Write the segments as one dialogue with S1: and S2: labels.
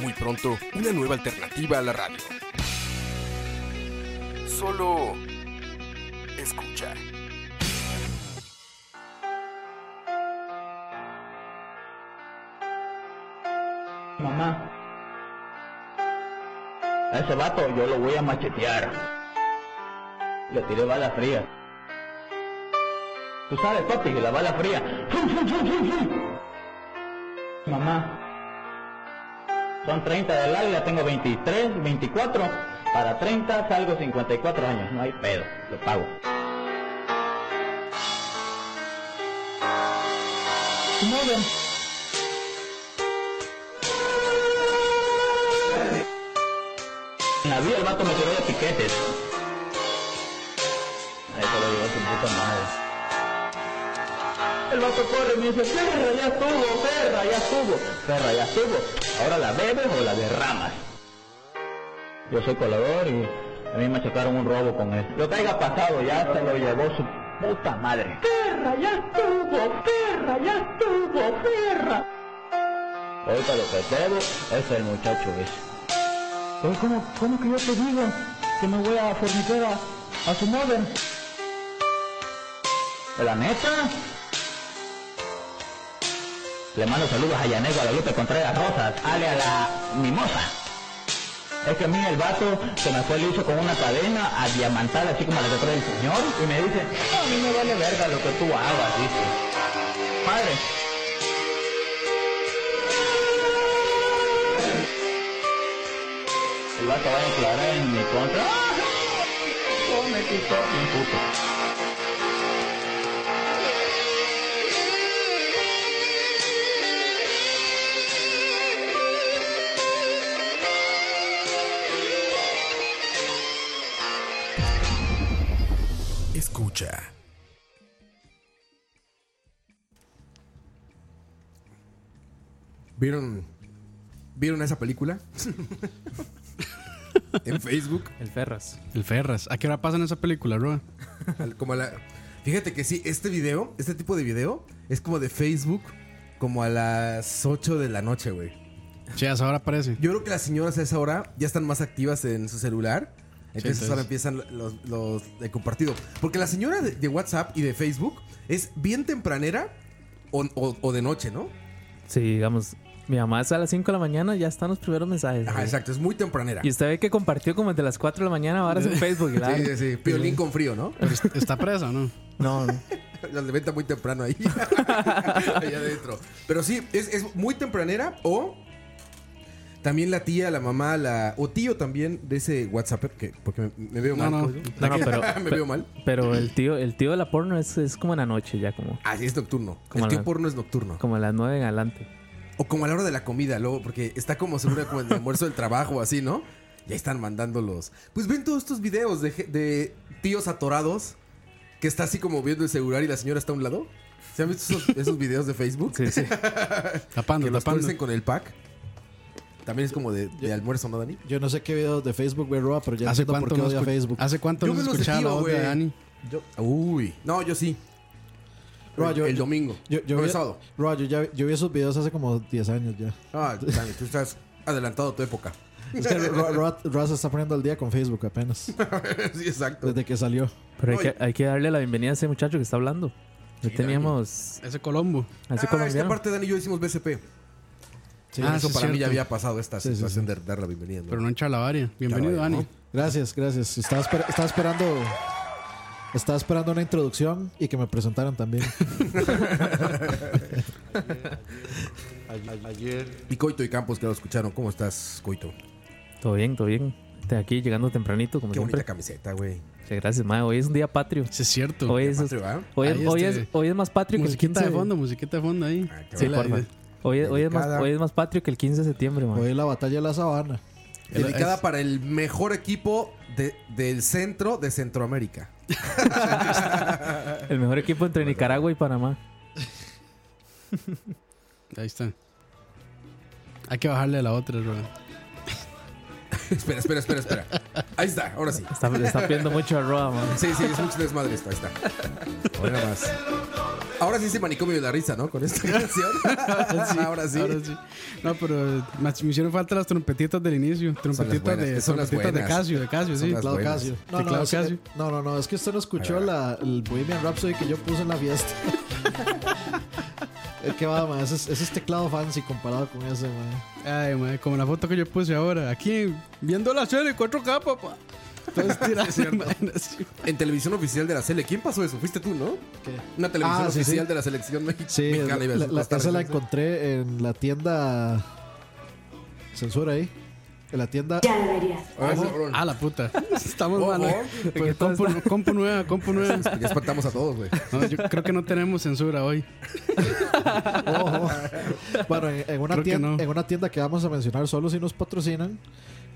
S1: Muy pronto, una nueva alternativa a la radio. Solo escucha.
S2: Mamá, a ese vato yo lo voy a machetear. Le tiré bala fría. Tú sabes, papi, que la bala fría. ¡Fum, fum, fum, fum, fum! Mamá, son 30 de larga, tengo 23, 24. Para 30 salgo 54 años, no hay pedo, lo pago. Muy bien. En la vida el vato me tiró de piquetes. Ahí se lo llevó su puta madre. El vato corre y me dice, perra, ya estuvo, perra, ya estuvo, perra, ya estuvo. Ahora la bebes o la derramas. Yo soy colador y a mí me sacaron un robo con él. Lo que haya pasado ya se lo llevó su puta madre. Perra, ya estuvo, perra, ya estuvo, perra. Ahorita lo que debo es el muchacho ese. Pero ¿cómo, ¿Cómo que yo te digo que me voy a fornicar a, a su madre? ¿La neta? Le mando saludos a Yanego Guadalupe Contreras Rosas, ale a la mimosa. Es que a mí el vato se me fue liso con una cadena a diamantar así como la que trae el señor y me dice, "No, a mí me vale verga lo que tú hagas, dice. Padre, El vato va a declarar en mi contra. ¡Ah! no! Yo me quito un puto.
S1: Escucha. ¿Vieron, ¿Vieron esa película? en Facebook.
S3: El Ferras.
S4: El Ferras. ¿A qué hora pasan esa película, bro?
S5: Al- Como a la... Fíjate que sí, este video, este tipo de video, es como de Facebook, como a las 8 de la noche, güey.
S4: Che, hasta ahora parece.
S5: Yo creo que las señoras a esa hora ya están más activas en su celular. Entonces
S4: entonces.
S5: ahora empiezan los, los de compartido. Porque la señora de, de WhatsApp y de Facebook es bien tempranera o, o- o de noche, ¿no?
S3: Sí, digamos. Mi mamá es a las 5 de la mañana, ya están los primeros mensajes.
S5: Ajá,
S3: güey.
S5: exacto, es muy tempranera.
S3: Y usted ve que compartió como desde las 4 de la mañana, ahora es en Facebook. ¿verdad?
S5: Sí, sí, sí. Piolín con frío, ¿no?
S4: Pero est- está presa, ¿no?
S3: No, no.
S5: Las levanta muy temprano ahí. Allá adentro. Pero sí, es, es muy tempranera o también la tía, la mamá, la o tío también de ese WhatsApp que porque me, me veo
S4: No,
S5: mal.
S4: no.
S5: ¿cómo se llama?
S3: No, no, pero,
S5: me veo mal.
S3: pero el tío, el tío de la porno es, es como en la noche ya, como,
S5: Así Ah, es nocturno.
S3: Como
S5: El tío
S3: la-
S5: porno es nocturno.
S3: como a las 9 en adelante.
S5: O como a la hora de la comida, luego, porque está como seguro como el almuerzo del trabajo, así, ¿no? Ya están mandándolos. Pues ven todos estos videos de, ge- de tíos atorados que está así como viendo el celular y la señora está a un lado. ¿Se han visto esos, esos videos de Facebook?
S3: Sí, sí.
S4: Tapando,
S5: que los
S4: tapando.
S5: crucen con el pack. También es como de, de almuerzo, ¿no, Dani?
S6: Yo no sé qué videos de Facebook ve Roa, pero ya
S4: ¿Hace
S6: entiendo por
S4: cuánto,
S6: qué
S4: no
S6: odia
S4: escu-
S6: Facebook.
S4: ¿Hace cuánto
S5: Yo
S4: no
S5: me los
S4: escuchaba la
S5: desvío,
S4: voz de
S5: güey.
S4: Dani?
S5: Uy. No, yo sí.
S6: Roa,
S5: el,
S6: yo-
S5: el domingo.
S6: Yo, yo
S5: No,
S6: vi,
S5: el sábado.
S6: Roa, yo, ya, yo vi esos videos hace como 10 años ya.
S5: Ah, Dani, tú estás adelantado a tu época.
S6: Es que Roa, Roa- Roa se está poniendo al día con Facebook apenas,
S5: sí, exacto.
S6: desde que salió.
S3: Pero hay
S5: Oye.
S3: que, hay que darle la bienvenida a ese muchacho que está hablando. Ya teníamos
S4: Ese Colombo.
S3: a ese
S5: ah, esta
S3: colombiano.
S5: parte, Dani y yo hicimos BCP.
S6: Sí,
S4: Ah,
S5: Eso
S4: sí,
S5: para mí ya
S4: cierto.
S5: había pasado esta
S6: Sí, sí,
S5: situación de dar la bienvenida. ¿no?
S4: Pero no en Chalabaria. Bienvenido,
S5: Chalabaria,
S4: Dani.
S6: Gracias, gracias. Estaba, esper- estaba esperando... Estaba esperando una introducción y que me presentaran también.
S5: Y Coito y Campos que lo escucharon. ¿Cómo estás, Coito?
S3: Todo bien, todo bien. Estoy aquí llegando tempranito, como
S5: Qué bonita
S3: siempre.
S5: camiseta, güey.
S3: Muchas gracias, mae. Hoy es un día patrio.
S4: Sí, es cierto.
S3: Hoy es,
S5: Patrio, ¿verdad?
S3: hoy es,
S4: Ahí
S3: hoy
S4: este-
S3: es, hoy es más patrio que el
S4: musiquita
S3: 15
S4: de fondo, musiquita de fondo ahí.
S5: Ah, qué
S3: Sí,
S5: bueno.
S3: porfa. Hoy, hoy, es más,
S5: Dedicada.
S3: hoy es más patrio que el 15 de septiembre, man.
S6: Hoy la batalla de la sabana.
S5: Dedicada
S4: es-
S5: para el mejor equipo de- del centro de Centroamérica.
S3: El mejor equipo entre Nicaragua y Panamá.
S4: Ahí está. Hay que bajarle a la otra, bro.
S5: espera, espera, espera, espera. Ahí está, ahora sí.
S3: Está, le está pidiendo mucho a Roa, man.
S5: Sí, sí, es mucho desmadre esto, ahí está. Ahora más. Ahora sí se manicomio de la risa, ¿no? Con esta canción. Ah, ahora sí.
S4: Ahora sí. No, pero eh, mach- me hicieron falta las trompetitas del inicio. Trompetitas
S5: buenas,
S4: de,
S5: que son las
S4: trompetitas de
S5: buenas.
S4: Casio, de Casio,
S5: Son
S4: sí.
S5: las
S4: Claro,
S5: buenas.
S4: Casio.
S6: No,
S4: Sí,
S6: no,
S4: claro,
S6: es que-
S4: Casio.
S6: no, no, no, es que usted no escuchó la, el Bohemian Rhapsody que yo puse en la fiesta. es que va, man, ese, es- ese es teclado fancy comparado con ese, man.
S4: Ay, madre, como la foto que yo puse ahora. Aquí, viendo la serie en 4K, papá. Entonces, tirando, madre, así.
S5: En televisión oficial de la Sele, ¿quién pasó eso? ¿Fuiste tú, no?
S6: ¿Qué?
S5: Una televisión
S6: Ah, sí,
S5: oficial
S6: sí.
S5: de la selección mexi-
S6: Sí,
S5: mexicana. iba a
S6: la,
S5: decir,
S6: la-
S5: Costa
S6: esa la
S5: Rica.
S6: encontré en la tienda. Censura ahí. En la tienda.
S7: Ya deberías.
S5: Ah, cabrón.
S4: Ah, la puta. Estamos
S5: Oh,
S4: mal.
S5: oh.
S4: eh. Pues, compu, compu nueva, compu nueva.
S5: Ya espantamos a todos, güey.
S4: No, yo creo que no tenemos censura hoy.
S6: Ojo. Bueno, en, en una
S4: Creo que
S6: tienda,
S4: no.
S6: en una tienda que vamos a mencionar solo si nos patrocinan,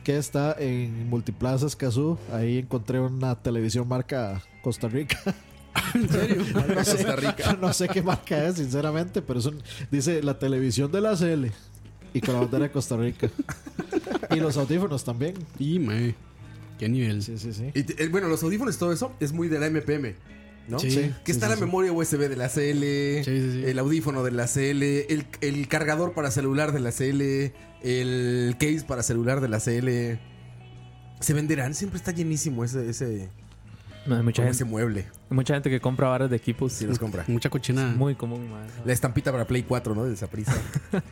S6: que está en Multiplaza Escazú. Ahí encontré una televisión marca Costa Rica.
S4: ¿En serio?
S6: No sé, no sé qué marca es, sinceramente, pero es un- dice la televisión de la CL y con la bandera de Costa Rica. Y los audífonos también.
S4: Y, mae. Qué nivel.
S6: Sí, sí, sí.
S5: Y te- eh, bueno, los audífonos y todo eso es muy de la MPM, ¿no?
S4: Sí,
S5: Que
S4: sí,
S5: está
S4: sí,
S5: la
S4: sí.
S5: memoria USB de la CL,
S4: Sí, sí, sí.
S5: el audífono de la CL, el, el cargador para celular de la CL, el case para celular de la CL. Se venderán, siempre está llenísimo ese, ese,
S3: No, hay mucha,
S5: como ese
S3: gente,
S5: mueble
S3: mucha gente que compra varas de equipos.
S5: si los compra.
S4: Mucha cochinada.
S3: Muy común, man.
S5: La estampita para Play 4, ¿no? De Saprissa.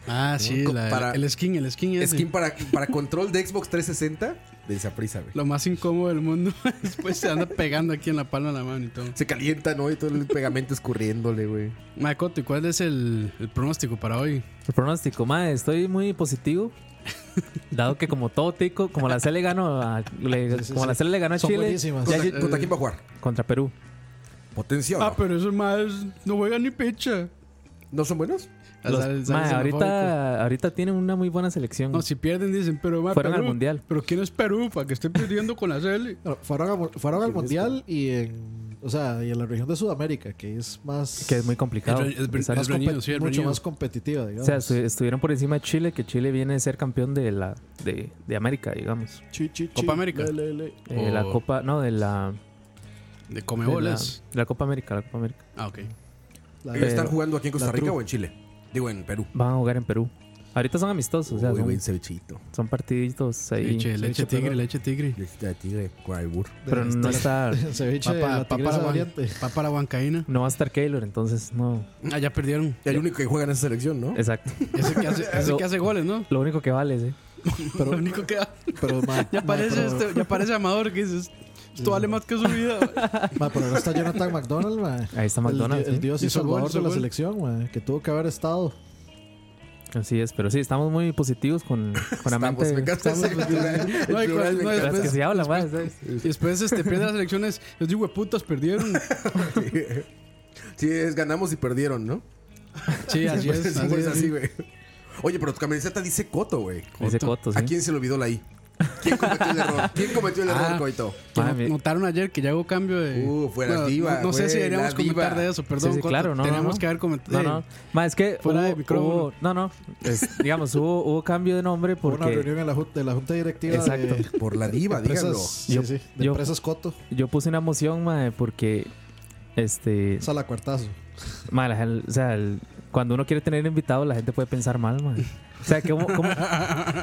S4: Ah, sí,
S5: Co-
S4: la-
S5: para-
S4: el skin, el skin es
S5: Skin para, para control de Xbox 360 de Saprissa, güey.
S4: lo más incómodo del mundo. Después se anda pegando aquí en la palma de la mano y todo.
S5: Se calienta, ¿no? Y todo el pegamento escurriéndole, güey.
S4: Macoto, ¿y cuál es el, el pronóstico para hoy?
S3: El pronóstico, mae, estoy muy positivo. Dado que como todo tico, como la C le ganó a, le-
S6: sí,
S3: como
S6: sí.
S3: la C le ganó a
S6: Son
S3: Chile
S6: buenísimas.
S3: ya
S5: ¿Contra,
S3: lleg-
S5: contra quién va a jugar?
S3: contra Perú.
S5: Potencia. o
S4: Ah,
S5: no?
S4: pero esos más no juegan ni pecha.
S5: ¿No son buenos?
S3: Los- mae, ahorita, ahorita tienen una muy buena selección.
S4: No, si pierden dicen, pero mae,
S3: Fueron
S4: Perú,
S3: al Mundial.
S4: Pero ¿quién es Perú para que esté perdiendo con la L?
S6: Bueno, fueron, a mu- fueron al Mundial y en, o sea, y en la región de Sudamérica, que es más.
S3: que es muy complicado.
S4: Es re- es ver-
S3: Exacto.
S6: más
S4: es reñido,
S6: compet-
S4: sí, es
S6: mucho
S4: reñido.
S6: más competitiva, digamos.
S3: O sea, estu- estuvieron por encima de Chile, que Chile viene a ser campeón de la de, de América, digamos.
S6: Chi, chi, chi.
S4: Copa América.
S6: Le, le, le.
S3: Eh, La
S4: Oh.
S3: Copa, no, de la,
S4: De
S3: de la-
S4: comebolas.
S3: de la Copa América, la Copa América.
S4: Ah, ok.
S6: La-
S5: ¿Ellos ¿Están
S3: Pero-
S5: jugando aquí en Costa
S6: la
S5: Rica
S6: tru-
S5: o en Chile? Digo, en Perú.
S3: Van a jugar en Perú. Ahorita son amistosos, o sea,
S5: Uy,
S3: son,
S5: buen cevichito.
S3: son partiditos ahí.
S4: leche, leche tigre, leche tigre.
S5: Leche de tigre, con albur.
S3: pero no está,
S6: Ceviche de
S4: Papá
S6: la
S4: para
S6: Tigresa
S4: Guan-
S6: Oriente.
S4: pa para Huancaína.
S3: no va a estar Keylor, entonces no.
S4: Ah, ya perdieron.
S5: El único que juega en esa selección, ¿no?
S3: Exacto.
S4: Ese que hace, ese que hace goles, ¿no?
S3: Lo único que vale es, eh.
S4: Lo único que
S6: Pero, ma-
S4: ya
S6: ma,
S4: parece,
S6: pero-
S4: este, ya parece Amador que dices, esto vale más que su vida.
S6: Ma, pero no está Jonathan McDonald, ma.
S3: Ahí está
S6: El di-
S3: McDonald's.
S6: El,
S3: ¿eh?
S6: dios y
S4: Hizo gol,
S6: salvador
S4: hizo
S6: de la
S4: gol.
S6: selección, ma, que tuvo que haber estado.
S3: Así es, pero sí, estamos muy positivos con, con la
S5: Estamos, Ah, pues, me
S3: mente.
S5: encanta ese plural. El
S4: No,
S5: plural
S4: y
S5: me
S4: cuando- no,
S5: encanta.
S3: Pero es que se habla más. ¿sabes?
S4: Y después este, pierde las elecciones. Yo digo, putas, perdieron.
S5: Sí, es ganamos y perdieron, ¿no?
S4: Ah, Sí, así es.
S5: Sí,
S4: así
S5: es
S4: es.
S5: así, güey. Oye, pero tu camiseta dice Coto, güey.
S3: Dice Coto, sí.
S5: ¿A quién se le olvidó la I? ¿Quién cometió el error? ¿Quién cometió el error,
S4: Ah.
S5: Coito?
S4: Que
S3: Ah,
S4: no-
S3: mi-
S4: notaron ayer que ya hubo cambio de.
S5: Uh, fue la
S4: Bueno,
S5: diva,
S4: No, no sé
S5: güey,
S4: si
S5: la
S4: deberíamos comentar
S5: diva.
S4: de eso, perdón.
S3: Sí, sí,
S4: Coto,
S3: claro, no. no,
S4: Teníamos
S3: no.
S4: que haber comentado.
S3: No, no. Ma, es que.
S4: Fuera de
S3: hubo-
S4: micrófono.
S3: hubo- no, no. Es- digamos, hubo, hubo cambio de nombre
S6: Hubo una
S3: porque
S6: reunión en la jun- de la Junta Directiva de
S3: Exacto.
S5: Por la diva, díganlo.
S6: Empresas, sí,
S3: Yo-
S6: sí, de
S3: yo-
S6: empresas Coto.
S3: yo puse una moción, mae, porque. Este.
S6: Sala cuartazo.
S3: mae, la gen- o sea, el- cuando uno quiere tener invitados, la gente puede pensar mal, mae. O sea, ¿cómo, cómo,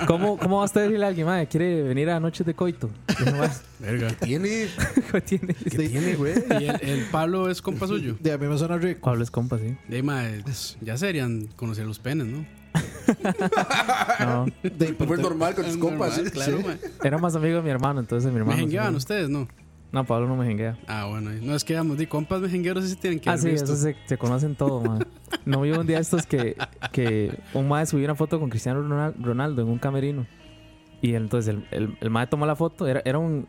S3: cómo, cómo vas a decirle a alguien, mae, quiere venir a Noches de Coito? Y uno, mae,
S4: Verga.
S5: ¿Tiene?
S3: ¿qué tiene?
S5: ¿Qué tiene, güey?
S4: Y el, el Pablo es compa suyo.
S6: De a mí me suena rico.
S3: Pablo es compa, sí.
S4: De ahí, ma, es- ya serían conocer los penes, ¿no?
S3: No.
S6: De, pero
S5: Fue
S6: te-
S5: normal con tus compas.
S4: Normal,
S5: ¿eh?
S4: Claro,
S6: Sí.
S4: ma.
S3: Era más amigo de mi hermano, entonces mi
S4: ¿Me
S3: hermano.
S4: jengueaban
S3: sí.
S4: ustedes? No.
S3: No, Pablo no me jenguea.
S4: Ah, bueno. No es que digamos, di compas mejengueros sí tienen que
S3: Ah,
S4: haber
S3: sí,
S4: visto.
S3: eso se, se conocen todo, man. No vi un día estos que, que un mae subió una foto con Cristiano Ronal- Ronaldo en un camerino. Y entonces el, el, el mae tomó la foto, era, era un,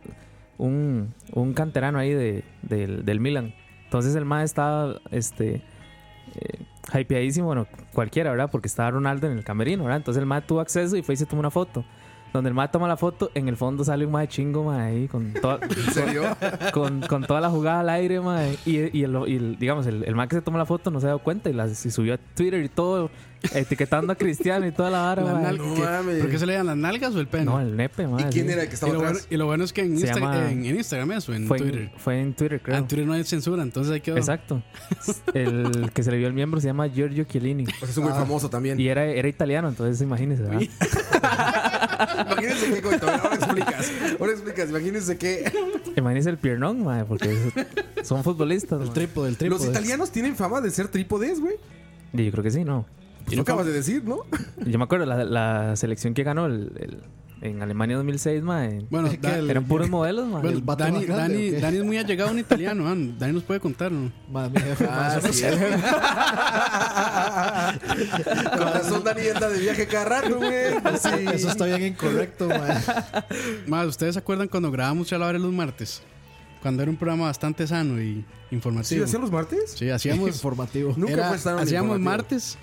S3: un, un canterano ahí de, del, del Milan. Entonces el mae estaba, este, eh, hypeadísimo, bueno, cualquiera, ¿verdad? Porque estaba Ronaldo en el camerino, ¿verdad? Entonces el mae tuvo acceso y fue y se tomó una foto. Donde el mae toma la foto, en el fondo sale un mae chingo, mae, ahí con toda,
S5: ¿En serio?
S3: Ah, con, con toda la jugada al aire, mae. Y, y el, y el- digamos, el, el mae que se tomó la foto no se dio cuenta y, la, y subió a Twitter y todo, etiquetando a Cristiano y toda la vara,
S4: La
S3: mae.
S4: nalga,
S5: no
S4: ¿qué?
S5: mames.
S4: ¿Por qué se le dan las nalgas o el pene?
S3: No, el nepe,
S5: ¿Y
S3: mae.
S5: quién
S3: sí.
S5: era el que
S4: y,
S5: estaba
S4: lo bueno,
S5: atrás?
S4: y lo bueno es que en,
S3: Se
S4: Insta-
S3: llama-
S4: en, en Instagram eso, en
S3: Fue
S4: Twitter.
S3: en, fue en Twitter,
S4: Ah,
S3: creo.
S4: En Twitter no hay censura, entonces ahí quedó.
S3: Exacto. El que se le vio el miembro se llama Giorgio Chiellini.
S5: Pues es un güey famoso también.
S3: Y era, era italiano, entonces imagínense, ¿verdad?
S5: Imagínense qué, coito. Ahora explicas. Ahora explicas. Imagínense que.
S3: Imagínense el piernón, madre, porque es- son futbolistas.
S6: El
S3: mae.
S6: trípode, el trípode.
S5: Los italianos tienen fama de ser trípodes, güey.
S3: Y yo creo que sí, no.
S5: Lo acabas de decir, ¿no?
S3: Yo me acuerdo la, la selección que ganó el, el- en Alemania 2006, madre.
S4: Bueno,
S6: ¿Qué?
S4: Da-
S3: eran puros modelos, madre.
S4: bueno,
S6: ¿El vato
S4: Dani,
S6: más grande
S4: Dani-
S6: o qué?
S4: Dani es muy allegado a un italiano, man. Dani nos puede contar, ¿no?
S6: Madre, mi jefe,
S4: Ah,
S6: madre, eso no sé.
S5: Con razón, Dani anda de viaje cada rato, güey. Pues sí.
S6: Eso está bien incorrecto, madre.
S4: Más, ¿ustedes se acuerdan cuando grabábamos Chalabares los martes? Cuando era un programa bastante sano y
S5: ¿Sí
S4: informativo.
S5: hacían los martes?
S4: Sí, hacíamos.
S6: Informativo.
S5: Nunca
S4: era-
S5: fue tan
S4: Hacíamos
S5: informativo.
S4: martes.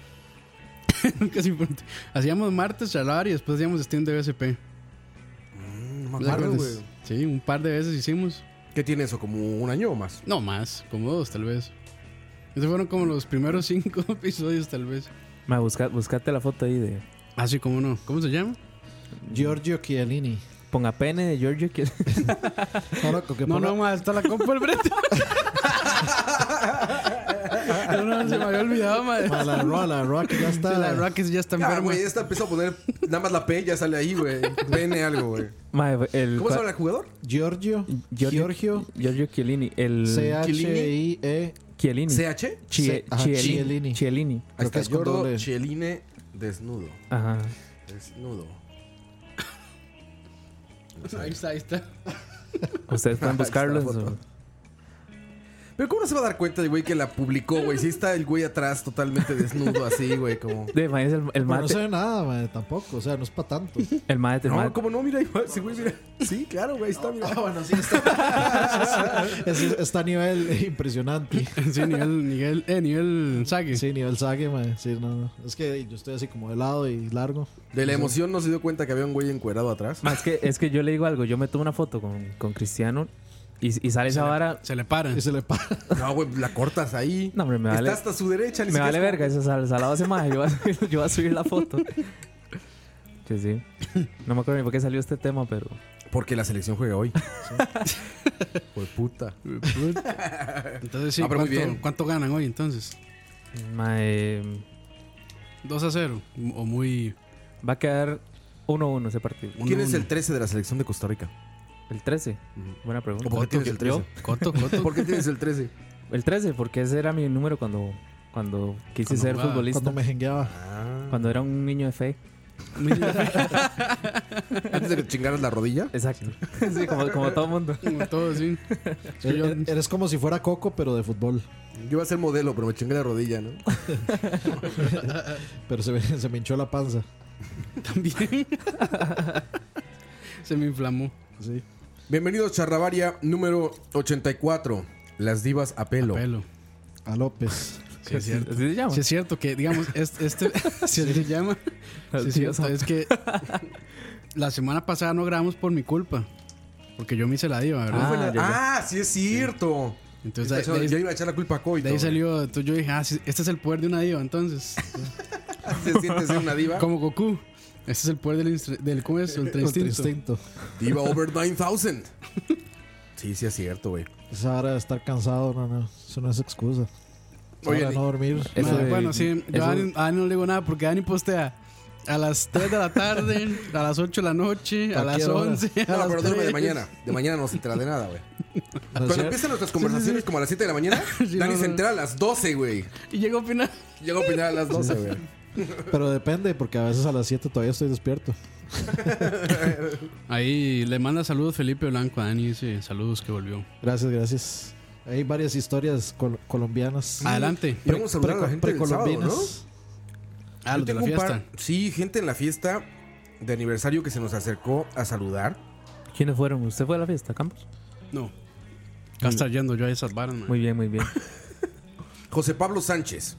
S4: Nunca se informó. Hacíamos martes Chalabar y después hacíamos Steam de BSP.
S5: Mm, No
S4: ¿No
S5: me
S4: te
S5: acuerdo,
S4: acuerdas?
S5: güey.
S4: Sí, un par de veces hicimos.
S5: ¿Qué tiene eso? ¿Como un año o más?
S4: No más, como dos tal vez. Esos fueron como los primeros cinco episodios tal vez.
S3: Mae, busca- buscate la foto ahí de.
S4: Así como no. ¿Cómo se llama?
S6: Giorgio Chiellini.
S3: Ponga pene de Giorgio Chiellini.
S6: Ahora con que
S4: No,
S6: ponga-
S4: no, más, está la compa del brete. no, no, se me había olvidado, madre.
S6: Ma, la Roa, la Roa que ya está.
S4: La verdad que sí ya está
S5: Ah,
S4: enferma.
S5: güey, esta empezó a poner nada más la P ya sale ahí, güey. Pene algo, güey.
S3: Mae, el.
S5: ¿Cómo
S3: cua-
S5: se llama el jugador?
S6: Giorgio.
S3: Giorgio,
S6: Giorgio.
S3: Giorgio Chiellini. El.
S6: C-H-I-E.
S3: Chiellini.
S5: ¿CH?
S3: Chie-
S6: ah,
S3: Chiellini.
S6: Chiellini.
S3: Chiellini.
S5: Ahí
S6: Creo Mm. que
S5: está
S6: es con
S5: Giordo
S6: doble.
S5: Cheline desnudo.
S3: Ajá.
S5: Desnudo.
S4: Ahí está, ahí está.
S3: Ustedes pueden
S5: Ahí está la
S3: buscarlo en su-
S5: foto. Pero ¿cómo no se va a dar cuenta, güey, que la publicó, güey? Si está el güey atrás totalmente desnudo así, güey, como...
S3: De, imagínense el, el
S6: Pero no
S3: mate.
S6: se ve nada, madre, tampoco. O sea, no es para tanto.
S3: El mate. el
S5: No,
S3: mate-
S5: ¿cómo no? Mira, igual, sí, güey, mira. Sí, claro, güey, ahí está, mira.
S6: bueno, sí, está. está a nivel impresionante.
S4: Sí, nivel, nivel, eh, nivel saque.
S6: Sí, nivel sague, madre. Sí, no, no. Es que yo estoy así como de lado y largo.
S5: De la emoción no se dio cuenta que había un güey encuerado atrás.
S3: Ma, es, que, es que yo le digo algo. Yo me tomo una foto con, con Cristiano y, y sale esa vara.
S4: Se le para.
S6: Y se le para.
S5: No, güey, la cortas ahí.
S3: No, hombre, me vale-
S5: Está hasta su derecha. ni
S3: Me
S5: siquiera
S3: vale
S5: es como-
S3: verga, esa sal, salado hace más. Yo, voy a subir- yo voy a subir la foto. Sí, sí. No me acuerdo ni por qué salió este tema, pero.
S5: Porque la selección juega hoy. Por puta.
S4: Entonces sí,
S5: Ah, pero muy
S4: ¿cuánto,
S5: bien.
S4: ¿cuánto ganan hoy entonces?
S3: ma, eh,
S4: 2 a 0. O muy...
S3: va a quedar 1-1 ese partido.
S4: uno
S5: ¿Quién es
S4: a
S5: el
S4: uno.
S5: 13 de la selección de Costa Rica?
S3: El 13. Buena pregunta.
S5: ¿Por qué tienes el
S3: Yo-
S5: 13?
S4: Coto, Coto.
S5: ¿Por qué tienes el 13?
S3: El 13, porque ese era mi número cuando, cuando quise
S4: Cuando
S3: ser
S4: jugaba,
S3: futbolista.
S6: Cuando
S3: Cuando,
S6: me jengueaba.
S4: Ah,
S3: era un niño de fe.
S5: Antes de que chingaras la rodilla.
S3: Exacto. sí, como, como todo mundo.
S4: Como todo, sí.
S6: Er-
S5: Eh,
S6: er- Eres como si fuera Coco, pero de fútbol.
S5: Yo iba a ser modelo, pero me chingué la rodilla, ¿no?
S6: Pero se me, se me hinchó la panza.
S4: También.
S5: eh,
S4: se me inflamó.
S6: Sí.
S5: Bienvenidos, Charrabaria número 84. Las divas a pelo.
S4: Pelo.
S6: A López.
S4: Sí, es cierto.
S3: Así se llama.
S4: Sí, es cierto que, digamos, es- este, si así se llama, sí, es, cierto, es que la semana pasada no grabamos por mi culpa, porque yo me hice la diva, ¿verdad?
S5: ¿Cómo fue la-
S3: Ah, ya, ya.
S5: Ah, sí es cierto.
S4: Entonces,
S5: yo,
S4: de ahí-
S5: Ah, yo iba a echar la culpa a Coito.
S4: De ahí salió, entonces yo dije, ah, sí, este es el poder de una diva, entonces,
S5: ¿Te sientes ser una diva?
S4: como Goku, este es el poder del, instre- del ¿cómo es? Ultra
S6: Contra
S4: instinto.
S6: instinto.
S5: Diva over 9000. Sí, sí es cierto, güey.
S6: Esa hora de estar cansado, no, no. Eso no es excusa. Esa
S5: Oye,
S6: hora de no dormir.
S4: Ma,
S3: Eso de-
S4: bueno, sí, yo
S3: eso-
S4: a Dani, a Dani no le digo nada, porque Dani postea a las 3 de la tarde, a las 8 de la noche, a las
S6: Cualquier hora.
S4: 11, a
S5: No,
S4: las
S5: pero duerme de
S4: 3.
S5: mañana. De mañana no se entera de nada, güey.
S6: No es
S5: Cuando
S6: cierto.
S5: empiezan nuestras conversaciones como a las 7 de la mañana,
S4: Sí,
S5: Dani
S4: no,
S5: se
S4: no.
S5: entera a las 12, güey.
S4: Y llegó a final.
S5: Llega a opinar a las 12, güey.
S6: Pero depende, porque a veces a las 7 todavía estoy despierto.
S4: Ahí le manda saludos Felipe Blanco a Dani, dice saludos que volvió.
S6: Gracias, gracias. Hay varias historias col- colombianas.
S4: Adelante.
S5: Pero vamos a Ah, saludar a la
S6: Preco-
S5: gente del sábado, ¿no?
S6: precolombinas.
S4: Ah,
S5: Yo
S4: los de la
S5: tengo un par-
S4: fiesta.
S5: sí, gente en la fiesta de aniversario que se nos acercó a saludar.
S3: ¿Quiénes fueron? ¿Usted fue a la fiesta, Campos?
S4: No.
S5: Mm.
S4: Ya está yendo yo a esas varas, man.
S3: Muy bien, muy bien.
S5: José Pablo Sánchez.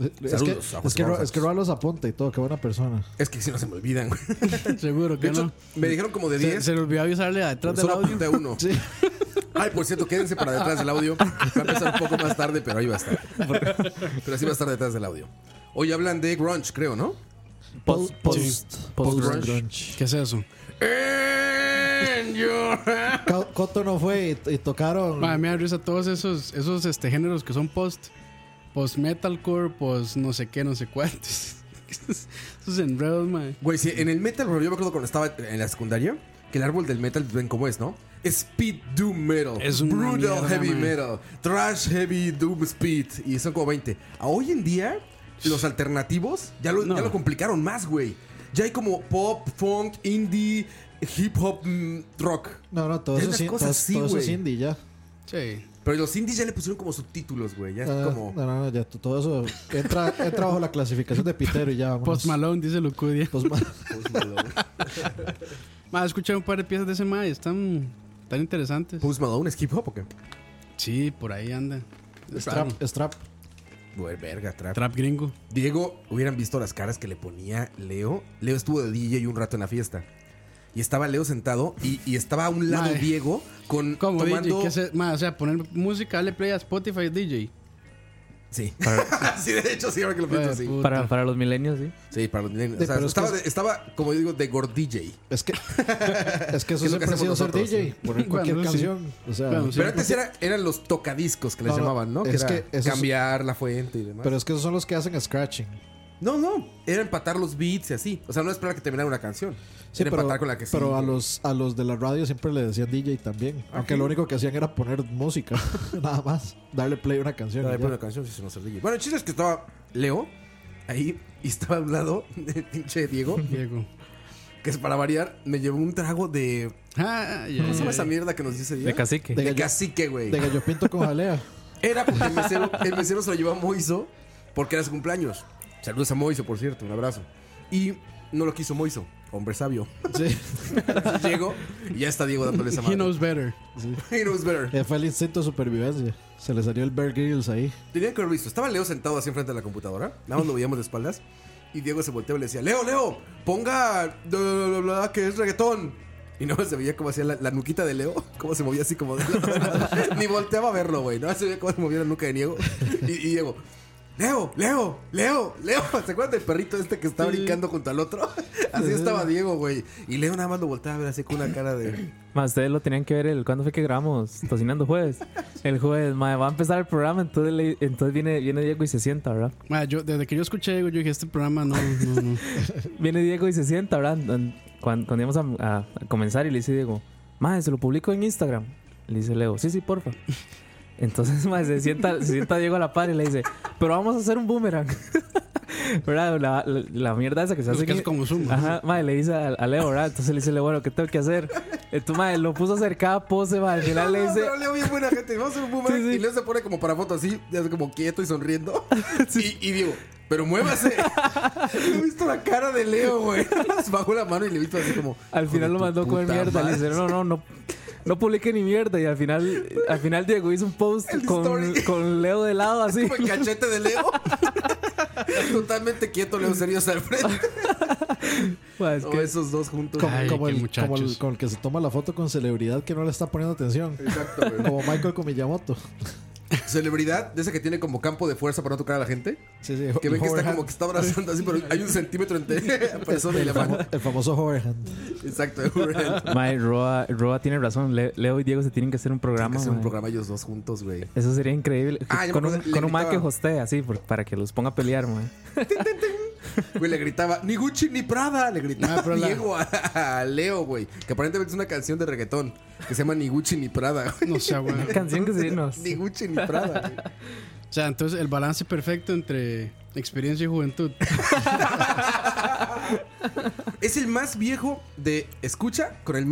S6: Es que,
S5: Saludos a José
S6: es que, Ro-
S5: Borja.
S6: es que Roa los apunta y todo, qué buena persona.
S5: Es que si no se me olvidan, güey.
S4: Seguro
S5: De
S4: que
S5: hecho,
S4: no.
S5: me dijeron como de
S4: Se,
S5: 10.
S4: se le olvidó avisarle detrás del
S5: Solo
S4: audio.
S5: apunté uno. Ay, por cierto, quédense para detrás del audio. Va a empezar un poco más tarde, pero ahí va a estar. Pero sí va a estar detrás del audio. Hoy hablan de grunge, creo, ¿no?
S3: Post, post, post,
S5: Post-grunge.
S6: Grunge.
S4: ¿Qué es eso?
S5: And your-
S6: Ca- Coto no fue y, y tocaron.
S4: Madre mía, risa, todos esos, esos este, géneros que son post. Post metalcore, post no sé qué, no sé cuántos. esos enredos, madre.
S5: Güey, sí, en el metal, bro, yo me acuerdo cuando estaba en la secundaria, que el árbol del metal, pues, ven cómo es, ¿no? Speed Doom Metal,
S4: Es una
S5: Brutal
S4: mierda,
S5: Heavy
S4: man.
S5: Metal, Trash Heavy Doom Speed, y son como 20. A hoy en día, los alternativos ya lo,
S4: No.
S5: ya lo complicaron más, güey. Ya hay como pop, funk, indie, hip hop, mm, rock.
S6: No, no, todo
S5: Es
S6: eso,
S5: unas
S6: sí, todo,
S5: cosas así,
S6: todo eso es
S5: güey.
S6: indie ya.
S4: Sí.
S5: Pero los indies ya le pusieron como subtítulos, güey. Ya es
S6: Ah,
S5: como.
S6: No, no, no, ya t- todo eso entra, entra bajo la clasificación de Pitero y ya. vámonos.
S4: Post Malone, dice Lucudia.
S6: Post Malone.
S5: Post Malone.
S4: Madre, escuché un par de piezas de ese madre. Están tan interesantes.
S5: Post Malone es hip hop o qué?
S4: Sí, por ahí anda.
S6: Strap, strap.
S5: Güey, verga, trap.
S4: Trap gringo.
S5: Diego, hubieran visto las caras que le ponía Leo. Leo estuvo de DJ un rato en la fiesta. Y estaba Leo sentado y, y estaba a un lado
S4: Madre.
S5: Diego con
S4: Como
S5: tomando...
S4: DJ, que se, madre, o sea, poner música, darle play a Spotify DJ.
S5: Sí. sí, de hecho, sí, ahora que lo pienso
S4: Ay,
S5: así.
S4: puta.
S3: Para, para los milenios, sí.
S5: Sí, para los millennials.
S6: Sí,
S5: O sea,
S6: pero es que
S5: estaba, de- estaba, como digo, de gord DJ.
S6: Es que, es que eso
S5: Es lo que
S6: siempre ha sido
S5: hacemos
S6: ser
S5: nosotros,
S6: DJ. Poner cualquier
S4: Bueno, sí.
S6: canción. O sea,
S4: Bueno, sí.
S5: Pero antes era- eran los tocadiscos que les
S6: pues No, no,
S5: llamaban, ¿no? Que
S6: es
S5: era
S6: que esos-
S5: cambiar la fuente y demás.
S6: pero es que esos son los que hacen scratching.
S5: No, no. Era empatar los beats y así. O sea, no esperar que terminara una canción.
S6: Sí,
S5: era
S6: pero,
S5: empatar con la que
S6: pero
S5: sigue.
S6: a los a los de la radio siempre le decían DJ también. Aunque lo único que hacían era poner música, nada más. Darle play a una canción.
S5: Dale,
S6: y ya.
S5: pon una canción si se nos olvide. Bueno, el chiste es que estaba Leo ahí y estaba a un lado del pinche Diego,
S4: Diego.
S5: que es para variar, me llevó un trago de.
S4: Ah, ya,
S5: ¿Cómo se llama
S4: ya,
S5: esa mierda que nos dice Diego?
S3: De cacique.
S5: De
S6: gallo-
S5: cacique, güey.
S6: De gallo pinto con jalea.
S5: Era porque el mesero, el mesero se lo llevó a Moiso porque era su cumpleaños. Saludos a Moiso, por cierto, un abrazo. Y no lo quiso Moiso, hombre sabio.
S6: Sí.
S5: Entonces Llego y ya está Diego dándole esa
S4: ya. He
S5: mano.
S4: knows better.
S5: He knows better.
S6: Eh, Fue el instinto de supervivencia. Se le salió el Bear Grylls ahí.
S5: Tenía que haber visto. Estaba Leo sentado así enfrente de la computadora. Nada más lo veíamos de espaldas. Y Diego se volteaba y le decía, Leo, Leo, ponga bla, bla, bla, bla, que es reggaetón. Y no se veía cómo hacía la, la nuquita de Leo, cómo se movía así como de lado. Ni volteaba a verlo, güey. No se veía cómo se movía la nuca de Diego. Y, y Diego, Leo, Leo, Leo, Leo. ¿Se acuerdan del perrito este que está brincando junto al otro? Así estaba Diego, güey. Y Leo nada más lo volteaba a ver así con una cara de.
S3: Más ustedes lo tenían que ver el cuándo fue que grabamos Tocinando Jueves. El jueves, mae, va a empezar el programa, entonces, le- entonces viene, viene Diego y se sienta, ¿verdad?
S4: Madre, yo, desde que yo escuché Diego, yo dije, este programa no, no, no.
S3: Viene Diego y se sienta, ¿verdad? Cuando, cuando íbamos a, a- a comenzar y le dice Diego, mae, se lo publico en Instagram. Le dice Leo, sí, sí, porfa. Entonces, mae, se sienta, se sienta Diego a la par y le dice, pero vamos a hacer un boomerang. ¿Verdad? La, la- la mierda esa que se
S4: Los
S3: hace.
S4: que
S3: en-
S4: hace como zoom.
S3: Ajá, mae, le dice a, a Leo, ¿verdad? Entonces le dice Leo, bueno, ¿qué tengo que hacer? Entonces, mae, lo puso a hacer cada pose, mae. Al final le
S5: No,
S3: dice,
S5: "Ah, Pero Leo bien buena gente. Vamos a hacer un boomerang.
S3: Sí, sí.
S5: Y Leo se pone como para foto así, ya como quieto y sonriendo. Y, y digo, pero muévase. He visto la cara de Leo, güey. Bajó la mano y le he visto así como.
S3: Al final
S5: "Hijo
S3: lo
S5: de tu
S3: mandó a comer
S5: puta
S3: mierda. Le
S5: madre".
S3: dice, no, no, no. No publique ni mierda. Y al final, al final Diego hizo un post
S5: El
S3: con,
S5: story.
S3: con Leo de lado así.
S5: Como el cachete de Leo. Totalmente quieto, Leo serio hasta el frente.
S3: Ma, Pues, es
S5: No,
S3: que-
S5: esos dos juntos.
S6: Como,
S4: Ay,
S6: como
S4: qué
S6: el, como, el,
S4: muchachos.
S6: como el que se toma la foto con celebridad que no le está poniendo atención.
S5: Exacto, güey.
S6: Como Michael con Miyamoto.
S5: Celebridad, de esa que tiene como campo de fuerza para no tocar a la gente.
S6: Sí, sí.
S5: Que ven que está
S6: hoverhand.
S5: como que está abrazando así, pero hay un centímetro entre la persona y la
S6: el,
S5: mano.
S6: famo- el famoso hoverhand.
S5: Exacto, güey.
S3: Ma, Roa, Roa tiene razón. Le- Leo y Diego se tienen que hacer un
S5: Tienen
S3: programa.
S5: que hacer un
S3: ma.
S5: programa ellos dos juntos, güey.
S3: Eso sería increíble.
S5: Ah, ya me
S3: con un,
S5: acordé, le
S3: con un ma que
S5: invitaba.
S3: pues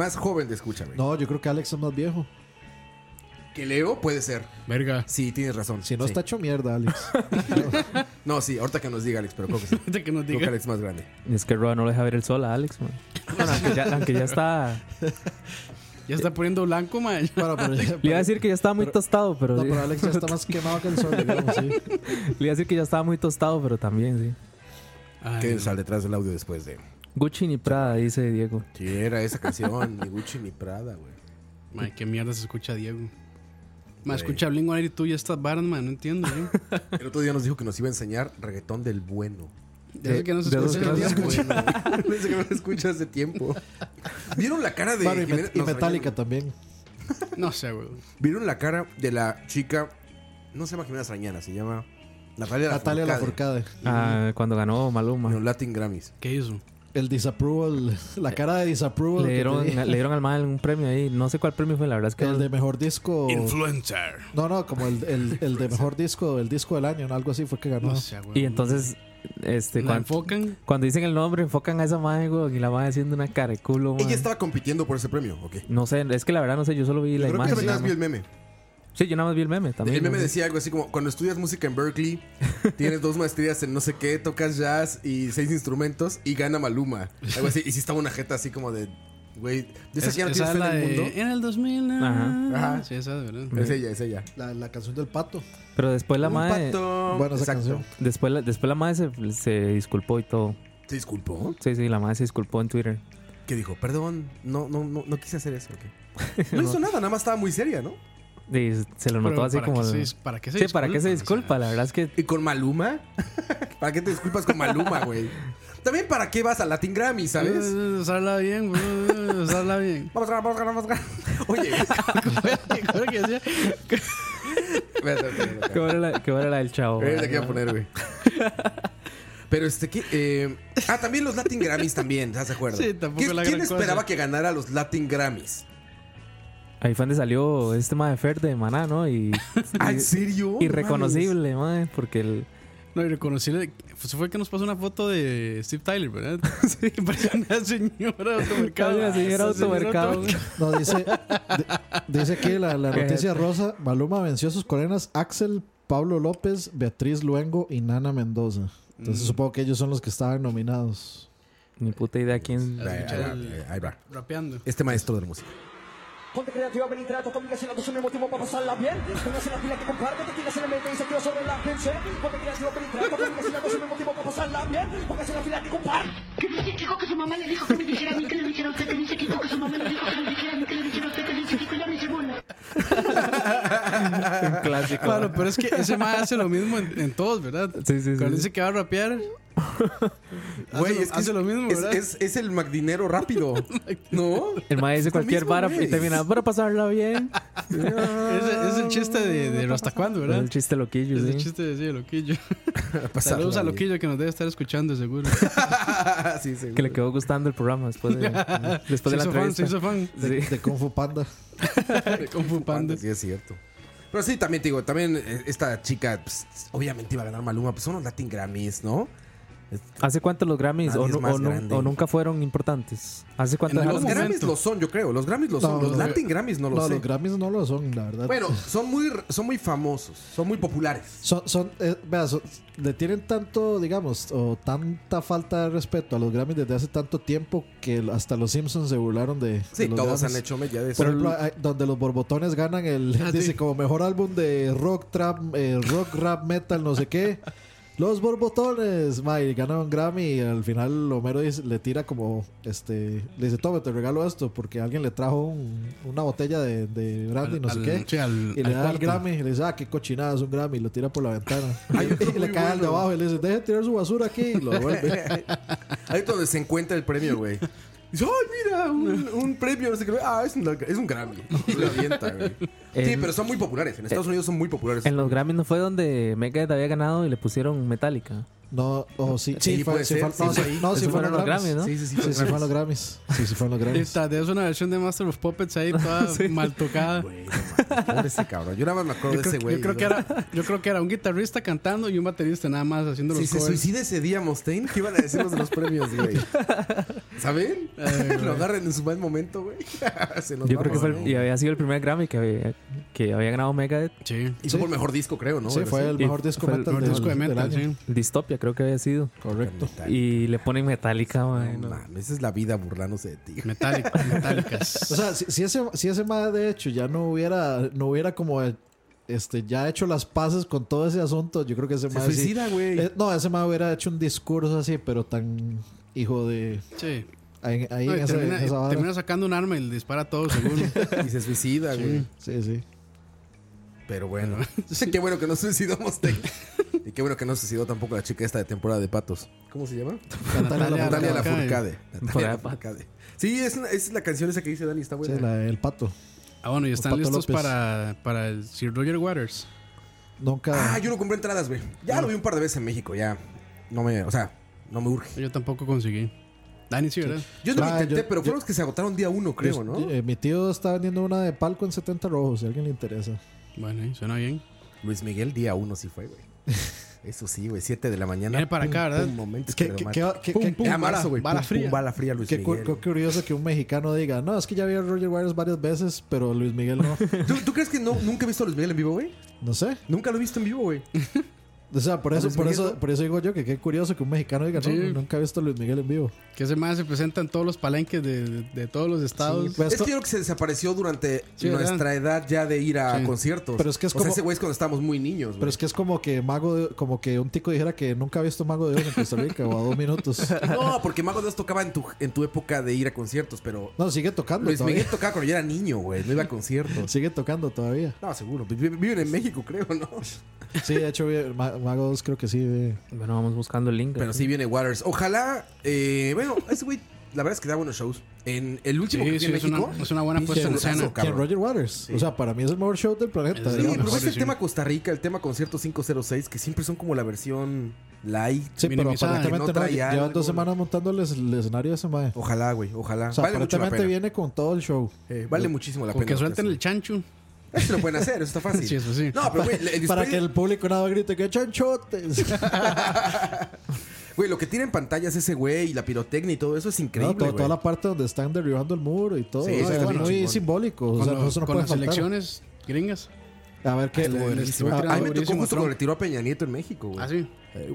S4: Ya está poniendo blanco, mae.
S6: Bueno, pero ya-
S3: Le iba a decir que ya estaba muy tostado, pero.
S6: No,
S3: sí.
S6: pero Alex ya está más quemado que el sol, digamos, sí.
S3: Le iba a decir que ya estaba muy tostado, pero también, sí.
S4: Ay,
S5: Que sal detrás del audio después de.
S3: Gucci ni Prada, dice Diego.
S5: Sí, era esa canción, ni Gucci ni Prada, güey.
S4: mae, qué mierda se escucha Diego. Mae, escucha Bling y tú y estas varas, mae, no entiendo, yo.
S5: El otro día nos dijo que nos iba a enseñar reggaetón del bueno.
S4: Ya sé que no se
S3: De esos
S4: escucha
S3: que no se
S4: Diego.
S5: Dice que no lo escucha hace tiempo. ¿Vieron la cara de
S6: Bueno, y,
S5: Jimena-
S6: Met- y
S5: nos
S6: Metallica
S5: regañaron.
S6: también.
S4: No sé, güey.
S5: ¿Vieron la cara de la chica? No se llama Jimena Sarañana, se llama Natalia
S6: Natalia
S5: Lafourcade.
S6: Lafourcade.
S3: Ah, cuando ganó Maluma.
S5: En los Latin Grammys.
S4: ¿Qué hizo?
S6: El disapproval, la cara de disapproval.
S3: Le
S6: que
S3: dieron,
S6: tenía.
S3: le dieron al mal un premio ahí. No sé cuál premio fue, la verdad es que.
S6: el
S3: no-
S6: de mejor disco.
S4: Influencer.
S6: No, no, como el, el, el de mejor disco, el disco del año, ¿no? algo así fue que ganó.
S4: No sé, güey.
S3: Y entonces, este,
S4: ¿La
S3: cuan- cuando,
S4: enfocan?
S3: dicen el nombre, enfocan a esa madre, güey, y la madre haciendo una cara de culo,
S5: Ella
S3: mae.
S5: estaba compitiendo por ese premio, ok.
S3: No sé, es que la verdad no sé, yo solo vi la
S5: Creo que
S3: imagen.
S5: también
S3: nada
S5: nada más vio
S3: más.
S5: el meme.
S3: Sí, yo nada más vi el meme también.
S5: El meme
S3: ¿no?
S5: decía algo así como, cuando estudias música en Berkeley, tienes dos maestrías en no sé qué, tocas jazz y seis instrumentos y gana Maluma. Algo así. Y si estaba una jeta así como de, güey, ¿de esa
S4: Es-
S5: que ya no
S4: esa
S5: tienes
S4: es
S5: fe
S4: la
S5: en el
S4: de...
S5: mundo?
S4: En el 2000.
S3: Ajá.
S5: Ajá.
S4: Sí, esa es verdad.
S5: Es ella, es ella.
S6: La, la canción del pato.
S3: Pero después la
S5: Un
S3: madre.
S5: pato.
S6: Bueno, esa
S5: Exacto.
S6: canción.
S3: Después la, después la madre se, se disculpó y todo.
S5: Se disculpó.
S3: Sí, sí, la madre se disculpó en Twitter.
S5: Que dijo, perdón, no, no, no, no quise hacer eso. ok". No hizo nada, nada más estaba muy seria, ¿no?
S3: Y se lo
S4: Pero
S3: notó así
S4: ¿para
S3: como.
S4: qué
S3: Sí,
S4: se- ¿Para qué se
S3: ¿para qué se disculpa?
S4: O sea,
S3: La verdad es que.
S5: ¿Y con Maluma? ¿Para qué te disculpas con Maluma, güey? También para qué vas a Latin Grammy, ¿sabes?
S4: eh, Usarla bien, güey. eh, Usarla bien.
S5: Vamos a ganar, vamos a ganar, vamos a ganar. Oye,
S4: Creo que decía,
S5: espérate, espérate, espérate.
S3: ¿Qué hora la, qué hora la del chavo?
S5: Eh,
S3: mae?
S5: la que iba a poner, güey. Pero este, ¿qué? Eh, ah, también los Latin Grammys también, ¿estás de acuerdo?
S4: Sí, tampoco
S5: ¿Quién,
S4: la
S5: quién
S4: gran cosa.
S5: esperaba que ganara los Latin Grammys?
S3: Ahí fue donde salió este mae Fer de Maná, ¿no? Y.
S5: Ah, ¿en serio? No mames.
S3: Irreconocible, madre, porque el.
S4: No, y reconocerle. Pues fue el que nos pasó una foto de Steve Tyler, ¿verdad? Sí, parecía una señora de Ah, automercado.
S3: Una señora de
S4: Esa
S3: automercado.
S4: automercado.
S6: No, dice, di- dice aquí la, la noticia rosa: Maluma venció a sus coreanas Axel, Pablo López, Beatriz Luengo y Nana Mendoza.
S5: Mm.
S6: Entonces supongo que ellos son los que estaban nominados.
S3: Ni puta idea quién.
S5: Ahí, ahí va, ahí va, ahí va.
S4: Rapeando.
S5: Este maestro de la música.
S7: Ponte creativa, ven y trae tu amiga, si la dos en el motivo para pasarla bien. Póngase la pila que comparte, te tiras en el mente y se tira sobre la gente. Ponte creativa, ven y trae tu amiga, si la dos en el motivo para pasarla bien. Póngase la pila que comparte.
S8: Que dice Kiko que su mamá le dijo que me dijera a mí que le dijera a usted, que dice Kiko que su mamá le dijo que le dijera a mí que le dijera a usted, que dice Kiko ya me hice bola.
S3: Un clásico.
S4: Claro, pero es que ese mae hace lo mismo en, en todos, ¿verdad?
S3: Sí, sí, sí.
S4: Cuando dice que va a rapear,
S5: Güey,
S4: lo-
S5: es que
S4: hace lo mismo,
S5: es,
S4: ¿verdad?
S5: es, es el McDinero rápido. ¿No?
S3: El mae dice
S5: Es lo
S3: cualquier
S5: mismo,
S3: vara
S5: güey.
S3: y termina para pasarla bien.
S4: es, es el chiste de, de hasta cuándo,
S3: Es
S4: ¿verdad?
S3: Ah, el chiste loquillo,
S4: Es
S3: sí.
S4: el chiste de sí, de Loquillo.
S5: Pasarla
S4: Saludos a
S5: bien.
S4: Loquillo que nos debe estar escuchando, seguro.
S5: Ah, sí, seguro.
S3: Que le quedó gustando el programa después de, después
S4: Se
S3: de la
S4: hizo fan, se
S3: entrevista.
S4: hizo fan.
S6: De,
S3: Sí.
S6: de Kung Fu Panda.
S4: Kung Fu Panda.
S5: Sí, es cierto. Pero sí, también te digo, también eh, esta chica, pues, obviamente iba a ganar Maluma, pues son los Latin Grammys, ¿no?
S3: ¿Hace cuánto los Grammys
S5: Nadie
S3: o,
S5: es
S3: nu-
S5: más
S3: o nu-
S5: grande.
S3: o nunca fueron importantes? ¿Hace cuánto
S4: En
S5: Los
S4: algún
S3: dejaron-
S5: Grammys
S4: momento.
S5: lo son, yo creo. Los Grammys lo son.
S6: No,
S5: los
S6: no,
S5: Latin Grammys no lo sé.
S6: no, los Grammys no lo son, la verdad.
S5: Bueno, son muy, son muy famosos, son muy populares.
S6: Son, son, eh, vea, son- le tienen tanto, digamos, o tanta falta de respeto a los Grammys desde hace tanto tiempo que hasta los Simpsons se burlaron de. de
S5: Sí,
S6: los
S5: todos
S6: Grammys.
S5: han hecho media de eso.
S6: Por ejemplo, hay- donde los borbotones ganan el.
S4: Ah,
S6: dice
S4: sí.
S6: como mejor álbum de rock, trap, eh, rock, rap, metal, no sé qué. Los borbotones, May, ganaron un Grammy y al final Homero dice- le tira como, este, le dice, toma, te regalo esto porque alguien le trajo un- una botella de, de brandy,
S4: Al-
S6: no sé
S4: al-
S6: qué.
S4: sí, al-
S6: y le
S4: al
S6: da el
S4: cuarto.
S6: Grammy y le dice, ah, qué cochinada, es un Grammy, y lo tira por la ventana.
S5: Hay
S6: y
S5: otro
S6: le
S5: muy
S6: cae al de
S5: bueno.
S6: abajo y le dice, deje de tirar su basura aquí y lo devuelve.
S5: Ahí es donde se encuentra el premio, güey. Dice, ¡ay, mira! Un, un premio, no sé qué. Ah, es un, es un Grammy. Y lo avienta, güey. Sí,
S3: En-
S5: pero son muy populares. En Estados Unidos son muy populares.
S3: En los Grammys no fue donde Megadeth había ganado y le pusieron Metallica.
S6: No, o sí,
S5: Sí,
S6: sí, fue-
S5: puede
S6: sí
S5: ser,
S6: fue-
S5: sí,
S6: no,
S5: fue
S6: sí-
S5: ahí.
S6: no, sí
S3: Esos
S6: fueron los Grammys,
S3: ¿no?
S5: Sí, sí, sí.
S6: Sí,
S5: fue
S6: sí
S5: Grammys.
S6: fueron los Grammys. Sí, sí fueron los
S4: Y
S6: Grammys.
S4: Tadeo es una versión de Master of Puppets ahí toda mal tocada.
S5: Güey, no mames, pobre ese cabrón. Yo nada más me acuerdo
S4: Yo
S5: de ese
S4: creo,
S5: güey.
S4: yo creo que era, yo creo que era un guitarrista cantando y un baterista nada más haciendo
S5: Si
S4: los
S5: se
S4: covers.
S5: suicida ese día Mustaine, ¿qué iban a decir los de los premios, güey? ¿Saben? lo agarran en su mal momento, güey. Se nos
S3: Yo
S5: va,
S3: creo que fue el-
S5: güey.
S3: y había sido el primer Grammy que, había- que que había ganado Megadeth,
S4: Sí.
S5: Hizo por mejor disco, creo, ¿no?
S6: sí,
S5: Algo
S6: fue
S5: así.
S6: el
S3: Y
S6: mejor disco
S3: fue el
S6: metal
S4: mejor
S6: del-
S4: disco de
S6: del
S4: metal,
S6: año.
S4: sí.
S3: Distopia creo que había sido.
S6: Correcto.
S3: Y le ponen Metallica, mae,
S5: No,
S3: no.
S5: mames, esa es la vida burlándose de ti.
S4: Metallic- metálicas.
S6: O sea, si, si ese, si ese mae, de hecho, ya no hubiera, no hubiera como este, ya hecho las paces con todo ese asunto, yo creo que ese
S5: Se
S6: mae sí-
S5: suicida, güey.
S6: Eh, no, ese mae hubiera hecho un discurso así, pero tan hijo de.
S4: Sí.
S6: Ahí, ahí
S4: No, y
S6: en, esa-
S4: termina,
S6: en esa vara.
S4: termina sacando un arma y le dispara a todos, seguro.
S5: Y se suicida, güey.
S6: Sí, sí.
S5: Pero bueno. Qué bueno que no suicidamos. Tec. y qué bueno que no suicidó tampoco la chica esta de temporada de patos. ¿Cómo se llama?
S4: Natalia
S5: Natalia
S4: Lafourcade.
S5: Lafourcade. Natalia
S3: Temporada de
S5: Lafourcade. Sí, es, una- es la canción esa que dice Dani, está
S6: Sí,
S5: buena.
S6: la- el pato.
S4: Ah, bueno, y están
S6: Pato
S4: listos
S6: López.
S4: para, para el Sir Roger Waters.
S6: Nunca.
S5: Ah, yo no compré entradas, güey. Ya lo vi un par de veces en México, ya. No me, o sea, no me urge.
S4: Yo tampoco conseguí. Dani, sí, ¿verdad?
S5: Yo no lo
S6: Ah,
S5: intenté,
S6: yo-
S5: pero fueron los que se agotaron día uno, creo,
S6: Yo-
S5: ¿no?
S6: eh, mi tío está vendiendo una de palco en 70 rojos, si a alguien le interesa.
S4: Bueno, ahí, suena bien.
S5: Luis Miguel día uno sí fue, güey. Eso sí, güey, 7 de la mañana.
S4: Viene para acá, ¿verdad?
S5: Un momento.
S6: Es que, que, que, que- que-
S5: Pum,
S4: bala-
S5: marzo, güey.
S4: bala
S5: Pum,
S4: fría.
S5: pum, bala fría, Luis
S6: que cu-
S5: Miguel.
S6: qué curioso que un mexicano diga, no, es que ya vi a Roger Waters varias veces, pero Luis Miguel no.
S5: ¿Tú, tú crees que no, nunca he visto a Luis Miguel en vivo, güey?
S6: No sé.
S5: Nunca lo he visto en vivo, güey.
S6: O sea, por
S5: ¿A
S6: eso,
S5: Luis
S6: por
S5: Miguel
S6: eso,
S5: no?
S6: por eso digo yo que qué curioso que un mexicano diga, no,
S4: Sí.
S6: nunca he visto a Luis Miguel en vivo.
S4: Que ese más se presenta en todos los palenques de, de- de todos los estados.
S6: Sí, pues,
S5: Es
S6: co-
S5: que yo creo que se desapareció durante
S4: Sí, ¿verdad?
S5: nuestra edad ya de ir a
S4: Sí.
S5: conciertos.
S6: Pero es que es
S5: O sea,
S6: como-
S5: ese güey es cuando estábamos muy niños, güey.
S6: Pero es que es como que Mago de- como que un tico dijera que nunca ha visto Mago de Dios en Costa Rica o a dos minutos.
S5: No, porque Mago de Dios tocaba en tu, en tu época de ir a conciertos, pero
S6: No, sigue tocando
S5: Luis
S6: todavía.
S5: Miguel tocaba cuando yo era niño, güey. No iba a conciertos.
S6: Sigue tocando todavía.
S5: No, seguro. Vi- vi- Viven en México, creo, ¿no?
S6: Sí, de hecho, vi- Ma- Mago 2 creo que sí. vi.
S3: Bueno, vamos buscando el link.
S5: Pero sí viene Waters. Ojalá, eh, bueno, ese güey, la verdad es que da buenos shows. En el último
S4: Sí,
S5: que vi en
S4: sí, es una-
S5: México.
S4: es una buena
S5: pinche
S4: puesta en
S5: showzazo,
S4: escena.
S6: ¿Quién?
S5: cabrón.
S6: Roger Waters. O sea, para mí es el mejor show del planeta.
S4: Es
S5: Sí,
S4: de
S5: pues
S4: los
S6: digamos.
S5: pero
S4: mejores,
S5: ves el
S4: sí.
S5: tema Costa Rica, el tema concierto 506, que siempre son como la versión light.
S6: Sí, pero
S4: minimizada,
S5: que
S6: aparentemente
S5: no
S6: no,
S5: trae
S6: llevan
S5: algo.
S6: dos semanas montándoles el escenario de ese mae.
S5: Ojalá, güey, ojalá.
S6: O sea,
S5: vale mucho la
S6: aparentemente
S5: pena.
S6: viene con todo el show.
S5: Eh, vale muchísimo la
S4: Con
S5: pena. pues,
S4: que suelten el
S5: Eso
S4: chancho.
S5: Eso lo pueden hacer, eso está fácil.
S4: Sí, eso sí.
S5: No, pero güey, el
S6: Para
S5: display-
S6: que el público nada grite que chanchotes.
S5: güey, lo que tiene en pantallas ese güey y la pirotecnia y todo eso es
S6: No,
S5: increíble.
S6: to- toda
S5: güey.
S6: la parte donde están derribando el muro y todo.
S5: Sí,
S6: o sea,
S5: sí,
S6: es
S5: bueno,
S6: muy
S5: chingón.
S6: simbólico. O
S4: Con,
S6: sea,
S4: los-
S6: no se no
S4: con
S6: puede
S4: las
S6: faltar.
S4: elecciones gringas.
S6: A ver qué.
S4: Estuvo- estuvo
S6: a-
S4: tirando
S5: A mí me tocó
S4: durísimo,
S5: justo
S4: Trump.
S5: cuando le tiró a Peña Nieto en México, güey.
S4: Ah, sí.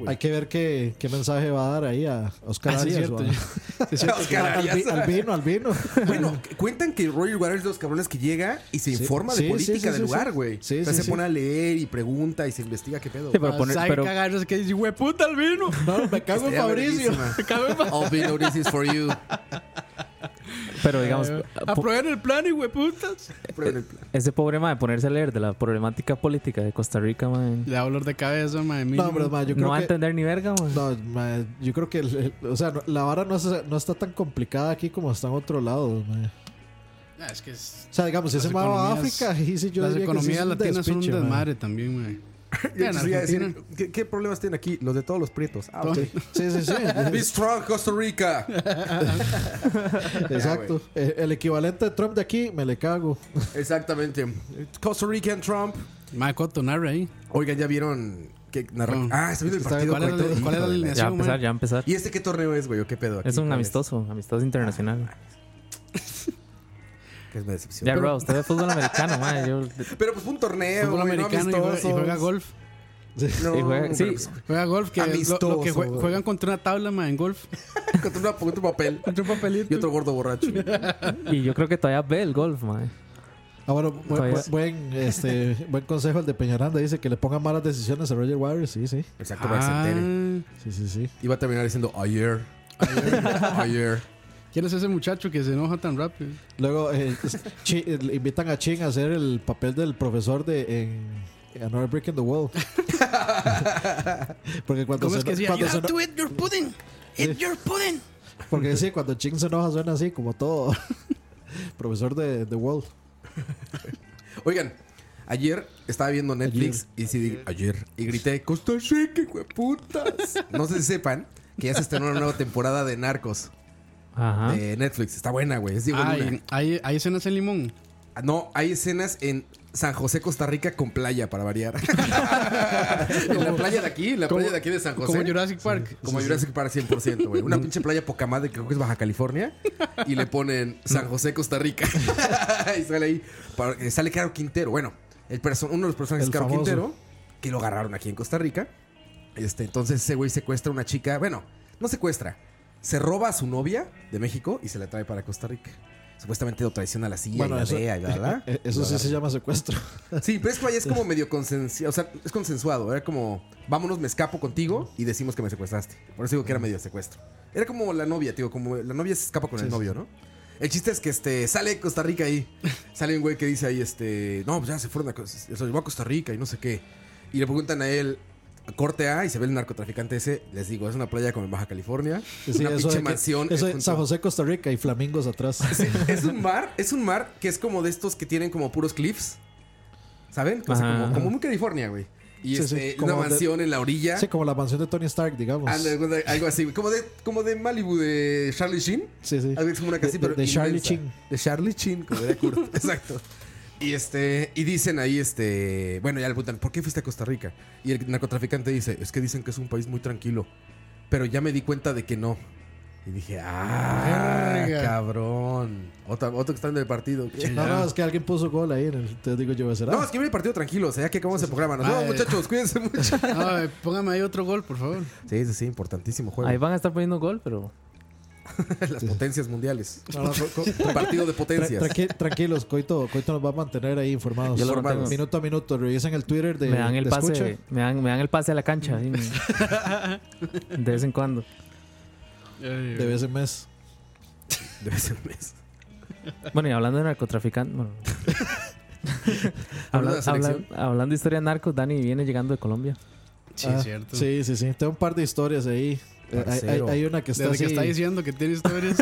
S6: hay que ver qué, qué mensaje va a dar ahí a Oscar
S4: Ah, sí,
S6: Arias.
S4: cierto.
S6: o a-
S4: Sí, cierto.
S5: Oscar
S6: al,
S5: Arias.
S6: vi- al vino, al vino.
S5: Bueno, cu- cuentan que Roger Waters es de los cabrones que llega y se informa de
S6: sí,
S5: política
S6: sí, sí,
S5: del
S6: sí,
S5: lugar,
S6: sí.
S5: güey.
S6: Sí,
S5: o sea,
S6: sí,
S5: se
S6: sí.
S5: pone a leer y pregunta y se investiga qué pedo.
S3: Sí, pero poner-
S4: Ah, Sabe
S3: pero-
S4: cagarse que dice, "Hue puta el vino.
S6: No, me cago en
S5: Estaría
S6: Fabricio.
S5: verguísima. All vino, this is for you.
S3: Pero digamos, po-
S4: Aprueben Eh, el plan y hueputas.
S5: Prueben el plan.
S3: ese pobre mae ponerse a leer de la problemática política de Costa Rica, mae.
S4: Le da dolor de cabeza, madre mía.
S6: No, pero mae, yo creo
S3: No va a
S6: que.
S3: entender ni verga, mae.
S6: No, mae, yo creo que, el- el- o sea, no- la vara no, es- no está tan complicada aquí como está en otro lado. mae.
S4: Ah, es que es-
S6: O sea, digamos, si
S4: Las
S6: ese mae va a
S4: economías-
S6: África, ahí sí yo
S4: las
S6: diría que sí es
S4: economías
S6: un
S4: latinas son un
S6: despiche, mae.
S4: desmadre también, madre.
S5: Yo
S4: en
S5: quisiera decir,
S4: Argentina.
S5: ¿qué, qué problemas tienen aquí? Los de todos los prietos. Ah, ok.
S6: Sí, sí, sí.
S5: Be strong, Costa Rica.
S6: Exacto. Eh, El equivalente de Trump de aquí, me le cago.
S5: Exactamente. Costa Rican Trump.
S4: Madre Cotonarre ahí.
S5: Oigan, ya vieron que narra-
S4: No.
S5: Ah, está viendo el
S6: Está
S5: partido.
S6: viendo
S4: ¿Cuál era,
S5: correcto.
S4: la- cuál era la
S5: Híjole.
S3: ya va a
S4: alineación,
S3: empezar,
S4: madre?
S3: ya va a empezar.
S5: ¿Y este qué torneo es, güey? ¿O qué pedo? Aquí,
S3: Es un
S5: ¿cuál
S3: amistoso, amistoso internacional.
S5: Ah, Que es una decepción.
S3: Ya,
S5: Pero,
S3: bro, usted es fútbol americano, mae. Yo,
S5: pero, pues fue un torneo.
S4: Fútbol
S5: güey, no
S4: americano y juega- y,
S5: amistosos.
S4: juega golf.
S5: No,
S3: y juega- sí,
S5: pero, pues,
S4: Juega golf, que es lo, lo que
S5: Amistoso,
S4: jue-
S5: güey.
S4: juegan contra una tabla, madre, en golf.
S6: Este
S5: con tu- con tu papel.
S4: Contra un
S5: Y
S4: papelito.
S5: otro gordo borracho.
S3: y yo creo que todavía ve el golf, mae.
S6: Ah, bueno, bu-
S3: Todavía-
S6: bu- buen, este, buen consejo el de Peñaranda. Dice que le pongan malas decisiones a Roger Waters. Sí, sí.
S5: Exacto, para que se entere.
S4: Ah,
S6: Sí, sí, sí.
S5: Iba a terminar diciendo ayer. Ayer.
S4: ¿Quién es ese muchacho que se enoja tan rápido?
S6: Luego eh, es- Chi- eh, le invitan a Chin a hacer el papel del profesor de en Another Brick in the Wall. porque cuando
S4: ¿Cómo
S6: se,
S4: es que
S6: eno-
S4: decía?
S6: cuando
S4: You
S6: se
S4: have
S6: eno-
S4: to eat your pudding. Eat your pudding.
S6: porque sí, cuando Chin se enoja suena así como todo. profesor de The Wall.
S5: Oigan, ayer estaba viendo Netflix y sí, di- ayer y grité Costa Rica, hijo de putas. No sé si sepan que ya se estrenó una nueva temporada de Narcos
S3: Ajá.
S5: de Netflix. Está buena, güey. Es Diego
S4: Ah,
S5: Luna.
S4: y hay, hay escenas en limón.
S5: No, hay escenas en San José, Costa Rica con playa para variar. en la playa de aquí, en la playa de aquí de San José.
S4: Como Jurassic Park.
S5: Como Jurassic Park 100%, güey. Una pinche playa poca madre que creo que es Baja California. Y le ponen San José, Costa Rica. y sale ahí. para- eh, sale Caro Quintero. Bueno, el perso- uno de los personajes
S6: El
S5: Caro
S6: famoso.
S5: Quintero, que lo agarraron aquí en Costa Rica. Este, entonces ese güey secuestra a una chica. Bueno, no secuestra. Se roba a su novia de México y se la trae para Costa Rica. Supuestamente lo traiciona a la silla y la vea y bla, bla.
S6: eh, eso
S5: Y lo
S6: sí se
S5: agarra.
S6: llama secuestro.
S5: Sí, pero es que ahí es como medio consensuado. O sea, es consensuado. Era como, vámonos, me escapo contigo y decimos que me secuestraste. Por eso digo que era medio secuestro. Era como la novia, tío, como la novia se escapa con el novio, ¿no? El chiste es que este sale de Costa Rica ahí. Sale un güey que dice ahí, este, no, pues ya se fueron a, Cos- se llevó a Costa Rica y no sé qué. Y le preguntan a él, corte A, y se ve el narcotraficante ese. Les digo, es una playa como en Baja California.
S6: Sí,
S5: una
S6: eso
S5: pinche
S6: de que-
S5: mansión.
S6: eso de
S5: junto- ¿Ah,
S6: San José, Costa Rica y flamingos atrás.
S5: Sí, es un mar, es un mar que es como de estos que tienen como puros cliffs. ¿Saben? O sea,
S3: Ajá.
S5: como, como muy California, güey. Y
S6: Sí,
S5: este,
S6: sí,
S5: una
S6: como de-
S5: mansión en la orilla.
S6: Sí, como la mansión de Tony Stark, digamos.
S5: Anda, güey, algo así, güey. como de, como de Malibu de Charlie Sheen.
S6: Sí, sí.
S5: Algo así como una casa,
S6: De-
S5: pero
S6: de- de Charlie
S5: inmensa.
S6: Sheen.
S5: De Charlie Chin, como diría Kurt. Exacto. Y este, y dicen ahí, este, bueno, ya le preguntan, ¿por qué fuiste a Costa Rica? Y el narcotraficante dice, es que dicen que es un país muy tranquilo. Pero ya me di cuenta de que no. Y dije, ah,
S4: Verga.
S5: cabrón. Otra- otro que está en el partido.
S6: No, no, es que alguien puso gol ahí en el. Te digo yo, será.
S5: Ah. No, es que viene el partido tranquilo, o sea, ya que acabamos el programa. Nos vemos,
S4: Madre.
S5: muchachos, cuídense mucho.
S4: Ay, Ah, póngame ahí otro gol, por favor.
S5: Sí, sí, sí, importantísimo juego.
S3: Ahí van a estar poniendo gol, pero.
S5: Las potencias mundiales.
S6: No, no, co- co-
S5: Un partido de
S6: tra-
S5: potencias.
S6: tranqui- tranquilos, Coito, Coito nos va a mantener ahí informados.
S3: Yo lo
S6: Informados.
S3: mantengo.
S6: Minuto a minuto, revisen el Twitter de.
S3: me dan el
S6: de
S3: pase
S6: escucha.
S3: me dan, me dan el pase a la cancha ahí, de vez en cuando
S6: De vez en mes.
S5: Debe ser un mes.
S3: bueno y hablando de narcotraficantes bueno,
S5: Hablando de la
S3: habla- habla-
S5: selección.
S3: hablando de historia de narcos Dani viene llegando de Colombia
S4: Sí,
S6: Ah,
S4: cierto.
S6: Sí, sí, sí. Tengo un par de historias ahí. Eh, Hay, hay-
S5: Parcero.
S6: hay una que está
S4: Desde que
S6: así-
S4: está diciendo que tiene historias.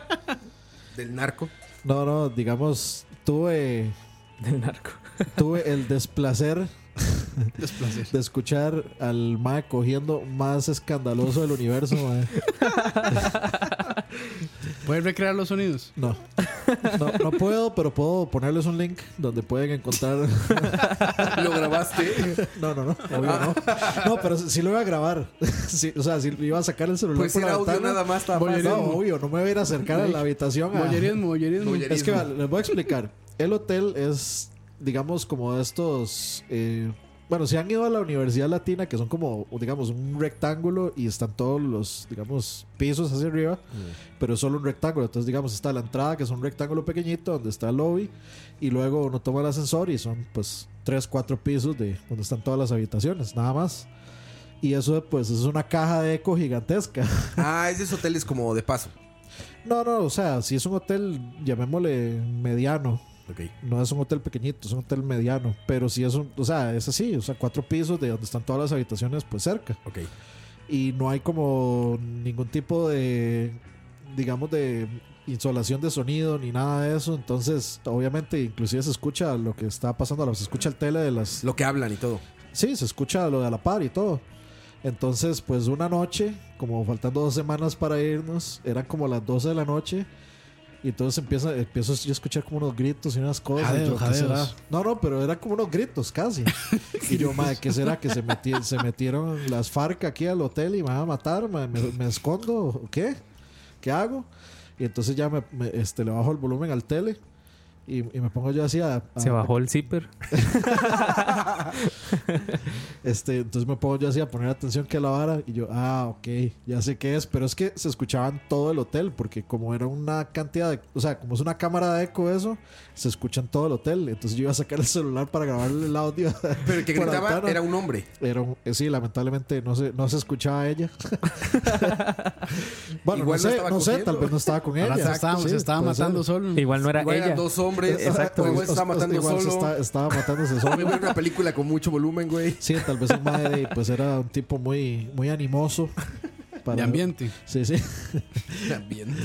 S5: Del narco.
S6: No, no, digamos, tuve,
S3: del narco
S6: tuve el desplacer
S4: Desplacer.
S6: de escuchar al Mae cogiendo más escandaloso del universo, mae.
S4: ¿Puedes recrear los sonidos?
S6: No. no. No puedo, pero puedo ponerles un link donde pueden encontrar.
S5: Lo grabaste.
S6: No, no, no. obvio no. No, pero sí lo iba a grabar. Sí, o sea, si iba a sacar el celular
S5: Pues
S6: por
S5: era
S6: la
S5: audio
S6: ventana.
S5: nada más. estaba
S6: No,
S5: fácil.
S6: obvio, no me voy a ir a acercar a la habitación. a-
S4: Bollerismo, bollerismo.
S5: Bollerismo.
S6: Es que vale, les voy a explicar. El hotel es, digamos, como estos. eh, bueno, si han ido a la Universidad Latina, que son como, digamos, un rectángulo y están todos los, digamos, pisos hacia arriba, pero es solo un rectángulo. Entonces, digamos, está la entrada, que es un rectángulo pequeñito, donde está el lobby, y luego uno toma el ascensor y son, pues, tres, cuatro pisos de donde están todas las habitaciones, nada más. Y eso, pues, es una caja de eco gigantesca.
S5: Ah, es de esos hoteles como de paso.
S6: No, no, o sea, si es un hotel, llamémosle mediano.
S5: Ok.
S6: No es un hotel pequeñito, es un hotel mediano. Pero sí es un, o sea, es así, o sea, cuatro pisos de donde están todas las habitaciones, pues cerca.
S5: Ok.
S6: Y no hay como ningún tipo de, digamos, de insolación de sonido ni nada de eso. Entonces, obviamente, inclusive se escucha lo que está pasando, se escucha el tele de las,
S5: Lo que hablan y todo.
S6: Sí, se escucha lo de la par y todo. Entonces, pues una noche, como faltando dos semanas para irnos, eran como las 12 de la noche. Y entonces empieza, empiezo yo a escuchar como unos gritos y unas cosas.
S4: Jadeos,
S6: Yo, ¿qué
S4: jadeos.
S6: será? No, no, pero eran como unos gritos casi. y yo, madre, ¿qué será? Que se, meti- se metieron las FARC aquí al hotel y me van a matar, mae, me, me escondo, ¿o qué? ¿Qué hago? Y entonces ya me, me, este, le bajo el volumen al tele y, y me pongo yo así a- a
S3: se
S5: Ah.
S3: bajó el zipper
S6: Este, entonces me pongo yo así a poner atención que la vara y yo, ah, ok, ya sé qué es, pero es que se escuchaban todo el hotel porque como era una cantidad de, o sea, como es una cámara de eco eso, se escucha en todo el hotel, entonces yo iba a sacar el celular para grabarle el audio.
S5: Pero el que
S6: por la
S5: gritaba
S6: ventana.
S5: era un hombre.
S6: Era un- eh, sí, lamentablemente no se, no se escuchaba a ella. bueno,
S5: Igual no
S6: no sé,
S5: estaba
S6: no sé,
S5: cogiendo.
S6: tal vez no estaba con ella.
S4: Ahora Ah, se estaba, se
S6: Sí,
S4: estaba
S6: puede ser.
S4: matando solo.
S3: igual no era
S5: Igual
S3: ella
S5: eran dos hombres.
S3: Exacto.
S5: O igual se estaba
S6: O- o-
S5: matando
S6: igual se
S5: solo.
S6: está- estaba matándose solo.
S5: Me veo una película con mucho volumen, güey.
S6: Sí, tal vez el madre pues era un tipo muy, muy animoso. para-
S4: De ambiente.
S6: Sí, sí.
S5: También.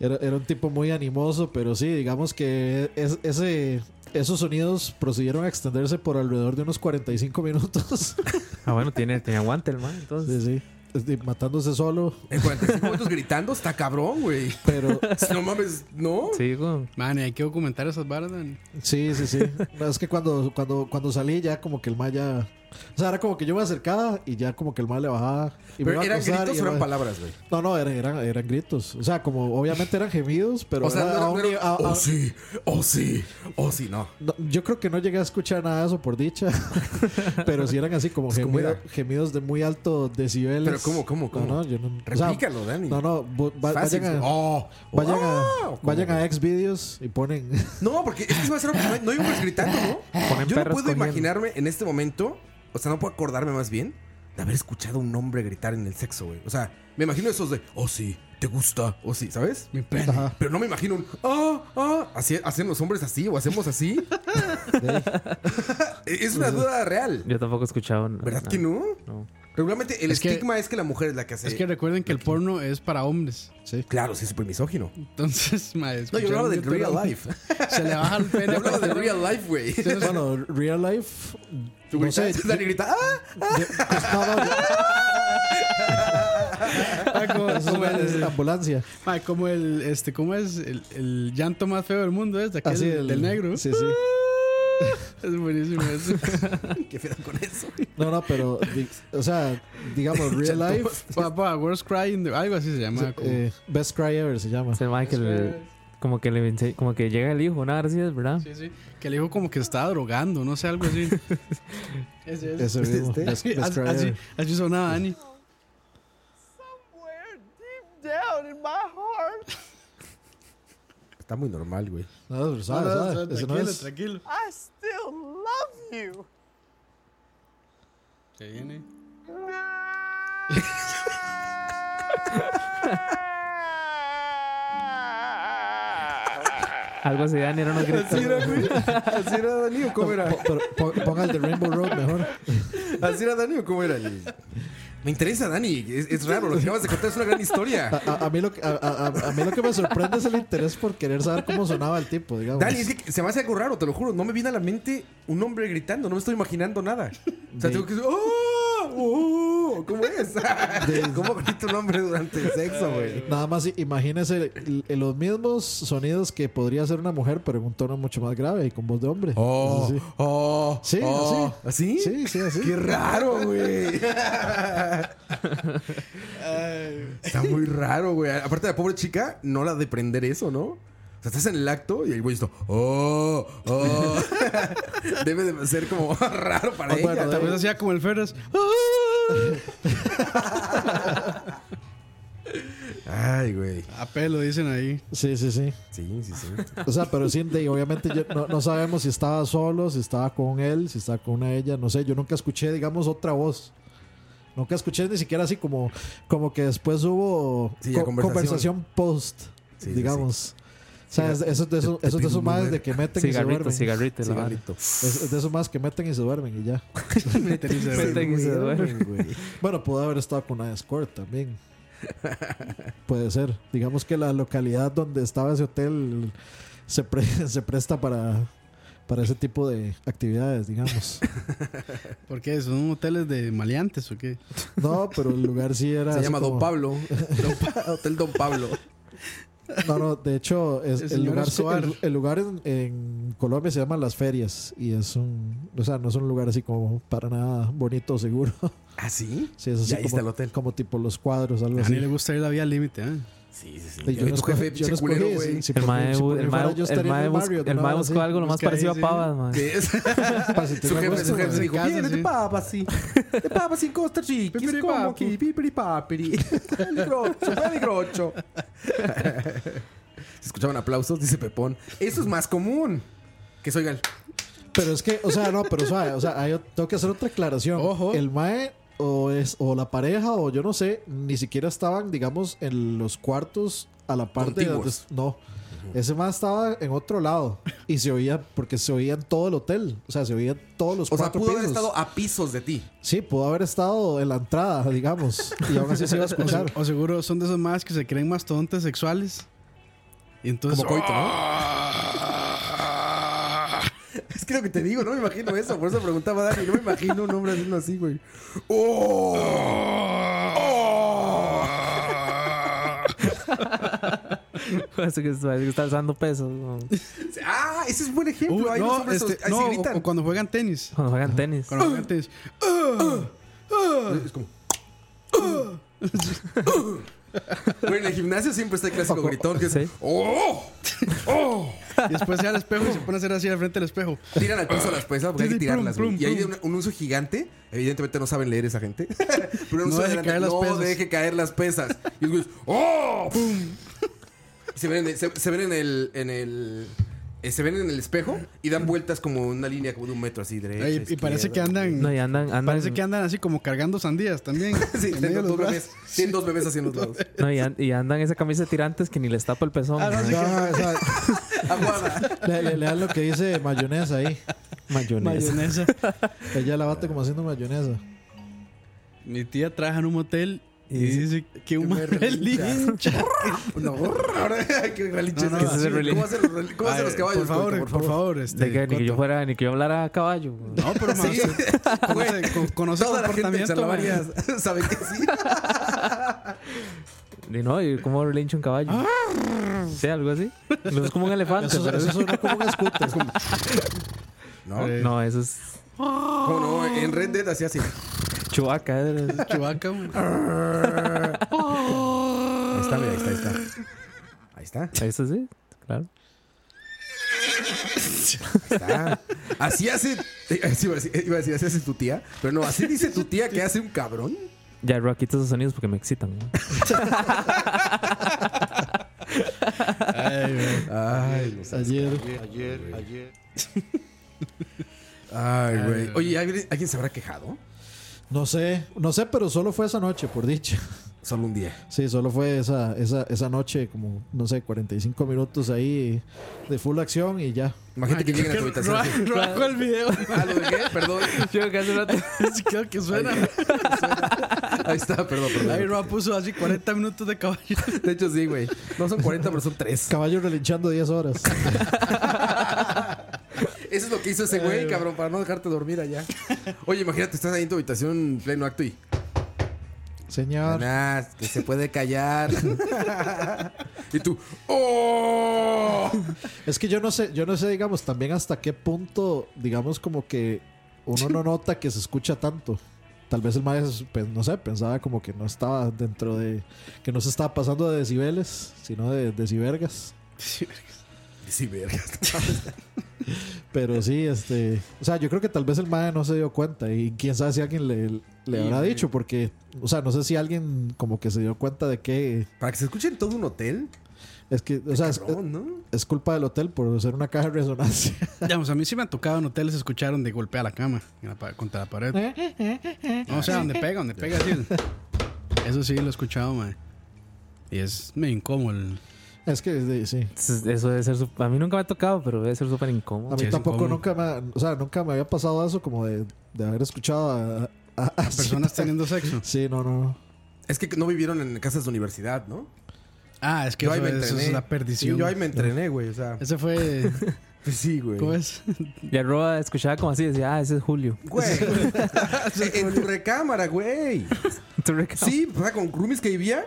S6: Era, era un tipo muy animoso, pero sí, digamos que es- ese, esos sonidos procedieron a extenderse por alrededor de unos 45 minutos.
S3: ah bueno tiene tenía guante el man entonces
S6: Sí, sí. Es de- Matándose solo,
S5: En 45 minutos gritando, está cabrón, güey.
S6: pero
S5: No mames, ¿no?
S3: sí güey.
S4: Man, hay que documentar esas varas, Dan.
S6: sí, sí, sí. No, es que cuando, cuando, cuando salí ya como que el Maya O sea, era como que yo me acercaba y ya como que el mal le bajaba. Y me
S5: Pero
S6: iba a
S5: eran
S6: acosar
S5: gritos
S6: y
S5: o eran
S6: era-
S5: palabras, güey.
S6: No, no, eran, eran, eran gritos. O sea, como obviamente eran gemidos, pero
S5: O sea,
S6: era ah,
S5: no era-
S6: a un
S5: no era-
S6: ni- a-
S5: oh
S6: a-
S5: sí, oh sí, oh sí, no.
S6: no, yo creo que no llegué a escuchar nada de eso por dicha. pero sí eran así como
S5: Pues, ¿cómo
S6: gemido-
S5: era?
S6: gemidos de muy altos decibeles.
S5: Pero, ¿cómo, cómo, cómo?
S6: No, no, yo no. o sea,
S5: Repícalo, Dani.
S6: no, no, bu- va-
S5: Fácil.
S6: vayan a.
S5: Oh,
S6: Vayan
S5: oh,
S6: a,
S5: ¿cómo,
S6: vayan
S5: güey?
S6: a Xvideos y ponen.
S5: No, porque es que se va a hacer algo que no- no íbamos gritando, ¿no?
S3: Ponen
S5: Yo no
S3: perros
S5: puedo
S3: cogiendo.
S5: imaginarme en este momento, o sea, no puedo acordarme más bien de haber escuchado a un hombre gritar en el sexo, güey. O sea, me imagino esos de, oh sí, te gusta, oh sí, ¿sabes? Mi pene. Pero no me imagino un, ah, ah, así, hacen los hombres así o hacemos así. E, es una duda real.
S3: Yo tampoco he escuchado. no,
S5: ¿Verdad
S3: no,
S5: que no?
S3: no.
S5: Regularmente el
S4: Es que-
S5: estigma es que la mujer es la que hace.
S4: Es que recuerden que el porno es para hombres.
S5: Claro, sí, es súper misógino.
S4: Entonces, madre.
S5: No, yo hablaba del
S4: escuchar un
S5: real
S4: grito
S5: life.
S4: Se le baja el pene.
S5: Yo hablaba del real life, güey.
S6: bueno, real life.
S5: Tú
S6: No sé.
S5: gritas, Dani grita, ¡ah!
S6: yo- Ah, pues, no, no, yo- eso es una- es una ambulancia.
S4: Madre, como el, este, ¿cómo es? El, el llanto más feo del mundo es de aquel,
S6: Así el,
S4: del negro.
S6: Sí, sí.
S4: Es buenísimo eso.
S5: ¿Qué pedo con eso?
S6: No, no, pero. di- o sea, digamos, real life.
S4: Papá, Worst Cry in the- Algo así se
S5: Ah,
S4: llama. como-
S6: eh, Best Cry Ever se llama.
S3: Ese mae que le- como que le ense- como que llega el hijo, una hora así es, ¿verdad?
S4: Sí, sí. Que el hijo como que estaba drogando, no sé, algo así. Ese es.
S6: Ese mismo.
S5: Este-
S6: Best, Best
S4: Así,
S6: Cry
S4: así,
S6: Ever.
S4: así sonaba Dani.
S5: Está muy normal, güey.
S6: No, pero sabe,
S4: No, no,
S6: sabe, ese no
S4: tranquilo,
S6: Ah, es.
S4: tranquilo.
S9: I still love you.
S4: Se viene.
S3: Algo así, Dani, era unos
S6: Este
S3: gritos.
S5: Así era, güey. Así era Dani o cómo era.
S6: Po- pero po- ponga el de Rainbow Road mejor.
S5: Así era Dani o cómo era. el- Me interesa, Dani. Es, es raro. Lo que acabas de contar es una gran historia.
S6: A, a- a mí lo que, a, a- a mí lo que me sorprende es el interés por querer saber cómo sonaba el tipo, digamos.
S5: Dani, es que se me hace algo raro, te lo juro. No me viene a la mente un hombre gritando. No me estoy imaginando nada. O sea, tengo que decir, ¡Oh! ¡Oh! ¿Cómo es? ¿Cómo grita un hombre durante el sexo, güey?
S6: Nada más i- imagínese el- el- los mismos sonidos que podría hacer una mujer, pero en un tono mucho más grave y con voz de hombre.
S5: ¡Oh!
S6: Sí,
S5: ¡Oh!
S6: Sí,
S5: oh. ¿Así?
S6: sí, sí, así.
S5: ¡Qué raro, güey! Está muy raro, güey. Aparte, la pobre chica no la de prender eso, ¿no? O sea, estás en el acto y el güey está, ¡oh! ¡oh! Debe de ser como raro para
S6: Ah,
S5: ella.
S6: bueno,
S4: Tal vez hacía como el Ferras.
S5: Ay, güey.
S4: A pelo, dicen ahí.
S6: Sí, sí, sí.
S5: Sí, sí, sí.
S6: O sea, pero sí, de- obviamente yo- no, no sabemos si estaba solo, si estaba con él, si estaba con una ella, no sé. Yo nunca escuché, digamos, otra voz. Nunca escuché ni siquiera así como, como que después hubo
S5: Sí, ya conversación.
S6: conversación post,
S5: Sí, sí,
S6: digamos. O sea, es- esos de esos,
S5: Te- te
S6: esos de
S5: pido
S6: esos
S5: un
S6: madres
S5: Uber.
S6: de que meten y se
S3: Cigarrito,
S6: duermen.
S3: cigarrito. la vara.
S5: Cigarrito.
S6: Es, es de esos más que meten y se duermen y ya.
S3: Meten y Este se duermen.
S6: Bueno, pudo haber estado con una escort también. Puede ser. Digamos que la localidad donde estaba ese hotel se, pre- se presta para, para ese tipo de actividades, digamos.
S4: ¿Por qué? ¿Son hoteles de maleantes o qué?
S6: No, pero el lugar sí era.
S5: Se
S6: así
S5: llama Don
S6: como-
S5: Pablo. Don Pa- Hotel Don Pablo.
S6: No, no, de hecho, es-
S4: El
S6: el,
S4: señor
S6: lugar, se-
S4: Escobar.
S6: el, el lugar en, en Colombia se llama Las Ferias y es un. O sea, no es un lugar así como para nada bonito o seguro.
S5: ¿Ah, sí?
S6: Sí, es así
S5: Y ahí
S6: como,
S5: está el hotel.
S6: como tipo los cuadros,
S4: A
S6: algo
S4: Dani
S6: así.
S4: le gusta ir la vía al límite, ¿eh?
S5: Sí, sí, sí.
S6: Sí,
S5: Y tu jefe,
S6: Pues yo
S5: pinche
S6: no escogí,
S5: culero,
S6: sí,
S5: güey.
S6: sí,
S3: El
S6: porque-
S3: mae
S6: si
S3: bu-
S6: por
S3: el
S6: mí fuera,
S3: mae-
S6: yo
S3: el
S6: estaría en
S3: mae
S6: el
S3: bus-
S6: Marriott,
S3: el
S6: una
S3: mae
S6: hora
S3: buscó
S6: así.
S3: algo lo más
S4: Busca ahí,
S3: parecido a
S4: sí.
S3: pavas, mae.
S5: ¿Qué es?
S6: Para sentirme
S5: Su jefe,
S6: gusto,
S5: su jefe
S6: güey.
S5: dijo,
S4: casa,
S5: viene de
S4: sí.
S5: papas, sí. De papas en Costa Rica, es
S4: Pipiri
S5: como
S4: papu.
S5: aquí, pipiri papiri. Peligrocho, peligrocho. Se escuchaban aplausos, dice Pepón. Eso es más común. Que soy gal.
S6: Pero es que, o sea, no, pero suave, o sea, ahí yo tengo que hacer otra aclaración.
S4: Ojo.
S6: El mae o es o la pareja o yo no sé, ni siquiera estaban, digamos, en los cuartos a la parte de donde
S5: Contiguos.
S6: no. Ese mae estaba en otro lado y se oía porque se oía en todo el hotel, o sea, se oía en todos los
S5: O sea,
S6: cuatro
S5: pudo haber
S6: pisos.
S5: estado a pisos de ti.
S6: Sí, pudo haber estado en la entrada, digamos, y aún así se iba a
S4: O,
S6: escuchar.
S4: se- o seguro son de esos más que se creen mastodontes sexuales. Y entonces.
S5: Como coito, ¿no? Es que lo que te digo, no me imagino eso. Por eso preguntaba Dani. No me imagino un hombre haciendo así, güey. ¡Oh! ¡Oh!
S3: Pues Parece que está, que está alzando pesos. mae.
S5: Sí, Ah, ese es un buen ejemplo.
S4: Uh,
S5: Ahí los
S4: no,
S5: hombres
S4: este,
S5: ahí se
S4: no, o,
S5: gritan.
S4: o cuando juegan tenis.
S3: Cuando juegan tenis.
S4: Cuando juegan tenis.
S5: Es como. Bueno, en el gimnasio siempre está el clásico gritón que es.
S3: Sí.
S5: ¡Oh! ¡Oh!
S4: Y después se va al espejo y se pone a hacer así al frente del espejo.
S5: Tiran al piso las pesas porque hay que
S4: Sí, sí, plum,
S5: tirarlas. güey.
S4: plum,
S5: y hay de
S4: plum.
S5: un, un uso gigante. Evidentemente no saben leer esa gente. Pero un
S4: No
S5: uso
S4: deje
S5: gigante,
S4: caer las
S5: no
S4: pesas.
S5: deje caer las pesas. Y los güeyes, ¡Oh! Y se ven, en el, se, se ven en el. en el- eh, se ven en el espejo y dan vueltas como una línea como de un metro así derecha.
S4: Ey, y parece
S5: izquierda.
S4: que andan.
S3: No, y andan, andan,
S4: Parece que andan así como cargando sandías también.
S5: Sí,
S4: en
S5: tienen
S4: medio de
S5: dos
S4: los
S5: bebés.
S4: brazos.
S5: Tienen dos bebés así en los lados.
S3: no, y, an- y andan esa camisa de tirantes que ni les tapa el pezón.
S4: Ah, no, sí
S6: No, o sea,
S5: Aguada.
S6: le, le- le dan lo que dice mayonesa ahí.
S3: Mayonesa.
S4: Mayonesa.
S6: Ella la bate como haciendo mayonesa.
S4: Mi tía trabaja en un motel y
S3: Y dice,
S4: dice que un
S5: me relincha".
S4: relincha.
S5: No, ahora que relinches.
S4: No, no,
S5: ¿Cómo
S4: ese
S3: es el relinche.
S5: hacen los rel- ¿Cómo hacen los
S4: Ay,
S5: caballos?
S4: Por favor,
S5: Coito,
S4: por favor.
S3: De
S4: Este,
S3: que ni que yo
S4: Coto.
S3: fuera, ni que yo hablara a caballo.
S4: No, pero más.
S5: Sí.
S4: Conoce, con- conoce
S5: Toda la gente en
S4: comportamiento. man.
S5: Salamanca sabe que sí.
S3: Y no, y cómo relincha un caballo. Sí, algo así. No es como un elefante.
S6: Eso,
S3: pero-
S6: eso suena como un scooter.
S5: No,
S3: No, eso es
S5: ¿Cómo no? En Red Dead hacía así.
S3: chubaca.
S4: Chewbacca, man.
S5: Ahí está, mira, ahí está, ahí está. Ahí está, ahí
S3: Eso sí, claro.
S5: está. ah, Así hace. eh, así iba a decir, iba a decir, así hace tu tía. Pero no, así dice tu tía que hace un cabrón.
S3: Ya, Roa, quita esos sonidos porque me excitan. ¿no?
S4: Ay, man.
S5: Ay, no sé.
S6: Ayer.
S5: Ay, güey. Oye, ¿alguien, alguien se habrá quejado?
S6: No sé, no sé, pero solo fue esa noche, por dicha.
S5: Solo un día.
S6: Sí, solo fue esa, esa, esa noche, como, no sé, 45 minutos ahí de full acción y ya.
S5: Imagínate que lleguen a tu habitación.
S4: Roa-
S5: así.
S4: Roa bajó el video.
S5: Ah, ¿lo de qué? Perdón.
S3: Yo que hace rato.
S4: Sí, Creo que suena.
S5: Ahí está, perdón, perdón.
S4: Ahí Roa puso así 40 minutos de caballo.
S5: De hecho, sí, güey. No son 40, pero son 3.
S6: Caballo relinchando 10 horas.
S5: Eso es lo que hizo ese güey, cabrón, para no dejarte dormir allá. Oye, imagínate, estás ahí en tu habitación en pleno acto y.
S4: Ah.
S6: Señor.
S5: Nada, que se puede callar. y tú. ¡Oh!
S6: Es que yo no sé, yo no sé, digamos, también hasta qué punto, digamos, como que uno no nota que se escucha tanto. Tal vez el maestro, pues, no sé, pensaba como que no estaba dentro de. que no se estaba pasando de decibeles, sino de decibergas.
S5: Sí, vergas.
S6: Pero sí, este. O sea, yo creo que tal vez el MAE no se dio cuenta. Y quién sabe si alguien le, le habrá dicho. Porque, o sea, no sé si alguien como que se dio cuenta de que.
S5: Para que se escuche en todo un hotel.
S6: Es que, o sea, es,
S5: Cabrón, ¿no?
S6: es culpa del hotel por ser una caja de resonancia.
S4: Digamos, a mí sí me han tocado en hoteles escucharon de golpear la cama en la pa- contra la pared. No, o sea, donde pega, donde pega. así. Eso sí lo he escuchado, man. Y es medio incómodo. el-
S6: es que, de- sí.
S3: Eso debe ser. sup- A mí nunca me ha tocado, pero debe ser súper
S6: A
S3: incómodo.
S6: mí
S4: Sí, es
S6: tampoco
S4: incómodo.
S6: nunca me, ha- o sea, nunca me había pasado eso como de, de haber escuchado a, a- a-
S4: Personas teniendo sexo.
S6: Sí, no, no. no.
S5: Es que no vivieron en casas de universidad, ¿no?
S4: Ah, es que eso, es- eso es la
S5: Sí,
S4: perdición.
S5: yo ahí me entrené, güey. O sea,
S4: Ese fue.
S5: pues sí, güey.
S4: ¿Cómo es?
S3: Ya Roa escuchaba como así decía, ah, ese es Julio.
S5: Güey. en tu recámara, güey.
S3: Tú reca-
S5: Sí, o sea, con roomies que vivía.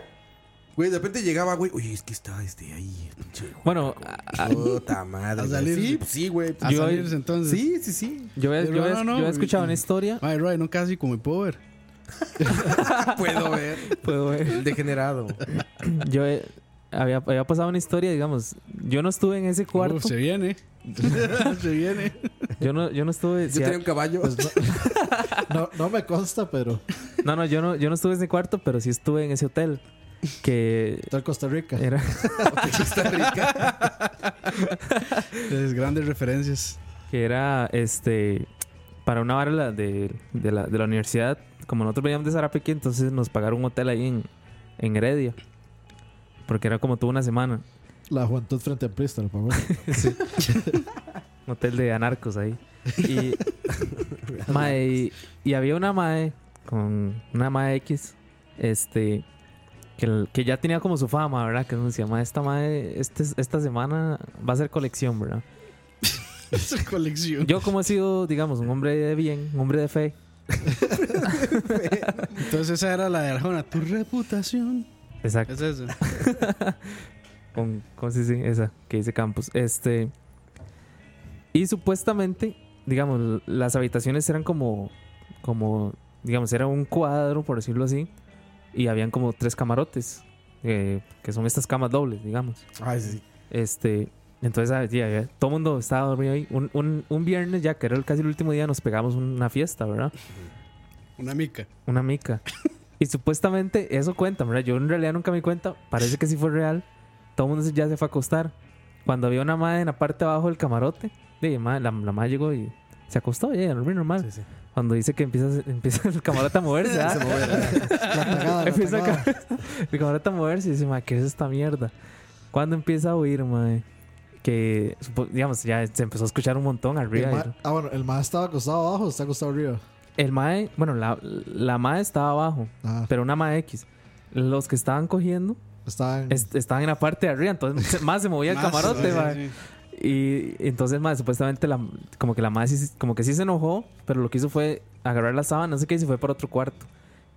S5: Güey, de repente llegaba, güey. Oye, es que está este ahí, pinche.
S3: Bueno, a- a-
S5: Puta madre.
S4: A
S5: güey.
S4: salir.
S5: Sí, pues sí, güey.
S4: A
S3: Yo-
S4: salirse entonces.
S5: Sí, sí, sí.
S3: yo, he,
S4: Pero
S3: yo he-
S4: no, no,
S3: yo he escuchado
S4: y-
S3: una historia.
S4: Ay, Roy, no casi como el pobre.
S5: Puedo ver.
S3: Puedo ver.
S5: El degenerado.
S3: Yo eh, había, había pasado una historia, digamos. Yo no estuve en ese
S6: Oh,
S3: cuarto.
S4: Uf, Oh, se viene. se viene.
S3: Yo no, yo no estuve.
S5: Yo
S3: si a-
S5: tenía un caballo.
S6: Pues no, no, no me consta, pero
S3: No, no, yo no, yo no estuve en ese cuarto, pero sí estuve en ese hotel. Que
S6: está en Costa Rica.
S4: Eh.
S3: era.
S5: Está rica.
S4: Entonces, grandes referencias.
S3: Que era este. Para una barra de, de, la, de la universidad. Como nosotros veníamos de Zarapeque, entonces nos pagaron un hotel ahí en, en Heredia. Porque era como tuvo una semana.
S6: La juventud frente a Prista, por favor.
S3: Un hotel de anarcos ahí. Y, mae, y, y había una mae, con una mae X, este, que, el- que ya tenía como su fama, ¿verdad? Que decía, mae, esta mae, este, esta semana va a ser colección, ¿verdad?
S4: Esa colección.
S3: Yo como he sido, digamos, un hombre de bien, un hombre de fe,
S4: Entonces, esa era la de Arjona. Tu reputación.
S3: exacto,
S4: Es eso.
S3: con, ¿cómo se dice? Esa, que dice Campos, este... Y supuestamente, digamos, las habitaciones eran como, como, digamos, era un cuadro, por decirlo así, y habían como tres camarotes, eh, que son estas camas dobles, digamos.
S5: Ay, sí.
S3: Este, entonces, ah, ya, ya, todo el mundo estaba dormido ahí. Un, un- un viernes, ya que era el- casi el último día, nos pegamos una fiesta, ¿verdad?
S4: Una mica.
S3: Una mica. Y supuestamente eso cuenta, ¿verdad? Yo en realidad nunca me di cuenta. Parece que sí fue real. Todo el mundo se- ya se fue a acostar. Cuando había una madre en la parte de abajo del camarote, de, ma- la, la madre llegó y se acostó, ya, a dormir normal. Cuando dice que empieza, empieza el camarote a moverse, ¿ah?
S6: La cagada, la
S3: Empieza el,
S6: cagada.
S3: cam- el camarote a moverse y dice, ma, ¿qué es esta mierda? Cuando empieza a oír, madre, que, supo- digamos, ya se empezó a escuchar un montón
S6: El
S3: arriba.
S6: ma-
S3: y-
S6: ah, bueno, el más estaba acostado abajo, está acostado arriba.
S3: el mae, bueno, la, la mae estaba abajo,
S6: Ah.
S3: pero una mae X. Los que estaban cogiendo
S6: Está en-
S3: est- estaban en la parte de arriba, entonces se- más se movía el
S4: Más,
S3: camarote,
S4: sí,
S3: mae.
S4: sí,
S3: Y y entonces, mae, supuestamente, la, como que la mae sí- como que sí se enojó, pero lo que hizo fue agarrar la sábana, no sé qué, y se fue para otro cuarto.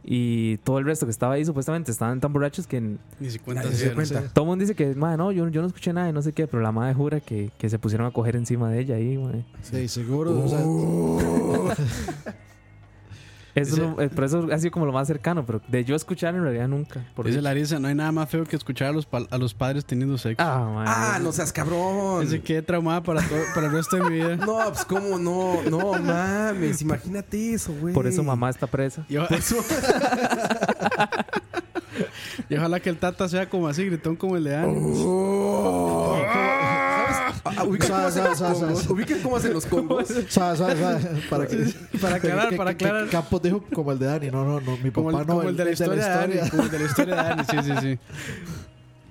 S3: Y todo el resto que estaba ahí, supuestamente, estaban tan borrachos que en-
S4: Ni si cuenta.
S5: Nadie se
S4: sí, no
S5: cuenta.
S4: sé.
S3: todo el mundo dice que, mae, no, yo, yo no escuché nada y no sé qué, pero la mae jura que, que se pusieron a coger encima de ella ahí, mae.
S6: sí, seguro. o sea,
S4: Uh.
S5: Oh.
S3: Eso es lo- eh, pero eso ha sido como lo más cercano, pero de yo escuchar en realidad nunca. por
S4: Dice
S3: dicha.
S4: Larisa, no hay nada más feo que escuchar a los, pal- a los padres teniendo sexo.
S3: Ah, mae.
S5: Ah, no seas cabrón.
S4: Dice, quedé traumada para, todo, para el resto de mi vida.
S5: No, pues cómo no. No mames, imagínate eso, güey.
S3: Por eso mamá está presa.
S4: Y, o-
S5: Pues,
S4: y ojalá que el Tata sea como así, gritón como el de Dani.
S5: Oh. ¿Sabes? Ah, ¿Ubican cómo hacen los
S6: Sa- sa- sa-
S5: congos?
S6: sa-
S5: ¿Ubican cómo hacen los congos?
S6: suave, suave, suave, Para, que,
S4: Para aclarar, para aclarar.
S6: Campos dijo como el de Dani. No, no, no. Mi
S4: Como
S6: papá
S4: el,
S6: no.
S4: como el de la historia de Dani. Como el de la historia de Dani, sí, sí, sí.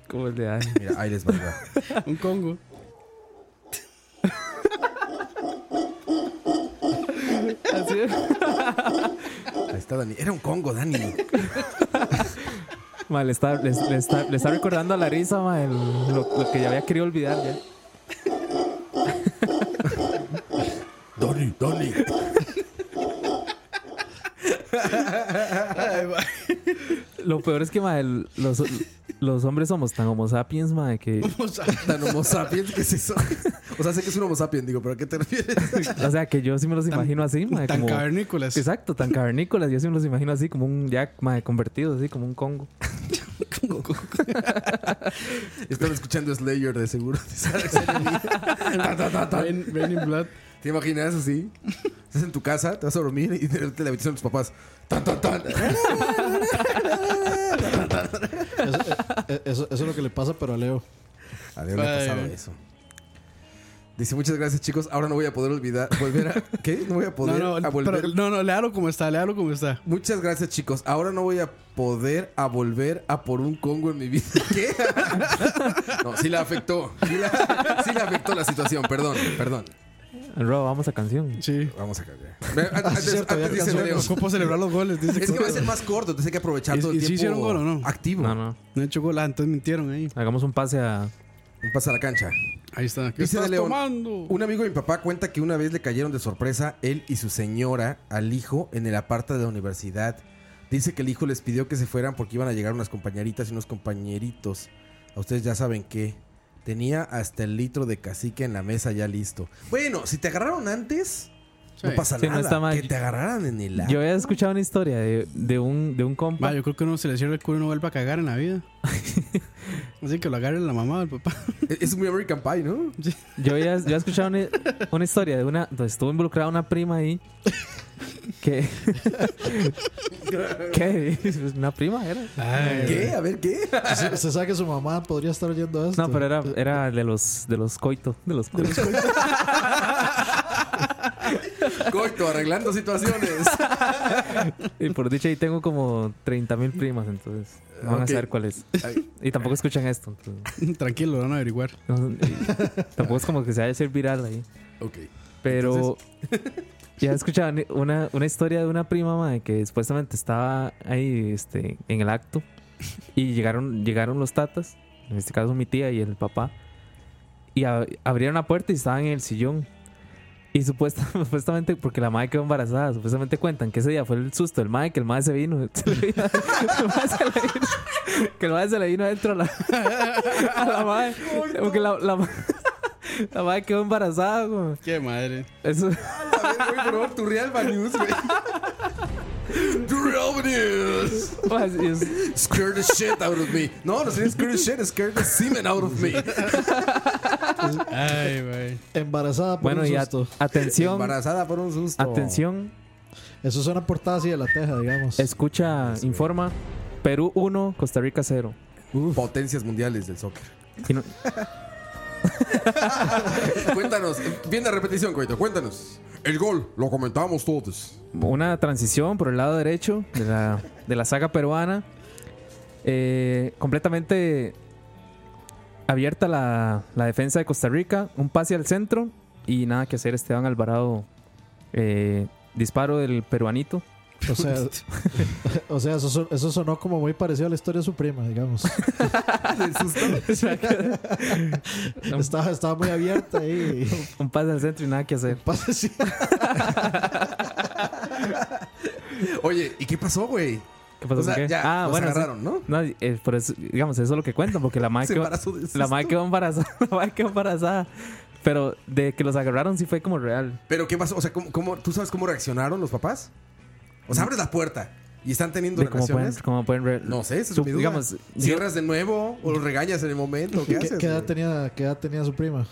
S3: Como el de Dani.
S5: Mira, ahí les va. ya.
S4: Un Congo.
S3: Así es.
S5: Ahí está Dani. Era un congo, Dani.
S3: Ma, le, está, le, le está, le está recordando a Larisa ma, el- lo, lo que ya había querido olvidar ya.
S5: Dani, Dani.
S3: Lo peor es que ma, el- los, los hombres somos tan homo sapiens ma, que...
S5: Tan homo sapiens, ¿qué es eso? O sea, sé que es un homo sapiens, digo, ¿pero a qué te refieres?
S3: O sea, que yo sí me los imagino así. Ma,
S4: Tan
S3: como,
S4: cavernícolas.
S3: Exacto, tan cavernícolas. Yo sí me los imagino así como un jack ma, convertido, así como un congo.
S5: Están escuchando Slayer de seguro.
S4: Ben, Ben in Blood.
S5: ¿Te imaginas así? Estás en tu casa, te vas a dormir y de repente la habitación de tus papás. Tan, tan, tan.
S6: Eso, eh, eso- eso es lo que le pasa, pero a Leo.
S5: A Leo le ha
S4: Ay,
S5: pasado
S4: ay.
S5: eso. Dice, muchas gracias, chicos. Ahora no voy a poder olvidar. Volver a. ¿Qué? No voy a
S4: No,
S5: poder.
S4: no,
S5: a volver.
S4: pero- no, no, léalo como está, léalo como está.
S5: Muchas gracias, chicos. Ahora no voy a poder a volver a por un Congo en mi vida. ¿Qué? No, sí la afectó. Sí la, sí la afectó la situación. Perdón, perdón.
S3: Rob, vamos a canción.
S4: Sí.
S5: Vamos a cambiar. Ve, Antes,
S4: Ah,
S6: sí, cierto,
S5: antes
S6: ya
S5: dice
S6: alcanzó.
S5: Leo,
S4: Ocupo celebrar los goles, dice.
S5: Es que va a ser más corto, entonces hay que aprovechar
S4: ¿Y-
S5: todo el
S4: y sí
S5: tiempo
S4: hicieron gol o no?
S5: activo.
S3: No, no.
S4: No he hecho gol, ah, entonces mintieron ahí.
S3: Hagamos un pase a...
S5: Pasa a la cancha.
S4: Ahí está. ¿Qué
S5: Dice de
S4: estás
S5: León,
S4: tomando?
S5: Un amigo de mi papá cuenta que una vez le cayeron de sorpresa él y su señora al hijo en el aparta de la universidad. Dice que el hijo les pidió que se fueran porque iban a llegar unas compañeritas y unos compañeritos. A ustedes ya saben qué. Tenía hasta el litro de cacique en la mesa ya listo. Bueno, si te agarraron antes, no
S4: Sí.
S5: pasa
S3: Sí, no
S5: nada.
S3: está mal.
S5: Que te agarraran en el
S3: Yo había escuchado una historia de, de un, de un compa.
S4: Va, yo creo que uno se le cierra el culo y no vuelve a cagar en la vida. Así que lo agarre la mamá o el papá.
S5: Es muy American Pie, ¿no?
S3: Yo había, yo había escuchado una, una historia de una donde estuvo involucrada una prima ahí. Que. ¿Qué? ¿Una prima era?
S5: ¿Qué? A ver, ¿qué?
S6: Se, se sabe que su mamá podría estar oyendo esto.
S3: No, pero era, era de los de los coitos. De los coitos.
S5: Coito, arreglando situaciones.
S3: Y por dicha ahí tengo como 30 mil primas, entonces no van
S5: Ok.
S3: a saber cuál es.
S5: Ay.
S3: Y tampoco escuchan esto. entonces,
S4: Tranquilo, lo van a averiguar.
S3: no- y tampoco es como que se vaya a hacer viral ahí.
S5: Ok.
S3: Pero ya escuchaban una, una historia de una prima madre, que supuestamente estaba ahí este, en el acto y llegaron, llegaron los tatas, en este caso mi tía y el papá, y a- abrieron la puerta y estaban en el sillón. Y supuesta- supuestamente, porque la madre quedó embarazada, supuestamente cuentan que ese día fue el susto del madre, que el madre se vino. se le vino- el mae se le vino- que el madre se le vino adentro a la, a la madre. Porque la, la, La madre quedó embarazada, güey.
S4: Qué madre.
S3: Eso.
S5: A ver, güey, por favor, tu Real News, güey. Tu Real News.
S3: Mae, sí, Pues, es-
S5: Scared the shit out of me. No, no sería scared the shit, scared the semen out of me.
S4: Ay, güey.
S6: Embarazada por
S3: Bueno,
S6: un
S3: y a-
S6: susto.
S3: atención.
S5: Embarazada por un susto.
S3: Atención.
S6: Eso suena portada así de la teja, digamos.
S3: Escucha, informa. Perú 1, Costa Rica 0.
S5: Potencias mundiales del soccer.
S3: Y no-
S5: Cuéntanos, viene la repetición, Coito, cuéntanos. El gol, lo comentamos todos.
S3: una transición por el lado derecho de la, de la saga peruana. Eh, completamente abierta la, la defensa de Costa Rica. Un pase al centro y nada que hacer. Esteban Alvarado, eh, disparo del peruanito.
S6: O sea, o sea eso, son- eso sonó como muy parecido a la historia de su prima, digamos.
S5: Ah,
S3: O sea, que-
S6: estaba, estaba muy abierta ahí.
S3: un pase al centro y nada que hacer.
S6: Pasa así.
S5: Oye, ¿y qué pasó, güey?
S3: ¿Qué pasó?
S5: O sea,
S3: ¿Qué? Ah,
S5: ya los
S3: sí.
S5: agarraron, ¿no?
S3: eh, por eso, digamos, eso es lo que cuentan, porque la madre
S5: Se
S3: quedó,
S5: embarazó de
S3: la
S5: susto.
S3: madre quedó embarazada, la madre quedó embarazada. Pero de que los agarraron sí fue como real.
S5: Pero ¿qué pasó? O sea, ¿cómo, cómo- tú sabes cómo reaccionaron los papás? O sea, abres la puerta y están teniendo
S3: De cómo pueden,
S5: relaciones.
S3: cómo pueden re-
S5: No sé, esa es
S3: Sup-
S5: mi duda.
S3: digamos, yo-
S5: ¿Cierras de nuevo o los regañas en el momento? ¿Qué,
S6: ¿Qué,
S5: haces? eh?
S6: qué edad
S5: güey?
S6: tenía, ¿Qué edad tenía su prima?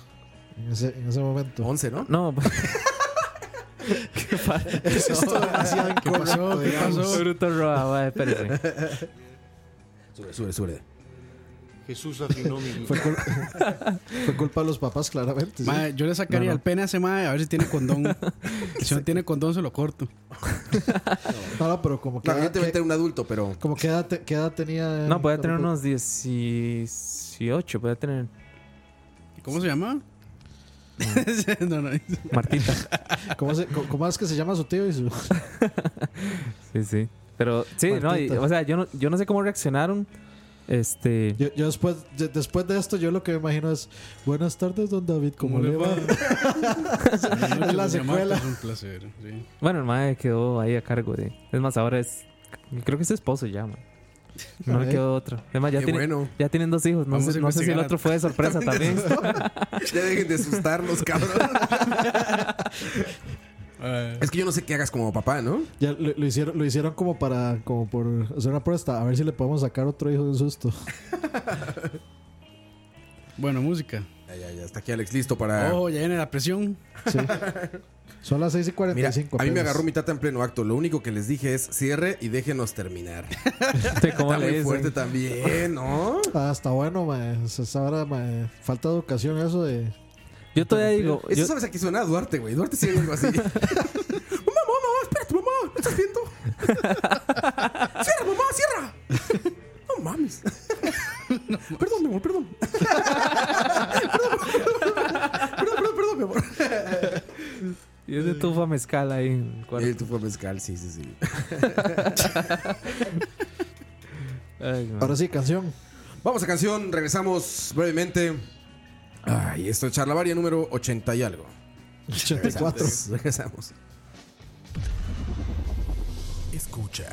S6: En ese, en ese momento.
S5: 11, ¿no?
S3: No,
S6: Esto demasiado
S4: ¿Qué pasó? ¿Qué pasó?
S3: Bruto Roa, madre, espérese.
S5: Sube, sube, sube.
S10: Jesús afinó mi
S6: Fue, cul- fue culpa de los papás, claramente. sí.
S4: Mae, yo le sacaría el pene a ese mae a ver si tiene condón. si no tiene condón, se lo corto.
S6: No, no, pero como que.
S5: Claro,
S6: edad-
S5: evidentemente
S6: que-
S5: era un adulto, pero.
S6: como que edad, te- qué edad tenía.
S3: No, podía tener unos 18, podía tener
S4: ¿Cómo se llama? no, no.
S3: Martita.
S6: ¿Cómo, se- co- cómo es que se llama su tío y su.
S3: Sí, sí. Pero sí, no, y-
S6: Martita.
S3: o sea, yo no, yo no sé cómo reaccionaron. Este,
S6: Yo, yo después, de- después de esto, yo lo que me imagino es: Buenas tardes, don David, ¿cómo, le va?
S4: Buenas noches,
S6: la
S4: doña
S6: secuela.
S4: Marta, Es pues, un placer. sí.
S3: bueno, el madre quedó ahí a cargo de. Es más, ahora es. Creo que es su esposo ya, man. No le
S6: Ok.
S3: quedó otro. Es más, ya
S5: Qué
S3: tiene,
S5: bueno.
S3: Ya tienen dos hijos. No,
S4: Vamos
S3: sé,
S4: a
S3: no sé si el
S4: investigar.
S3: otro fue de sorpresa también.
S5: Ya dejen de asustarlos, cabrón.
S4: Eh,
S5: es que yo no sé qué hagas como papá, ¿no?
S6: Ya lo, lo hicieron, lo hicieron como para, como por hacer una prueba, a ver si le podemos sacar otro hijo de un susto.
S4: bueno, música.
S5: Ya, ya, ya. Está aquí Alex listo para.
S4: Ojo, ya viene la presión.
S6: Sí. Son las 6 y
S5: Mira,
S6: 45.
S5: a mí me
S6: apenas.
S5: agarró mi tata en pleno acto. Lo único que les dije es cierre y déjenos terminar.
S3: Sí, ¿Cómo
S5: Está
S3: le
S5: muy fuerte
S3: dicen?
S5: también, ¿no?
S6: Ah, está bueno, mae. Es- es Ahora, mae, Falta educación eso de.
S3: Yo todavía digo.
S5: Eso
S3: yo-
S5: sabes aquí suena a Duarte, güey. Duarte sigue algo así. mamá, mamá, espérate, mamá. ¿Me estás viendo? cierra, mamá, cierra. No mames. Perdón, mi amor, perdón. perdón, perdón, perdón, perdón, mi amor.
S3: yo de tufa mezcal ahí en el cuarto.
S5: Él eh, tú fue mezcal, sí, sí, sí.
S3: Ay,
S4: Ah.
S3: no.
S6: Ahora sí, canción.
S5: Vamos a canción, regresamos brevemente. Ay, esto es Charlavaria número 80 y algo.
S6: 84.
S5: Regresamos. Escucha.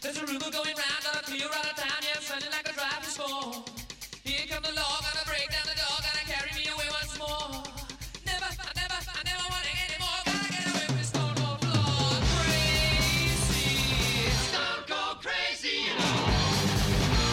S11: There's a rumor going round that I clear out of town, yeah, sounding like a driving score. Here come the law, gonna break down the door, gonna carry me away once more. Never, I never, I never want it anymore, gotta get away from this stone cold floor. Crazy, stone cold crazy, you know.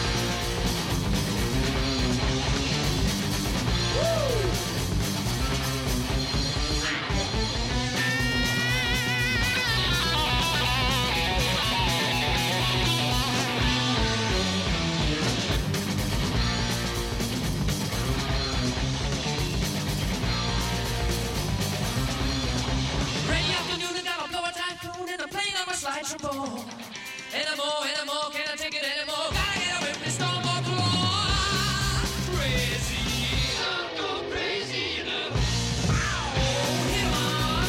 S11: Rainy afternoon and I'm blowing typhoon and I'm playing on my slide trombone. Anymore, anymore, can I take it anymore? Gotta get away from this storm or floor. Crazy, don't go crazy, you know. Oh, here on.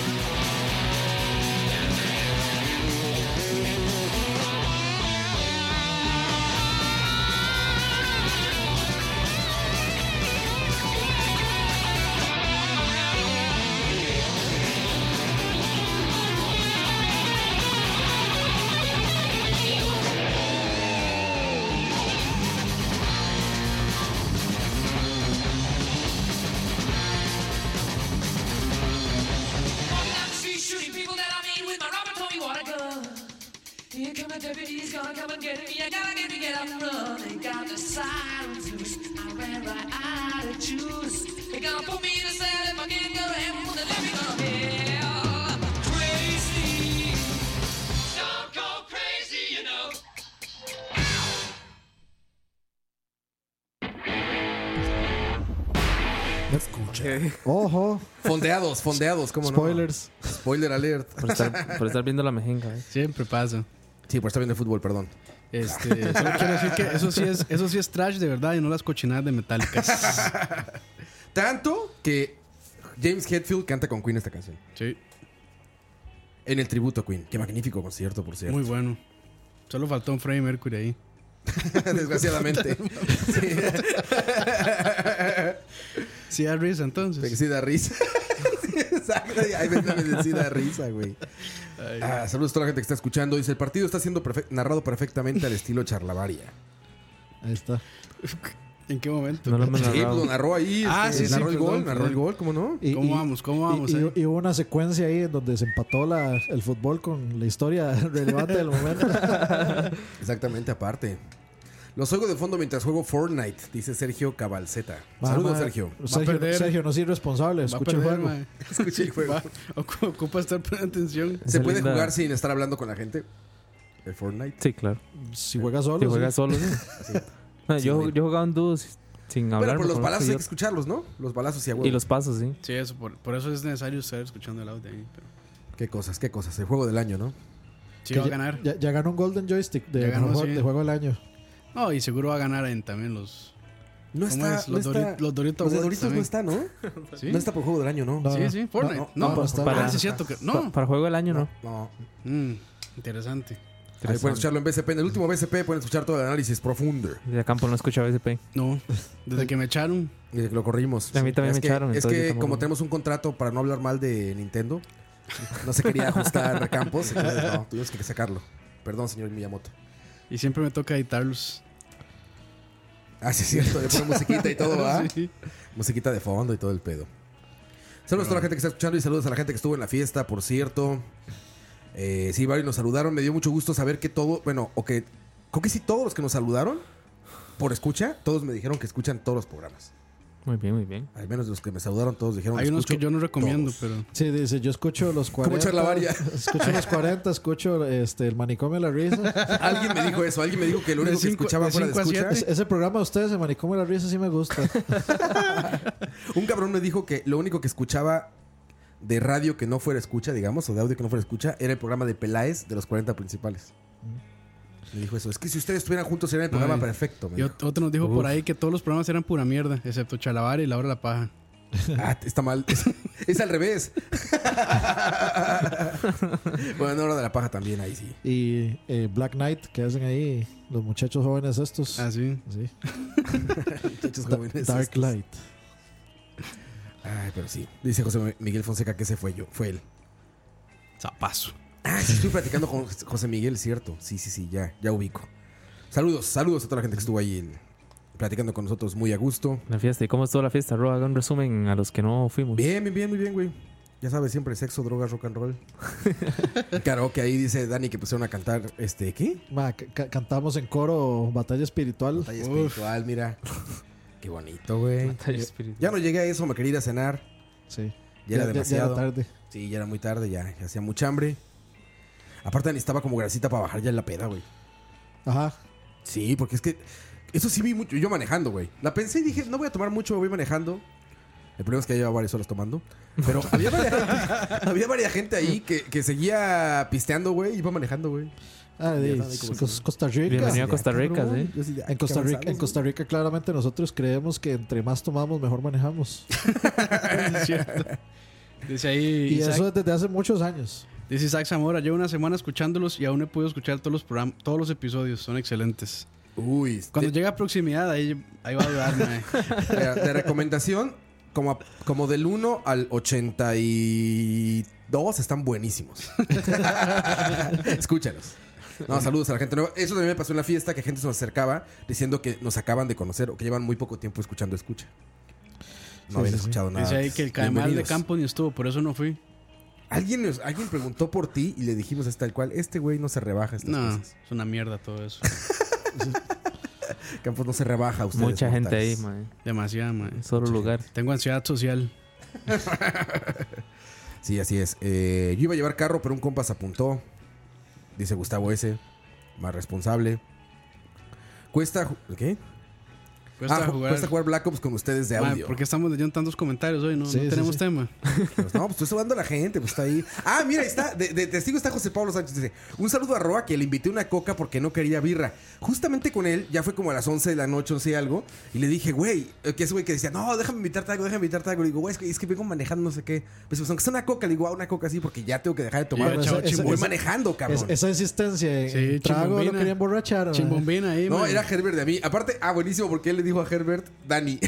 S11: gonna come and get me. You gotta get me, get up running. Got the sirens loose. I ran right out of juice. They gonna put me in a cell if I can't go to heaven. Well, then let me go to hell. Crazy. Don't go crazy, you know.
S5: No escucha.
S6: Ojo.
S5: Fondeados, fondeados, ¿cómo
S6: Spoilers.
S5: no? Spoiler alert.
S3: Por estar, por estar viendo la mejenga. ¿eh?
S4: Siempre pasa.
S5: Sí, por estar viendo el fútbol, perdón.
S4: Este, solo quiero decir que eso sí es, eso sí es trash de verdad y no las cochinadas de Metallica.
S5: Tanto que James Hetfield canta con Queen esta canción.
S4: Sí,
S5: En el tributo a Queen. Qué magnífico concierto, por cierto.
S4: muy bueno. Solo faltó un Freddie Mercury ahí.
S5: Desgraciadamente. sí.
S4: Sí, da risa
S5: Que
S4: entonces.
S5: sí da risa. Sí, Exacto. Ay, me me- sí da risa, güey. Ah, saludos a toda la gente que está escuchando. Dice, el partido está siendo perfe- narrado perfectamente al estilo charlavaria.
S6: Ahí está.
S4: ¿En qué momento?
S3: No lo hemos
S5: Sí, pues, lo
S3: narrado.
S5: narró ahí.
S4: Ah,
S5: este,
S4: sí, sí,
S5: Narró el
S4: perdón,
S5: gol, narró
S4: perdón.
S5: el gol, ¿cómo no?
S6: Y-
S4: ¿Cómo
S6: y-
S4: vamos? ¿Cómo vamos?
S6: Y, y-
S4: eh?
S6: y hubo una secuencia ahí en donde se empató la- el fútbol con la historia relevante del momento.
S5: Exactamente, aparte. Los oigo de fondo mientras juego Fortnite, dice Sergio Cabalceta.
S6: Va,
S5: Saludos,
S6: ma-
S5: Sergio.
S6: Sergio,
S4: perder.
S6: Sergio, no es irresponsable.
S4: Va a
S6: Escucha el
S4: perder,
S6: juego.
S4: mae.
S5: Escucha el juego.
S4: Va- ocu- Ocupa estar poniendo atención.
S5: ¿Se
S3: Esa
S5: puede
S3: linda-
S5: jugar sin estar hablando con la gente? El Fortnite.
S3: Sí, claro.
S6: Si juega solo.
S3: Si
S6: sí.
S3: juegas solo, sí. No,
S5: Sí,
S3: yo,
S5: güey.
S3: yo jugaba en dúo sin- sin
S5: Pero
S3: hablar.
S5: por los
S3: con un
S5: balazos hay que
S3: idiota.
S5: escucharlos, ¿no? Los balazos y a huevo.
S3: Y los pasos, sí.
S4: Sí, eso, por, por eso es necesario estar escuchando el audio ahí. Pero...
S5: Qué cosas, qué cosas. El juego del año, ¿no?
S4: Sí,
S6: Que
S4: va a
S6: ya-
S4: ganar.
S6: Ya, ya ganó un Golden Joystick de,
S4: Ya ganó,
S6: mejor-
S4: sí.
S6: de juego del año.
S4: No, y seguro va a ganar en también los.
S5: No
S4: ¿Cómo
S5: está.
S4: es? Los
S5: no
S4: Dori-
S5: está-
S4: los Dorito
S5: Los de
S4: Awards
S5: Doritos
S4: también.
S5: no está, ¿no?
S4: Sí,
S5: No está por juego del año, ¿no?
S6: No,
S4: sí, sí, Fortnite. No,
S6: no, está-
S4: Ah,
S3: para-
S4: sí, es cierto. Que, no.
S3: Pa- para juego del año, no.
S5: No.
S4: Mm, interesante.
S5: Ahí pueden escucharlo en BCP. En el último BCP pueden escuchar todo el análisis profundo.
S3: De campo no escuchaba SP.
S4: No, desde que me echaron.
S5: Y de que lo corrimos.
S3: A mí también
S5: es
S3: me
S5: que,
S3: echaron,
S5: Es
S3: entonces yo
S5: que
S3: tampoco.
S5: como tenemos un contrato para no hablar mal de Nintendo, no se quería ajustar Campos. Entonces, no, tuvimos que sacarlo. Perdón, señor Miyamoto.
S4: Y siempre me toca editarlos.
S5: Ah, sí, es cierto. Le ponen musiquita y todo, ¿ah?
S4: Sí.
S5: Musiquita de fondo y todo el pedo. Saludos a toda la gente que está escuchando y saludos a la gente que estuvo en la fiesta, por cierto. Eh, sí, varios nos saludaron. Me dio mucho gusto saber que todo, bueno, o que creo que sí, todos los que nos saludaron por escucha, todos me dijeron que escuchan todos los programas.
S3: Muy bien, muy bien.
S5: Al menos los que me saludaron, todos dijeron
S4: Hay unos que
S5: "Escucho
S4: yo no recomiendo,
S5: todos".
S4: pero.
S6: Sí, dice, yo escucho los 40.
S5: charlavaria.
S6: Escucho los 40, escucho este, el manicomio de la risa.
S5: Alguien me dijo eso, alguien me dijo que lo
S4: De
S5: único que
S4: cinco-
S5: escuchaba
S4: de
S5: fuera de
S4: cinco a
S5: escucha.
S6: Es- ese programa de ustedes, el manicomio de la risa, sí me gusta.
S5: Un cabrón me dijo que lo único que escuchaba de radio que no fuera escucha, digamos, o de audio que no fuera escucha, era el programa de Peláez de los 40 principales. Me dijo eso. Es que si ustedes estuvieran juntos sería el programa
S4: Ay.
S5: perfecto. me
S4: Mm. Y
S5: dijo.
S4: ot- otro nos dijo por ahí que todos los programas eran pura mierda, excepto Chalabar y La Hora de la Paja.
S5: Ah, está mal. Es, es al revés. bueno, hora de la paja también, ahí sí.
S6: Y eh, Black Knight, que hacen ahí los muchachos jóvenes estos.
S4: Ah, sí.
S6: Sí.
S5: Muchachos
S6: Da-
S5: jóvenes. este,
S6: Dark Light.
S5: Ay, pero sí. Dice José Miguel Fonseca que ese fue yo. Fue él.
S4: Zapazo.
S5: Ah, sí, estoy platicando con José Miguel, cierto. Sí, sí, sí, ya, ya ubico. Saludos, saludos a toda la gente que estuvo ahí en- platicando con nosotros muy a gusto.
S3: La fiesta. ¿Y cómo estuvo la fiesta, Ro? Haga un resumen a los que no fuimos.
S5: Bien, bien, bien, muy bien, güey. Ya sabes, siempre sexo, drogas, rock and roll. Claro, que ahí dice Dani que pusieron a cantar, este, ¿qué?
S6: Ma, ca- ca- cantamos en coro Batalla Espiritual.
S5: Batalla espiritual, mira. Qué bonito, güey.
S3: Batalla espiritual.
S5: Ya no llegué a eso, me quería ir a cenar.
S6: Sí.
S5: Ya, era demasiado.
S6: tarde.
S5: Sí, ya era muy tarde, ya, ya hacía mucha hambre. Aparte necesitaba como grasita para bajar ya la peda, güey.
S6: Ajá.
S5: Sí, porque es que eso sí vi mucho. Yo manejando, güey. La pensé y dije, no voy a tomar mucho, voy manejando. El problema es que ya llevaba varias horas tomando. Pero había varias, había varias gente ahí que, que seguía pisteando, güey. Iba manejando, güey.
S6: Ah,
S5: Ya
S6: sí,
S5: sabe cómo
S6: Cos-
S5: son.
S6: Costa Rica.
S3: Bienvenido a Costa Rica,
S5: Cabrón,
S3: sí.
S5: yo así de, ay,
S6: En
S5: qué
S6: Costa Rica, en
S5: avanzados,
S6: Costa Rica claramente nosotros creemos que entre más tomamos mejor manejamos.
S4: Es cierto. Dice ahí.
S6: Y
S4: Isaac-
S6: eso es desde hace muchos años.
S4: Dice Isaac Zamora, llevo una semana escuchándolos y aún he podido escuchar todos los programas, todos los episodios, son excelentes.
S5: güey. Uy,
S4: Cuando
S5: cuando
S4: llega a proximidad, ahí, ahí va a dudar, mae.
S5: de, de recomendación, como, a- como del 1 al 82 están buenísimos. Escúchalos. No, saludos a la gente nueva. Eso también me pasó en la fiesta que gente se nos acercaba diciendo que nos acaban de conocer o que llevan muy poco tiempo escuchando escucha. No
S6: Sí,
S5: habían
S6: sí, sí.
S5: escuchado nada.
S4: Dice ahí
S5: antes.
S4: que el caimán de
S5: Bienvenidos.
S4: campo ni estuvo, por eso no fui.
S5: Alguien, nos- alguien preguntó por ti y le dijimos hasta el cual, este güey no se rebaja estas
S4: No,
S5: cosas.
S4: es una mierda todo eso.
S5: Campos no se rebaja a ustedes.
S3: Mucha gente ahí,
S5: mortales.
S3: mae.
S4: Demasiada, man.
S3: Solo lugar.
S4: Tengo ansiedad social.
S5: Sí, así es. Eh, yo iba a llevar carro, pero un compa se apuntó. Dice Gustavo S. Más responsable. Cuesta. ju- ¿Qué?
S4: Cuesta
S5: Ah,
S4: jugar.
S5: cuesta jugar Black Ops con ustedes de
S4: Ma,
S5: audio.
S4: ¿Por qué estamos leyendo tantos comentarios hoy? No,
S6: Sí,
S4: no
S6: sí,
S4: tenemos
S6: sí.
S4: tema.
S5: Pues no, pues estoy saludando a la gente, pues está ahí. Ah, mira, ahí está, de, de testigo está José Pablo Sánchez. Dice, un saludo a Roa que le invité una coca porque no quería birra. Justamente con él, ya fue como a las 11 de la noche, 11 y algo, y le dije, güey, eh, que ese güey que decía, no, déjame invitarte algo, déjame invitarte algo. Le digo, güey, es que, es que vengo manejando no sé qué. Pues, pues aunque sea una coca, le digo, ah, una coca sí, porque ya tengo que dejar de tomar.
S4: Ya,
S5: Voy
S4: chao,
S5: voy
S4: chimbombo.
S5: manejando, cabrón.
S6: Es- esa insistencia en
S4: Sí,
S6: el trago lo
S4: chimbombina.
S6: quería emborrachar. mae.
S4: Chimbombina ahí,
S5: No,
S4: ma.
S5: era Herbert de a mí. Aparte, ah, buenísimo, porque él le dijo a Herbert, Dani.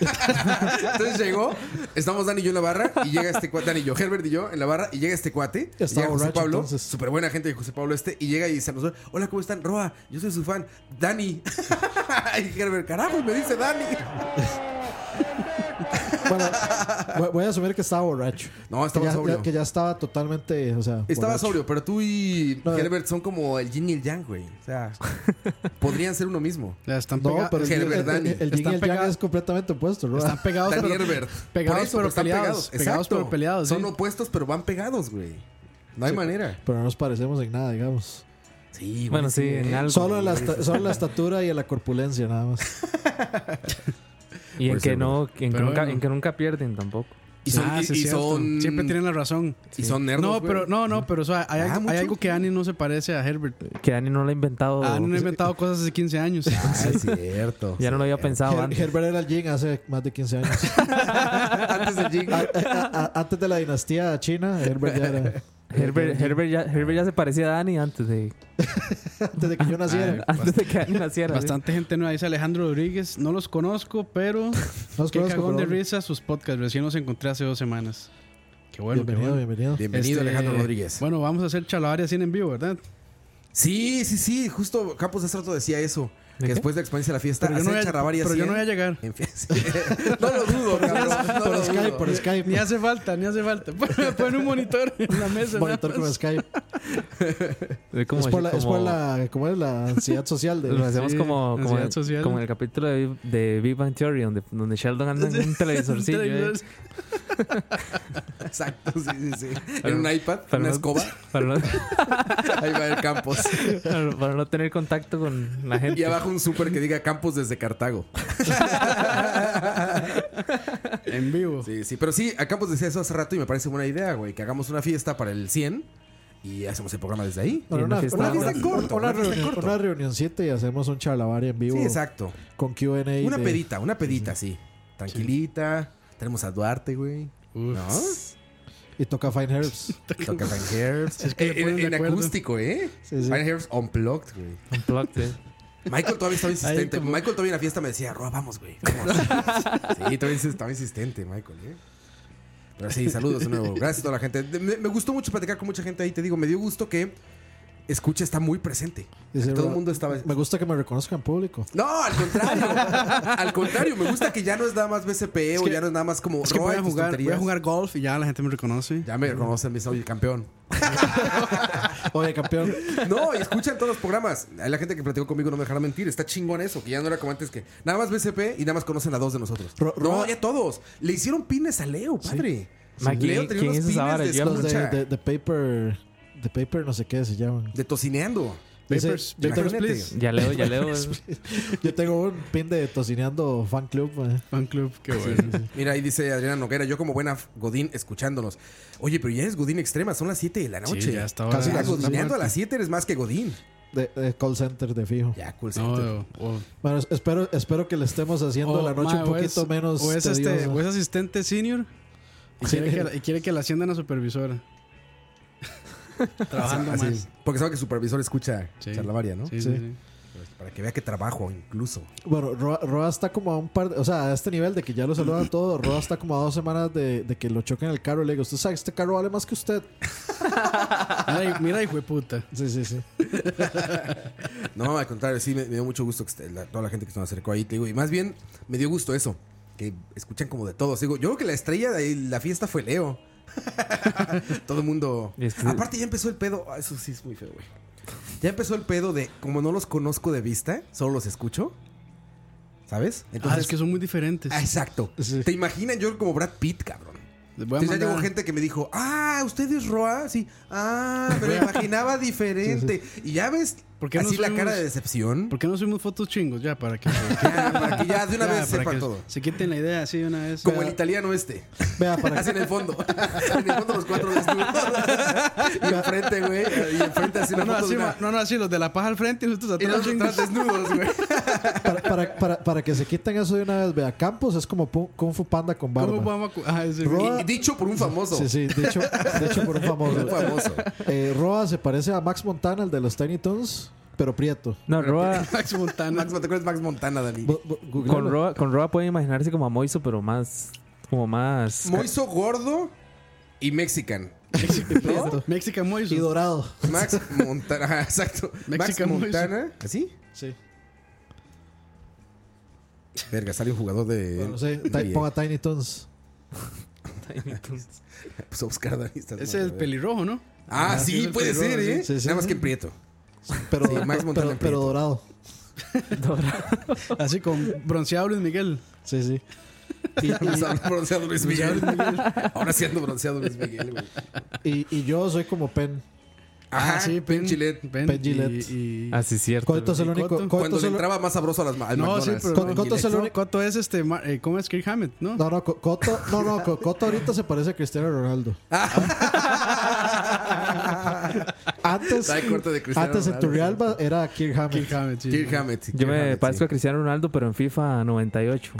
S5: Entonces llegó, estamos Dani y yo en la barra, y llega este cuate, Dani y yo, Herbert y yo en la barra, y llega este cuate, y
S6: Estaba
S5: llega José
S6: borracho,
S5: Pablo,
S6: entonces.
S5: súper buena gente de José Pablo este, y llega y se nos hola, ¿cómo están? Roa, yo soy su fan, Dani. y Herbert, carajo, y me dice Dani.
S6: Bueno, voy- voy a asumir que estaba borracho.
S5: No, estaba
S6: que ya,
S5: sobrio.
S6: ya- que ya estaba totalmente, o sea...
S5: Estaba
S6: borracho.
S5: sobrio, pero tú y
S6: No,
S5: Herbert son como el yin y el yang, güey. O sea, podrían ser uno mismo.
S4: Ya Están,
S6: No,
S4: pega-
S6: pero el, el,
S5: Herbert,
S6: el,
S5: Dani.
S6: el yin y
S4: Están
S6: el yang
S4: pega-
S6: es completamente opuesto, ¿no?
S4: están pegados,
S5: Dani
S4: pero,
S5: Herbert.
S4: pegados,
S5: Por eso,
S4: pero
S5: están
S4: peleados.
S5: pegados.
S4: Pegados,
S5: Exacto.
S4: pero peleados,
S5: Son
S4: sí.
S5: opuestos, pero van pegados, güey. No hay manera.
S6: Pero no nos parecemos en nada, digamos.
S5: Sí,
S3: Bueno, sí, en algo.
S6: Solo en la, esta- solo en la estatura y en la corpulencia, nada más.
S3: Y en
S5: Puede
S3: que,
S5: ser,
S3: no, en, que
S4: Pues Pero
S3: nunca,
S4: bueno.
S3: en que nunca pierden tampoco.
S5: Y son,
S4: Ah,
S5: y-
S4: sí,
S5: y
S4: es cierto.
S5: son-
S4: Siempre tienen la razón.
S5: y son nerdos.
S4: No,
S5: güey.
S4: pero no, no, pero o sea, hay,
S5: Ah,
S4: algo, hay
S5: mucho.
S4: algo que Dani no se parece a Herbert.
S3: Que Dani no lo ha inventado.
S6: Oh,
S4: Ah,
S6: pues,
S4: Dani no ha
S6: eh,
S4: inventado cosas hace 15 años.
S5: Ah, es cierto.
S3: ya no lo había pensado
S6: Her-
S3: antes.
S6: Herbert era el yin hace más de 15 años.
S5: Antes del jig.
S6: A- a- a- antes de la dinastía china, Herbert ya era...
S3: Herbert, Herbert ya, Herbert ya se parecía a Dani antes de,
S6: Antes de que yo naciera.
S3: antes de que Dani naciera. ¿eh? ¿sí?
S4: Bastante gente nueva dice Alejandro Rodríguez. No los conozco, pero
S6: No los
S4: qué
S6: conozco,
S4: cagón de
S6: pero-
S4: risa sus podcasts. Recién los encontré hace dos semanas. Qué bueno, qué
S6: bienvenido,
S4: bueno.
S6: bienvenido.
S5: Bienvenido,
S4: Este,
S5: Alejandro Rodríguez.
S4: Bueno, vamos a hacer Chalabaria 100 en vivo, ¿verdad?
S5: Sí, sí, sí. Justo Campos hace rato decía eso. que después de la experiencia de la fiesta,
S4: Pero yo, no voy,
S5: hacen
S4: a,
S5: charravaria
S4: pero yo no
S5: 100.
S4: voy a llegar.
S5: En fin, sí. No lo dudo, cabrón. No
S6: Por
S5: lo
S6: Skype,
S5: dudo.
S6: por Skype.
S4: Ni hace falta, ni hace falta. Pon un monitor en la mesa.
S6: Monitor
S4: nada
S6: con
S4: más.
S6: Skype.
S3: Es como-
S6: es, por la, es
S3: como-
S6: por la, ¿cómo es la ansiedad social de
S3: Lo hacemos
S4: Sí,
S3: como, como,
S4: ansiedad social.
S3: como en el capítulo de, de Big Bang Theory, donde, donde Sheldon anda en un televisorcillo. eh,
S5: Exacto, sí, sí, sí. En un iPad, en una
S3: no-
S5: escoba.
S3: Para no,
S5: Ahí va el Campos.
S3: para- para no tener contacto con la
S5: Y
S3: gente.
S5: abajo un súper que diga Campos desde Cartago.
S4: En vivo.
S5: Sí, sí, pero sí, a Campos decía eso hace rato y me parece buena idea, güey. Que hagamos una fiesta para el 100 y hacemos el programa desde ahí.
S6: Bueno,
S3: Una
S6: una,
S3: fiesta
S6: una-
S3: corta.
S6: una- una
S5: Una fiesta
S6: reunión,
S5: corta.
S6: una reunioncita y hacemos un charlavaria en vivo
S5: Sí, exacto.
S6: con Q&A.
S5: Una
S6: de-
S5: pedita, una pedita, sí. Tranquilita. Tenemos a Duarte, güey.
S4: Uf.
S5: ¿No?
S6: Y toca Fine Herbs.
S5: Toca Van Herbs.
S4: que le
S5: Eh,
S4: ponen
S5: en,
S4: de
S5: en
S4: acuerdo.
S5: acústico, ¿eh?
S6: Sí, sí.
S5: Van Herbs unplugged, güey.
S3: Unplugged, eh.
S5: Michael todavía estaba insistente.
S4: Ahí como-
S5: Michael todavía en la fiesta me decía, Roa, vamos, güey. vamos". sí, todavía estaba insistente, Michael, ¿eh? Pero sí, saludos de nuevo. Gracias a toda la gente. De- Me, me gustó mucho platicar con mucha gente ahí. Te digo, me dio gusto que escucha está muy presente.
S6: Dice,
S5: Todo el
S6: "Bro,
S5: mundo estaba.
S6: Me gusta que me reconozcan en público.
S5: No, al contrario. al contrario, me gusta que ya no es nada más BCP E o
S4: que-
S5: ya no es nada más como
S4: Es que
S5: Roa
S4: voy a,
S5: y tus
S4: jugar, voy a
S5: tonterías.
S4: jugar golf y ya la gente me reconoce.
S5: Ya me reconocen, me dicen, oye, campeón.
S6: Oye, campeón.
S5: No, y escuchan todos los programas. Hay la gente que platicó conmigo, no me dejará mentir. Está chingón eso, que ya no era como antes que nada más BCP y nada más conocen a dos de nosotros.
S6: Ro-
S5: no,
S6: Roa-
S5: ya todos. Le hicieron pines a Leo, padre.
S3: Ma, ¿quién-
S5: Leo tenía
S3: quién
S5: unos
S3: hizo esa vara?
S5: pines de
S3: Yo-
S6: Los de,
S5: escucha,
S6: de, de Paper... De Paper no sé qué se llaman.
S5: de tocineando.
S6: Dice,
S4: Papers,
S6: yo,
S4: papers,
S6: tengo,
S5: please.
S3: Ya leo, ya leo. ¿eh?
S6: yo tengo un pin de Tocineando Fan Club. eh, man.
S4: Fan club, qué bueno.
S5: Mira, ahí dice Adriana Noguera, yo como buena Godín escuchándonos. Oye, pero ya es Godín extrema, son las 7 de la noche.
S4: Sí, ya está
S6: Casi
S5: Ya,
S4: ahora.
S6: la
S5: Godineando a las 7 eres más que Godín.
S6: De, de call center de fijo.
S5: Ya, cool.
S4: No,
S5: center.
S4: o- o-
S6: Bueno, es- espero, espero que le estemos
S4: o,
S6: haciendo la noche
S4: Oh, ma,
S6: un
S4: o es-
S6: poquito menos.
S4: O es, este-
S6: tediosa.
S4: o es asistente senior y quiere, que la, y quiere que la asciendan a supervisora. Trabajando
S5: Así,
S4: más.
S5: Porque sabe que el supervisor escucha
S4: Sí.
S5: charlavaria, ¿no?
S4: Sí, sí, sí.
S5: Para que vea que trabajo incluso.
S6: Bueno, Roa, Roa está como a un par, de- o sea, a este nivel de que ya lo saludan todo, Roa está como a dos semanas de, de que lo choquen el carro y le digo, usted sabe, este carro vale más que usted.
S4: Mira, mira, hijo de puta.
S6: Sí, sí, sí.
S5: No, al contrario, sí, me, me dio mucho gusto que este- la- toda la gente que se nos acercó ahí, te digo, y más bien me dio gusto eso, que escuchan como de todos. Digo, yo creo que la estrella de ahí, la fiesta fue Leo. Todo el mundo.
S3: Es que-
S5: Aparte, ya empezó el pedo. ah, Eso sí es muy feo, güey. Ya empezó el pedo de como no los conozco de vista, solo los escucho. ¿Sabes?
S4: ah, es que son muy diferentes.
S5: Ah, exacto. ¿Te imaginan yo como Brad Pitt, cabrón?
S4: Les voy a
S5: Entonces ya llegó
S4: mandar-
S5: gente que me dijo, ah, ¿usted es Roa? Sí. Ah, me lo imaginaba diferente. Y ya ves,
S4: ¿Por qué no
S5: así la
S4: subimos-
S5: cara de decepción.
S4: ¿Por qué no subimos fotos chingos ya? Para que,
S5: Ya, para que ya de una
S4: ya,
S5: vez
S4: para
S5: sepan
S4: que
S5: todo.
S4: Se quiten la idea así de una vez.
S5: Como el italiano este.
S6: Vea, para
S5: Así en el fondo. En el fondo los cuatro desnudos. Y enfrente, güey. Y enfrente así
S4: Ah, No,
S5: una
S4: no,
S5: foto
S4: así,
S5: de una-
S4: ma- no, no, así los de la paja al frente y nosotros
S5: Y
S4: atrás.
S5: los
S4: chingos.
S5: otros desnudos, güey.
S6: para, para, para, para que se quiten eso de una vez, vea, Campos es como pu- Kung Fu Panda con
S4: ¿Cómo
S6: barba.
S4: vamos a.? cu- Ah, ese-
S6: Roa-
S5: Y- y dicho por un famoso.
S6: Sí, sí, de hecho, de hecho por un
S5: Un
S6: famoso.
S5: famoso.
S6: Eh, Roa se parece a Max Montana, el de los Tiny Toons, pero prieto.
S3: No, Roa,
S4: Max Montana.
S5: Max Montana, Max Montana, Dani?
S6: Bu- bu- googlealo.
S3: con Roa, con Roa pueden imaginarse como a Moiso, pero más. Como más.
S5: Moiso gordo y mexican.
S6: Prieto.
S4: este, Mexican Moiso.
S6: Y dorado.
S5: Max Montana. Ajá, Exacto. Max
S4: Mexican Moiso.
S5: Montana. ¿Así?
S6: Sí.
S5: Verga, sale un jugador de.
S6: No sé, ti-
S5: NBA.
S6: ponga Tiny Toons.
S5: Pues Oscar Dani está-
S4: Ese es el pelirrojo, ¿no?
S5: Ah, sí,
S4: es el
S5: puede ser,
S4: pelirrojo,
S5: ¿eh?
S6: sí, sí,
S5: Nada más
S6: sí.
S5: que en prieto.
S6: Pero,
S5: Sí, Max Montana
S6: pero,
S5: en prieto.
S6: pero dorado.
S4: Así con bronceado Luis Miguel.
S6: Sí, sí.
S5: bronceado Luis Miguel. Ahora sí ando bronceado Luis Miguel, güey.
S6: Y, y yo soy como Pen.
S5: Ajá,
S4: Ah, sí,
S5: Penn
S4: Pen-
S5: Chilet.
S4: Pen
S6: Pen
S4: y-
S6: Gillette.
S4: y-
S3: Así es cierto.
S6: Coito es el
S4: Coto.
S6: único. Coito
S5: Cuando
S6: es
S5: le
S6: el-
S5: entraba más sabroso a las ma- al
S4: No, sí,
S5: McDonald's.
S4: pero.
S6: Con- Coto es el
S4: Co-
S6: único-
S4: Coto es este. ma- eh, ¿Cómo es Kirk Hammett, no?
S6: No, no, Co- Coto, no, no, Co- Coto ahorita se parece a Cristiano Ronaldo. Antes,
S5: Trae corte de Cristiano
S6: antes en
S5: Ronaldo.
S6: Turrialba era Kirk Hammett.
S4: Kirk Hammett, sí.
S5: Kirk Hammett. sí,
S3: Yo
S5: Kirk Hammett,
S3: me
S5: sí.
S3: parezco a Cristiano Ronaldo, pero en FIFA 98.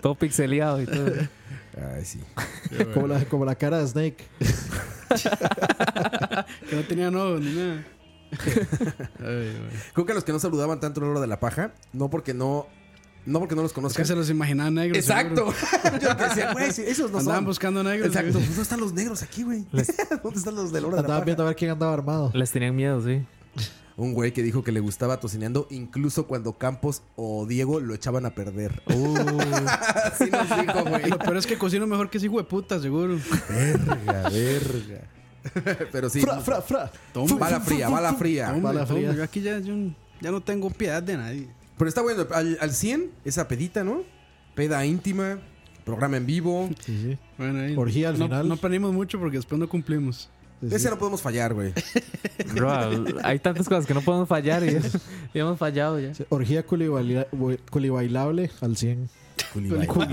S3: todo pixeleado y todo.
S5: Ay, sí.
S6: como, la, como la cara de Snake.
S4: Que no tenía no ni nada. Ay, güey.
S5: Creo que los que no saludaban tanto en la hora de la paja, no porque no. No porque no los
S4: Es que
S5: conozcan.
S4: se los imaginaba negros.
S5: Exacto.
S4: seguro.
S5: Yo decía, güey, sí, esos no
S4: Andaban
S5: son.
S4: buscando negros.
S5: Exacto.
S4: güey.
S5: Pues, ¿Dónde están los negros aquí, güey? ¿Dónde están los de la hora de la
S6: Andaba
S5: paja?
S6: viendo a ver quién andaba armado.
S3: Les tenían miedo, sí.
S5: Un güey que dijo que le gustaba tocineando incluso cuando Campos o Diego lo echaban a perder. Así nos dijo, güey.
S4: Lo peor es que cocino mejor que ese hijo de puta, seguro.
S5: Verga, verga. Pero sí.
S6: Fra, fra, fra.
S4: Toma.
S5: Bala fría, bala fría.
S4: Hombre,
S6: Bala
S4: hombre,
S6: fría.
S4: yo aquí ya, yo ya no tengo piedad de nadie.
S5: Pero está bueno, al, al 100, esa pedita, ¿no? Peda íntima, programa en vivo.
S6: Sí, sí.
S4: Bueno, ahí.
S6: Orgía al
S4: no,
S6: final.
S4: No planeamos mucho porque después no cumplimos.
S6: sí, sí.
S5: Ese no podemos fallar, güey.
S3: Roa, hay tantas cosas que no podemos fallar y, y hemos fallado ya.
S6: Orgía culibaila- bu- culibailable al 100.
S3: Culi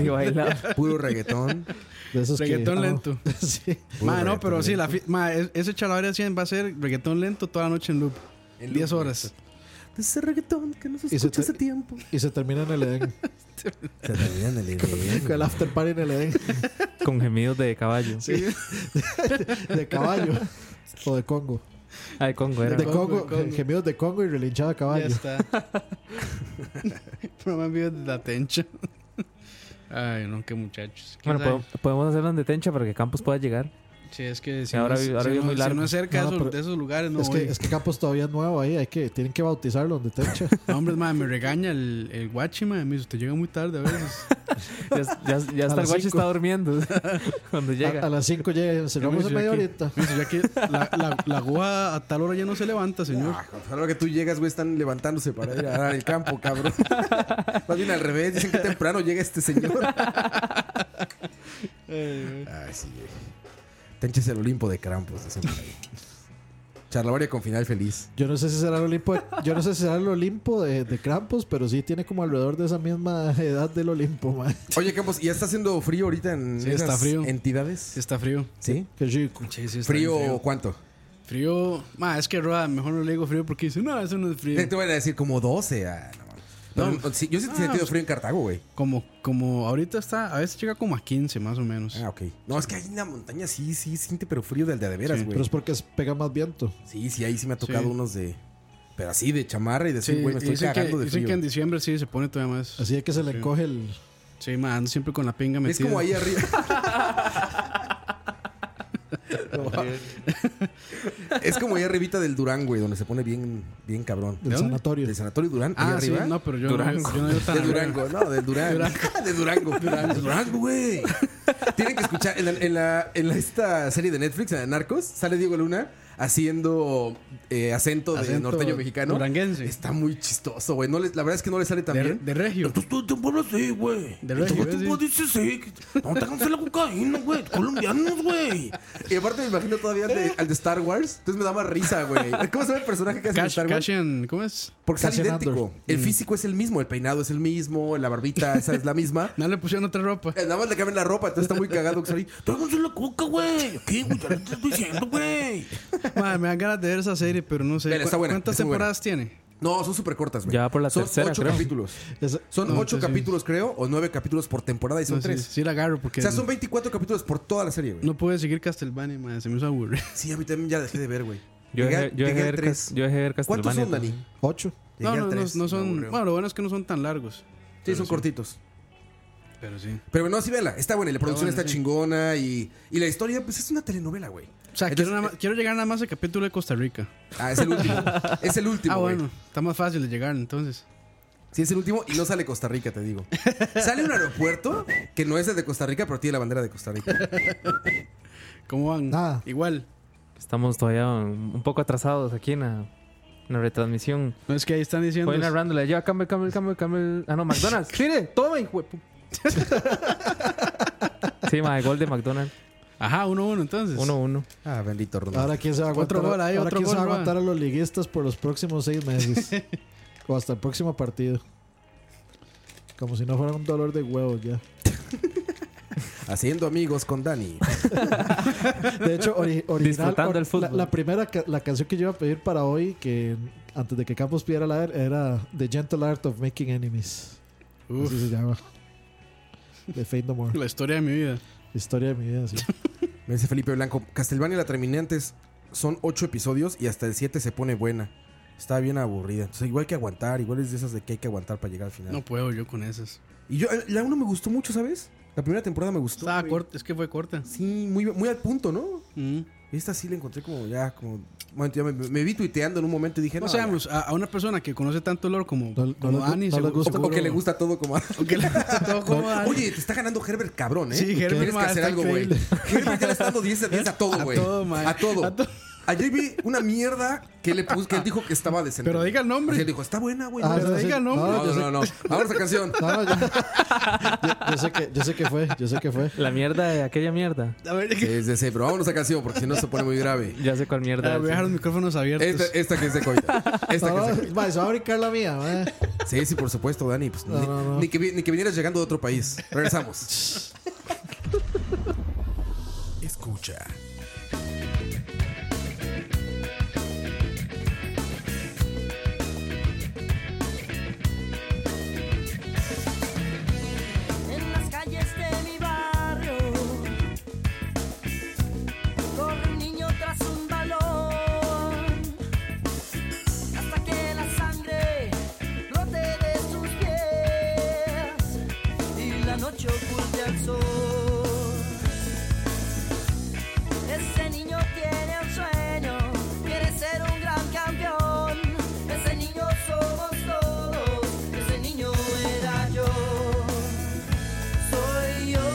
S3: bailado.
S5: Puro reggaetón.
S6: De esos que-
S4: Reggaetón
S6: ah, no.
S4: lento.
S6: sí.
S5: Puro
S4: Ma, no,
S5: reggaetón
S4: pero sí, la fi- ma, es- ese chalabaria 100 va a ser reggaetón lento toda la noche en loop.
S5: En loop,
S4: 10 horas.
S5: De ese reggaetón que no se
S6: se
S5: escucha
S6: te-
S5: hace tiempo.
S6: Y se termina en el Edén.
S5: Se te en el
S6: Con el after party en el Edén.
S3: Con gemidos de caballo.
S6: De caballo. O de Congo.
S3: Ay, con güera.
S6: De
S4: Congo,
S6: Congo.
S4: de Congo.
S6: Gemidos de Congo y relinchado de
S4: Ya
S6: caballo.
S4: está. Programa en vivo de la tencha. Ay, no, qué muchachos. ¿Qué
S3: Bueno,
S4: tal?
S3: po- podemos hacerlo en detencha para que Campos pueda llegar.
S4: Sí, es que si,
S3: Ahora
S4: no, es-
S3: vi- ahora
S4: si
S3: vi
S4: no-
S3: muy
S4: si
S3: largo.
S4: no es cerca de,
S6: No,
S4: esos,
S6: pero-
S4: de esos lugares, no
S6: es,
S4: voy.
S6: que, es que Campos todavía es nuevo ahí. Hay que, tienen que bautizarlo donde techa.
S4: No, hombre, madre, me regaña el, el guachi, madre. Me dice, usted llega muy tarde a veces.
S3: Ya, ya, ya hasta el
S6: las
S3: guacho
S6: cinco.
S3: está durmiendo cuando
S6: A, a
S3: llega.
S6: las 5 llega. Cerramos
S4: Yo
S6: en
S4: me
S6: media
S4: estoy
S6: horita.
S4: Me dice, ya que la, la, la aguja a tal hora ya no se levanta, señor.
S5: Ahora que tú llegas, güey, están levantándose para ir a dar el campo, cabrón. Más bien al revés, dicen que temprano llega este señor. Ay, sí, güey. Tenches el Olimpo de Krampus, dicen por ahí. Charlavaria con final feliz.
S6: Yo no sé si será el Olimpo, de- yo no sé si será el Olimpo de, de Krampus, pero sí tiene como alrededor de esa misma edad del Olimpo, man.
S5: Oye, Campos, ¿ya está haciendo frío ahorita en
S4: Sí,
S5: esas
S4: está frío. Sí,
S5: entidades?
S4: está frío.
S5: Sí.
S6: Qué rico.
S4: Sí, sí, está
S5: ¿Frío,
S4: bien Frío.
S5: cuánto?
S4: Frío. Ma, es que Roa, mejor no le digo frío porque dice, no, eso no es frío.
S5: Te- Te van a decir como 12. ah, no, mames. No, sí, yo sí he
S4: Ah,
S5: sentido
S4: pues-
S5: frío en Cartago, güey.
S4: Como, como ahorita está, a veces llega como a 15 más o menos.
S5: Ah, ok. No, es que ahí en la montaña sí, sí, siente, pero frío del de a de veras,
S4: Sí,
S5: güey.
S6: Pero es porque es- pega más viento.
S5: Sí, sí, ahí sí me ha tocado
S4: Sí.
S5: unos de. Pero así, de chamarra y
S4: Sí,
S5: decir, güey, me estoy
S4: dicen, que,
S5: cagando de
S4: dicen que en
S5: frío.
S4: diciembre sí se pone todavía más.
S6: Así es que se le
S4: Sí.
S6: encoge el.
S4: Sí, ma, ando siempre con la pinga
S5: Es
S4: metida.
S5: como ahí arriba. Es como ahí arribita del Durán, güey, donde se pone bien, bien cabrón.
S6: Del sanatorio.
S5: Del sanatorio Durán. ahí
S4: Ah, sí,
S5: arriba.
S4: no, pero yo
S3: Durango.
S4: no yo no veo tan
S5: De
S4: arriba.
S5: Durango, no, del Durango. Ah, de Durango. De Durango, güey. Tienen que escuchar. En, la, en la- en la- esta serie de Netflix, en Narcos, sale Diego Luna haciendo eh, acento, de
S4: Acento
S5: norteño mexicano.
S4: duranguense.
S5: Está muy chistoso, güey. No le- la verdad es que no le sale tan
S4: De,
S5: bien.
S4: de Regio.
S12: Entonces todo el tiempo habla así, güey.
S4: De
S12: todo
S4: regio,
S12: el tiempo
S4: sí.
S12: dice sí. que- No te hagas la cocaína, güey. Colombianos, güey.
S5: Y aparte me imagino todavía al de, al de Star Wars. Entonces me da más risa, güey. ¿Cómo se llama el personaje que hace en
S4: Cash,
S5: Star Wars?
S4: Cashian, ¿Cómo es?
S5: Porque sale
S6: Cassian
S5: idéntico.
S6: Andor.
S4: Mm.
S5: El físico es el mismo, el peinado es el mismo, la barbita esa es la misma.
S4: No le pusieron otra ropa.
S5: Eh, Nada más le cambian la ropa, entonces está muy cagado que sale.
S12: Tráiganse la coca, güey. ¿Qué, güey? Ya lo estás diciendo, güey.
S4: Madre, me dan ganas de ver esa serie, pero no sé.
S5: Vela, está
S4: ¿Cu-
S5: buena,
S4: ¿Cuántas
S5: está muy buena.
S4: temporadas tiene?
S5: No, son súper cortas, güey.
S3: Ya va por la
S5: son
S3: tercera,
S5: ocho
S3: creo.
S5: capítulos.
S6: Es-
S5: Son
S4: No,
S5: ocho
S4: entonces sí.
S5: capítulos, creo, o nueve capítulos por temporada y son
S4: No, sí,
S5: tres.
S4: Sí, la agarro porque
S5: O sea, son 24 capítulos por toda la serie, güey.
S4: no pude seguir Castlevania, madre, se me hizo aburrido.
S5: Sí, a mí también ya dejé de ver, güey.
S3: Yo
S5: Llegué a-
S3: dejé, yo, dejé
S5: llegué a
S3: ver,
S5: tres.
S3: Cas- yo dejé ver
S5: ¿Cuántos
S3: Castlevania.
S5: son, Dani?
S6: Ocho.
S5: Llegué
S4: No,
S5: a
S4: no, no,
S5: tres,
S4: no
S5: me
S4: son.
S5: aburrió.
S4: Bueno, lo bueno es que no son tan largos.
S5: sí, son cortitos.
S4: Pero sí.
S5: Pero no, sí, vela. Está buena y la producción
S4: buena,
S5: está,
S4: sí.
S5: chingona y, y la historia, pues es una telenovela, güey.
S4: O sea, quiero, nada
S5: eh,
S4: más- quiero llegar nada más al capítulo de Costa Rica.
S5: Ah, es el último. es el último,
S4: ah,
S5: güey.
S4: bueno, está más fácil de llegar entonces.
S5: Sí, es el último y no sale Costa Rica, te digo. Sale un aeropuerto que no es el de Costa Rica, pero tiene la bandera de Costa Rica.
S4: ¿Cómo van?
S6: Nada.
S4: Igual.
S3: Estamos todavía un poco atrasados aquí en la, en la retransmisión.
S4: No es que ahí están diciendo.
S3: Voy narrándola. Ya, Campbell, Campbell, Campbell, Campbell. Ah, no, McDonald's. Mire, tome, hijo de pu- Sí, ma, gol de McDonald's.
S4: Ajá, 1-1 uno, uno, entonces.
S3: 1-1.
S5: Ah, bendito Ronaldo.
S6: Ahora quién se va a aguantar,
S4: Otro gol ahí,
S6: ahora
S4: otro
S6: quién se va a
S4: gol,
S6: aguantar a los liguistas por los próximos seis meses. o hasta el próximo partido. Como si no fuera un dolor de huevos ya.
S5: Haciendo amigos con Dani.
S6: De hecho, ori- original,
S3: Disfrutando
S6: or-
S3: el fútbol.
S6: La, la primera ca- la canción que yo iba a pedir para hoy, que antes de que Campos pidiera la era The Gentle Art of Making Enemies.
S4: Uf.
S6: Así se llama. De Fate No More.
S4: La historia de mi vida.
S6: Historia de mi vida, sí.
S5: Me dice Felipe Blanco, Castlevania la terminé antes, son ocho episodios y hasta el 7 se pone buena. Está bien aburrida. Entonces, igual hay que aguantar, igual es de esas de que hay que aguantar para llegar al final.
S4: No puedo yo con esas.
S5: Y yo, eh, la uno me gustó mucho, ¿sabes? La primera temporada me gustó.
S4: Estaba
S5: güey.
S4: corta, es que fue corta.
S5: Sí, muy, muy al punto, ¿no?
S4: Mm.
S5: Esta sí la encontré como ya, como. Bueno, ya me, me vi tuiteando en un momento y dije,
S4: No
S5: no.
S4: seamos, a, a una persona que conoce tanto olor como,
S6: No- no
S4: como
S6: le-
S4: Dani,
S6: no le
S4: seguro-
S5: ya.
S6: gusta.
S5: O, o que le gusta todo como.
S4: o que le gusta todo como Dani.
S5: Oye, te está ganando Herbert cabrón, ¿eh?
S4: Sí,
S5: Tienes
S4: Herbert,
S5: que
S4: ma,
S5: hacer
S4: está
S5: algo, güey.
S4: increíble.
S5: Herbert ya le está dando 10 de 10 a todo,
S4: A
S5: güey.
S4: todo, ma.
S5: A todo.
S4: A to-
S5: Ayer vi una mierda que le pus- que él dijo que estaba decente.
S4: Pero diga el nombre.
S5: Así, él dijo, está buena, güey.
S6: Ah,
S5: no,
S6: sí,
S5: pero
S6: sí.
S5: diga el
S6: No,
S5: nombre. No,
S6: yo
S5: no,
S6: sé-
S5: no, no. Vamos a canción.
S6: No, yo, yo- yo sé que, yo sé que fue, yo sé que fue.
S3: La mierda de aquella mierda.
S4: A ver,
S5: Sí, sí, sí, pero vámonos a canción porque si no se pone muy grave.
S3: Ya sé cuál mierda
S4: Ah, voy a
S3: es.
S4: dejar los micrófonos abiertos.
S5: Esta, esta que es de coita. Esta que es de
S4: Ah,
S6: No,
S5: coita.
S6: no, ma, se va a brincar la mía, ma.
S5: Sí, sí, por supuesto, Dani. Pues, ni,
S6: no, no.
S5: Ni, que, vi- ni que vinieras llegando de otro país. Regresamos. Escucha.
S11: en las calles de mi barrio. Corre un niño tras un balón, hasta que la sangre brote de sus pies y la noche oculte al sol. Ese niño tiene un sueño, quiere ser un gran campeón. Ese niño somos todos, ese niño era yo soy yo.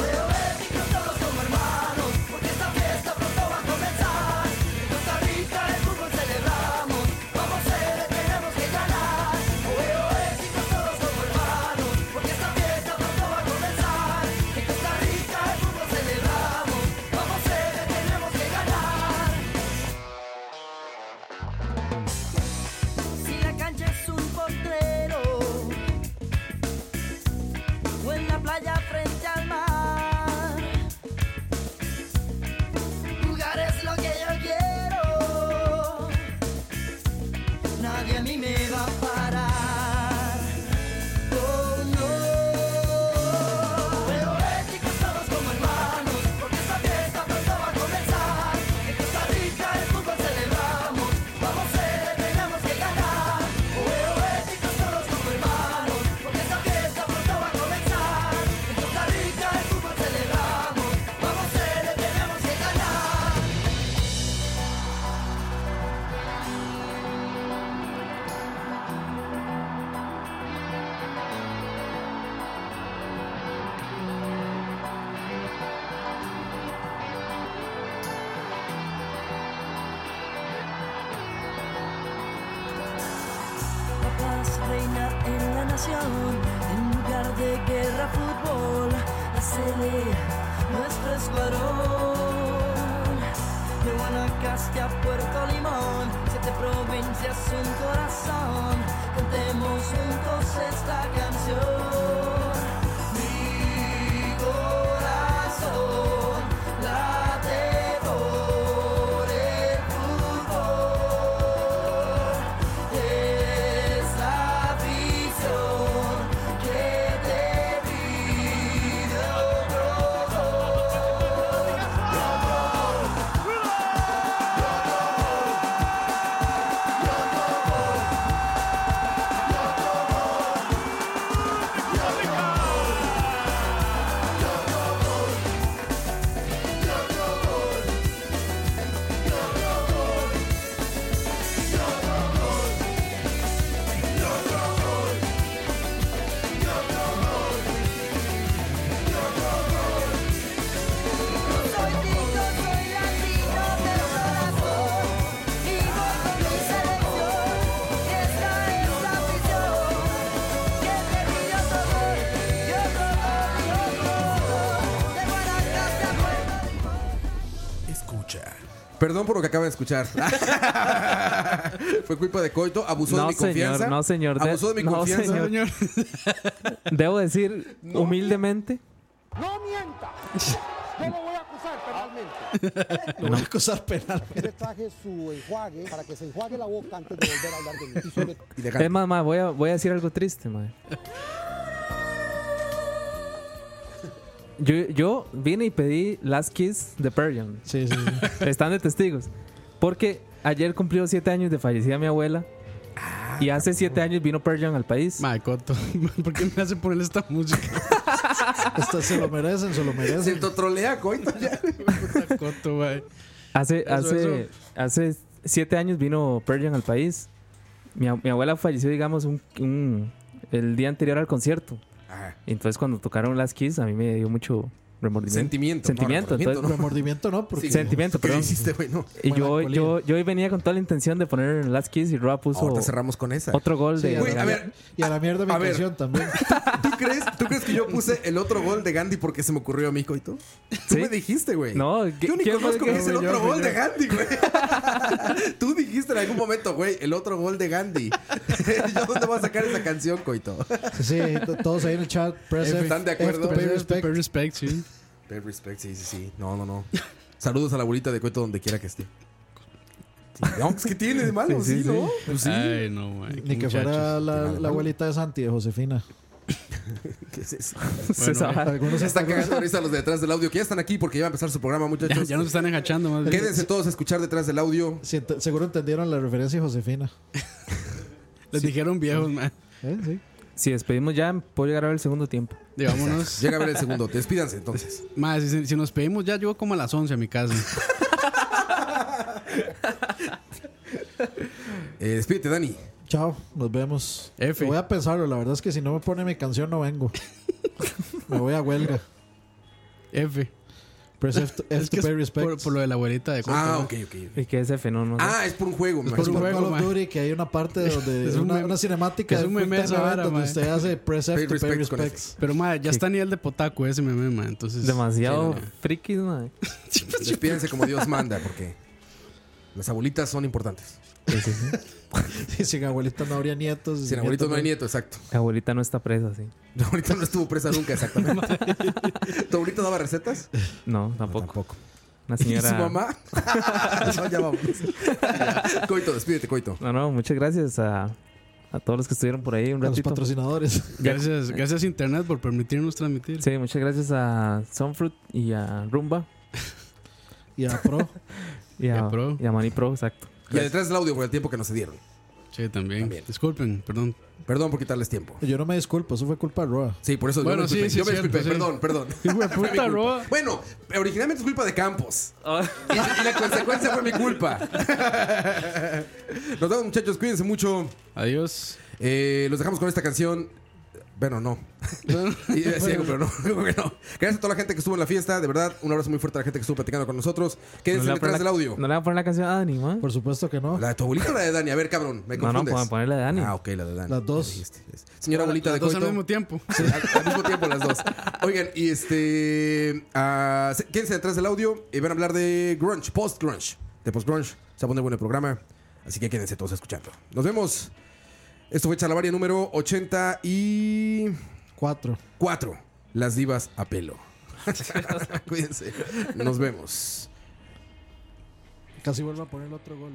S11: Pero éticos todos como hermanos, porque esta fiesta pronto va a comenzar. En Costa Rica el fútbol celebramos, vamos seres, tenemos que ganar. Pero éticos todos como hermanos, porque esta fiesta pronto va a comenzar. En Costa Rica el fútbol celebramos, vamos seres, tenemos que ganar. Si la cancha es un potrero o en la playa frente al mar. Jugar es lo que yo quiero. Nadie a mí me va a parar. Oh no. Pero éticos todos como hermanos, porque esta fiesta pronto va a comenzar. En Costa Rica el fútbol celebramos, vamos a ser, tenemos que ganar. Oh, pero éticos todos como hermanos, porque esta fiesta pronto va a comenzar. En canción en lugar de guerra fútbol hacele nuestro escuadrón de Guanacaste a Puerto Limón siete provincias un corazón cantemos juntos esta canción mi corazón late por el fútbol esa visión que te pidió
S5: Escucha. Perdón por lo que acaba de escuchar. Fue culpa de Coito, abusó
S3: No,
S5: de mi
S3: señor,
S5: confianza.
S3: no, señor. De-
S5: Abusó de mi
S3: no,
S5: confianza.
S3: señor. Debo decir humildemente.
S13: No mienta. Yo lo voy a acusar penalmente.
S3: Lo voy a acusar
S13: Que le traje su enjuague para que se enjuague la boca antes de volver a hablar de mí. Y sobre
S3: Es más, ma, voy, a, voy a decir algo triste, ma. Yo, yo vine y pedí Last Kiss de Pearl Jam. Están de testigos. Porque ayer cumplió siete años de fallecida mi abuela. y hace siete años vino Pearl Jam al país.
S4: Ma, Coto, ¿por qué me hace poner esta música?
S6: Esta se lo merecen, se lo merecen.
S5: Siento trolea, Coito. ya.
S4: Coto, ma.
S3: Hace,
S4: Eso,
S3: hace,
S4: eso.
S3: hace siete años vino Pearl Jam al país. Mi, a- mi abuela falleció, digamos, un- un- el día anterior al concierto. Entonces, cuando tocaron Las Kiss, a mí me dio mucho remordimiento.
S5: Sentimiento, no,
S3: Sentimiento.
S5: remordimiento,
S3: entonces-
S5: ¿no?
S6: Remordimiento no, porque
S3: Sentimiento,
S5: ¿Qué
S3: perdón.
S5: hiciste, güey? No.
S3: Y yo, yo, yo hoy venía con toda la intención de poner Las Kiss y Roa puso.
S5: Ah, Ahorita cerramos con esa.
S3: Otro gol
S5: Sí,
S3: de.
S5: güey, a ver.
S6: Y a la mierda mi
S5: A ver.
S6: canción también.
S5: ¿Tú crees, ¿Tú crees que yo puse el otro gol de Gandhi porque se me ocurrió a mí, Coito? Tú me dijiste, güey.
S3: No, ¿qué-
S5: Yo ni
S3: quién fue
S5: conozco
S3: que-
S5: que es el
S3: Fui yo,
S5: otro
S3: fui
S5: gol
S3: yo.
S5: de Gandhi, güey. Tú dijiste en algún momento, güey, el otro gol de Gandhi. ¿Yo dónde voy a sacar esa canción, Coito?
S6: Sí, t- todos ahí en el chat. Press F,
S5: ¿Están de
S6: F
S5: acuerdo?
S6: to pay respect.
S4: respect, sí.
S5: Pay respect, sí, sí, sí. No, no, no. Saludos a la abuelita de Coito donde quiera que esté. Sí, No, pues, ¿qué tiene de malo? Sí,
S6: Sí, sí, sí.
S5: ¿no? Pues sí.
S4: Ay, no, ma.
S6: Ni que fuera la, la abuelita de Santi, de Josefina.
S5: ¿Qué es eso?
S6: Se Bueno, sabe. algunos
S5: se están
S6: están-
S5: cagando ahorita los de detrás del audio, que ya están aquí porque ya va a empezar su programa, muchachos.
S4: Ya, ya nos están enganchando, más bien.
S5: Quédense todos a escuchar detrás del audio.
S6: Sí, ent- seguro entendieron la referencia a Josefina.
S4: Les dijeron viejos, ma.
S6: ¿Eh? Sí.
S3: Si despedimos ya, puedo llegar a ver el segundo tiempo.
S4: Digámonos.
S5: Llega a ver el segundo. Despídanse entonces.
S4: Ma, si, si nos pedimos ya, yo como a las 11 a mi casa.
S5: Eh, despídete, Dani.
S6: Chao, nos vemos. Voy a pensarlo, la verdad es que si no me pone mi canción no vengo. me voy a huelga.
S4: F.
S6: Press F to, F
S4: Es que
S6: to pay
S4: es
S6: respect.
S4: por, por lo de la abuelita de Coto,
S5: Ah,
S4: ma.
S5: ok, ok.
S3: Y que ese fenómeno.
S5: Ah, es por un juego,
S6: Es
S5: me
S6: por
S5: imagino.
S6: un Call of
S5: ma.
S6: Duty que hay una parte donde
S4: Es un
S6: una,
S4: meme-
S6: una cinemática
S4: es
S6: de
S4: un meme
S6: full-time
S4: esa
S6: event
S4: vara,
S6: donde
S4: mae.
S6: usted hace press F to pay respects.
S4: Pero, ma, ya está a nivel de potaco ese meme, ma. Entonces,
S3: Demasiado
S4: Sí,
S3: frikis, madre.
S5: Despídense como Dios manda, porque las abuelitas son importantes.
S6: Y sin abuelita no habría nietos.
S5: Sin abuelitos no hay nieto, exacto.
S3: Mi abuelita no está presa, sí.
S5: Tu abuelita no estuvo presa nunca, exactamente. ¿Tu abuelita daba recetas?
S3: No, tampoco. Una
S5: ¿Y
S3: señora.
S5: su mamá? no, ya vamos. coito, despídete, Coito.
S3: No, Ah, no, muchas gracias a, a todos los que estuvieron por ahí un
S6: A los
S3: ratito.
S6: patrocinadores.
S3: Ya-
S4: Gracias, gracias Internet por permitirnos transmitir.
S3: Sí, muchas gracias a Sunfruit y a Rumba.
S6: Y a Pro.
S3: y, a,
S4: Y a Pro.
S3: y a Mani Pro, exacto.
S5: Y detrás del audio por el tiempo que nos dieron.
S4: Sí, también. Disculpen, perdón.
S5: Perdón por quitarles tiempo.
S6: Yo no me disculpo, eso fue culpa de Roa.
S5: Sí, por eso
S4: Bueno,
S5: yo me
S4: sí,
S5: disculpé.
S4: sí,
S5: yo me
S4: cierto,
S5: disculpé,
S4: sí.
S5: perdón, perdón.
S4: de
S5: Fue mi
S4: puta,
S5: culpa.
S4: Roa.
S5: Bueno, originalmente es culpa de Campos.
S3: Ah.
S5: Y la- y la consecuencia fue mi culpa. Nos vemos, muchachos. Cuídense mucho.
S4: Adiós.
S5: Eh, los dejamos con esta canción. Bueno, no. Y yo decía, pero no, como que no. Gracias a toda la gente que estuvo en la fiesta. De verdad, un abrazo muy fuerte a la gente que estuvo platicando con nosotros.
S3: No
S5: Quédense
S3: le va a
S5: detrás
S3: poner
S5: del
S3: la-
S5: audio.
S3: ¿No le va a poner la canción ah, a Dani, man?
S6: Por supuesto que no.
S5: ¿La de tu abuelita o la de Dani? A ver, cabrón, me
S3: No, no,
S5: confundes.
S3: pueden ponerle a Dani.
S5: Ah, ok, la de Dani.
S6: Las dos.
S5: Ya dijiste. Señora abuelita
S4: Las
S5: de
S4: dos al
S5: Coito.
S4: mismo tiempo.
S5: Sí, al, al mismo tiempo las dos. Oigan, y este. ah, se- quédense detrás del audio y van a hablar de Grunge, post-grunge. De post-grunge. Se va a poner bueno el programa. Así que quédense todos escuchando. Nos vemos. Esto fue Chalabaria número 84.
S6: Cuatro.
S5: Las divas a pelo. Cuídense. Nos vemos.
S6: Casi vuelvo a poner otro gol.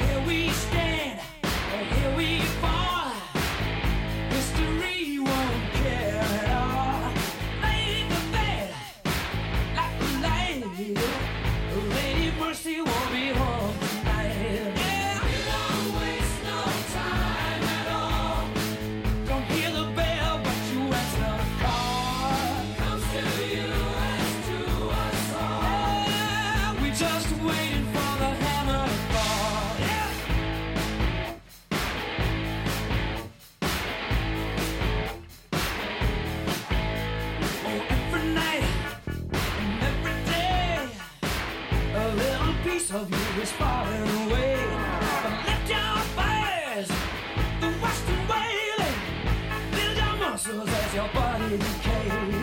S11: Here we stand, and here we fall. History won't care at all. Lay the bed like a lady. Lady Mercy won't be home tonight. Yeah. We won't waste no time at all. Don't hear the bell, but you answer the call. Comes to you as to us all. Yeah. We just waiting for the hammer to fall. Yeah. Oh, every night and every day, a little piece of you is falling away. But let your fires, the western wailing, build your muscles as your body decays.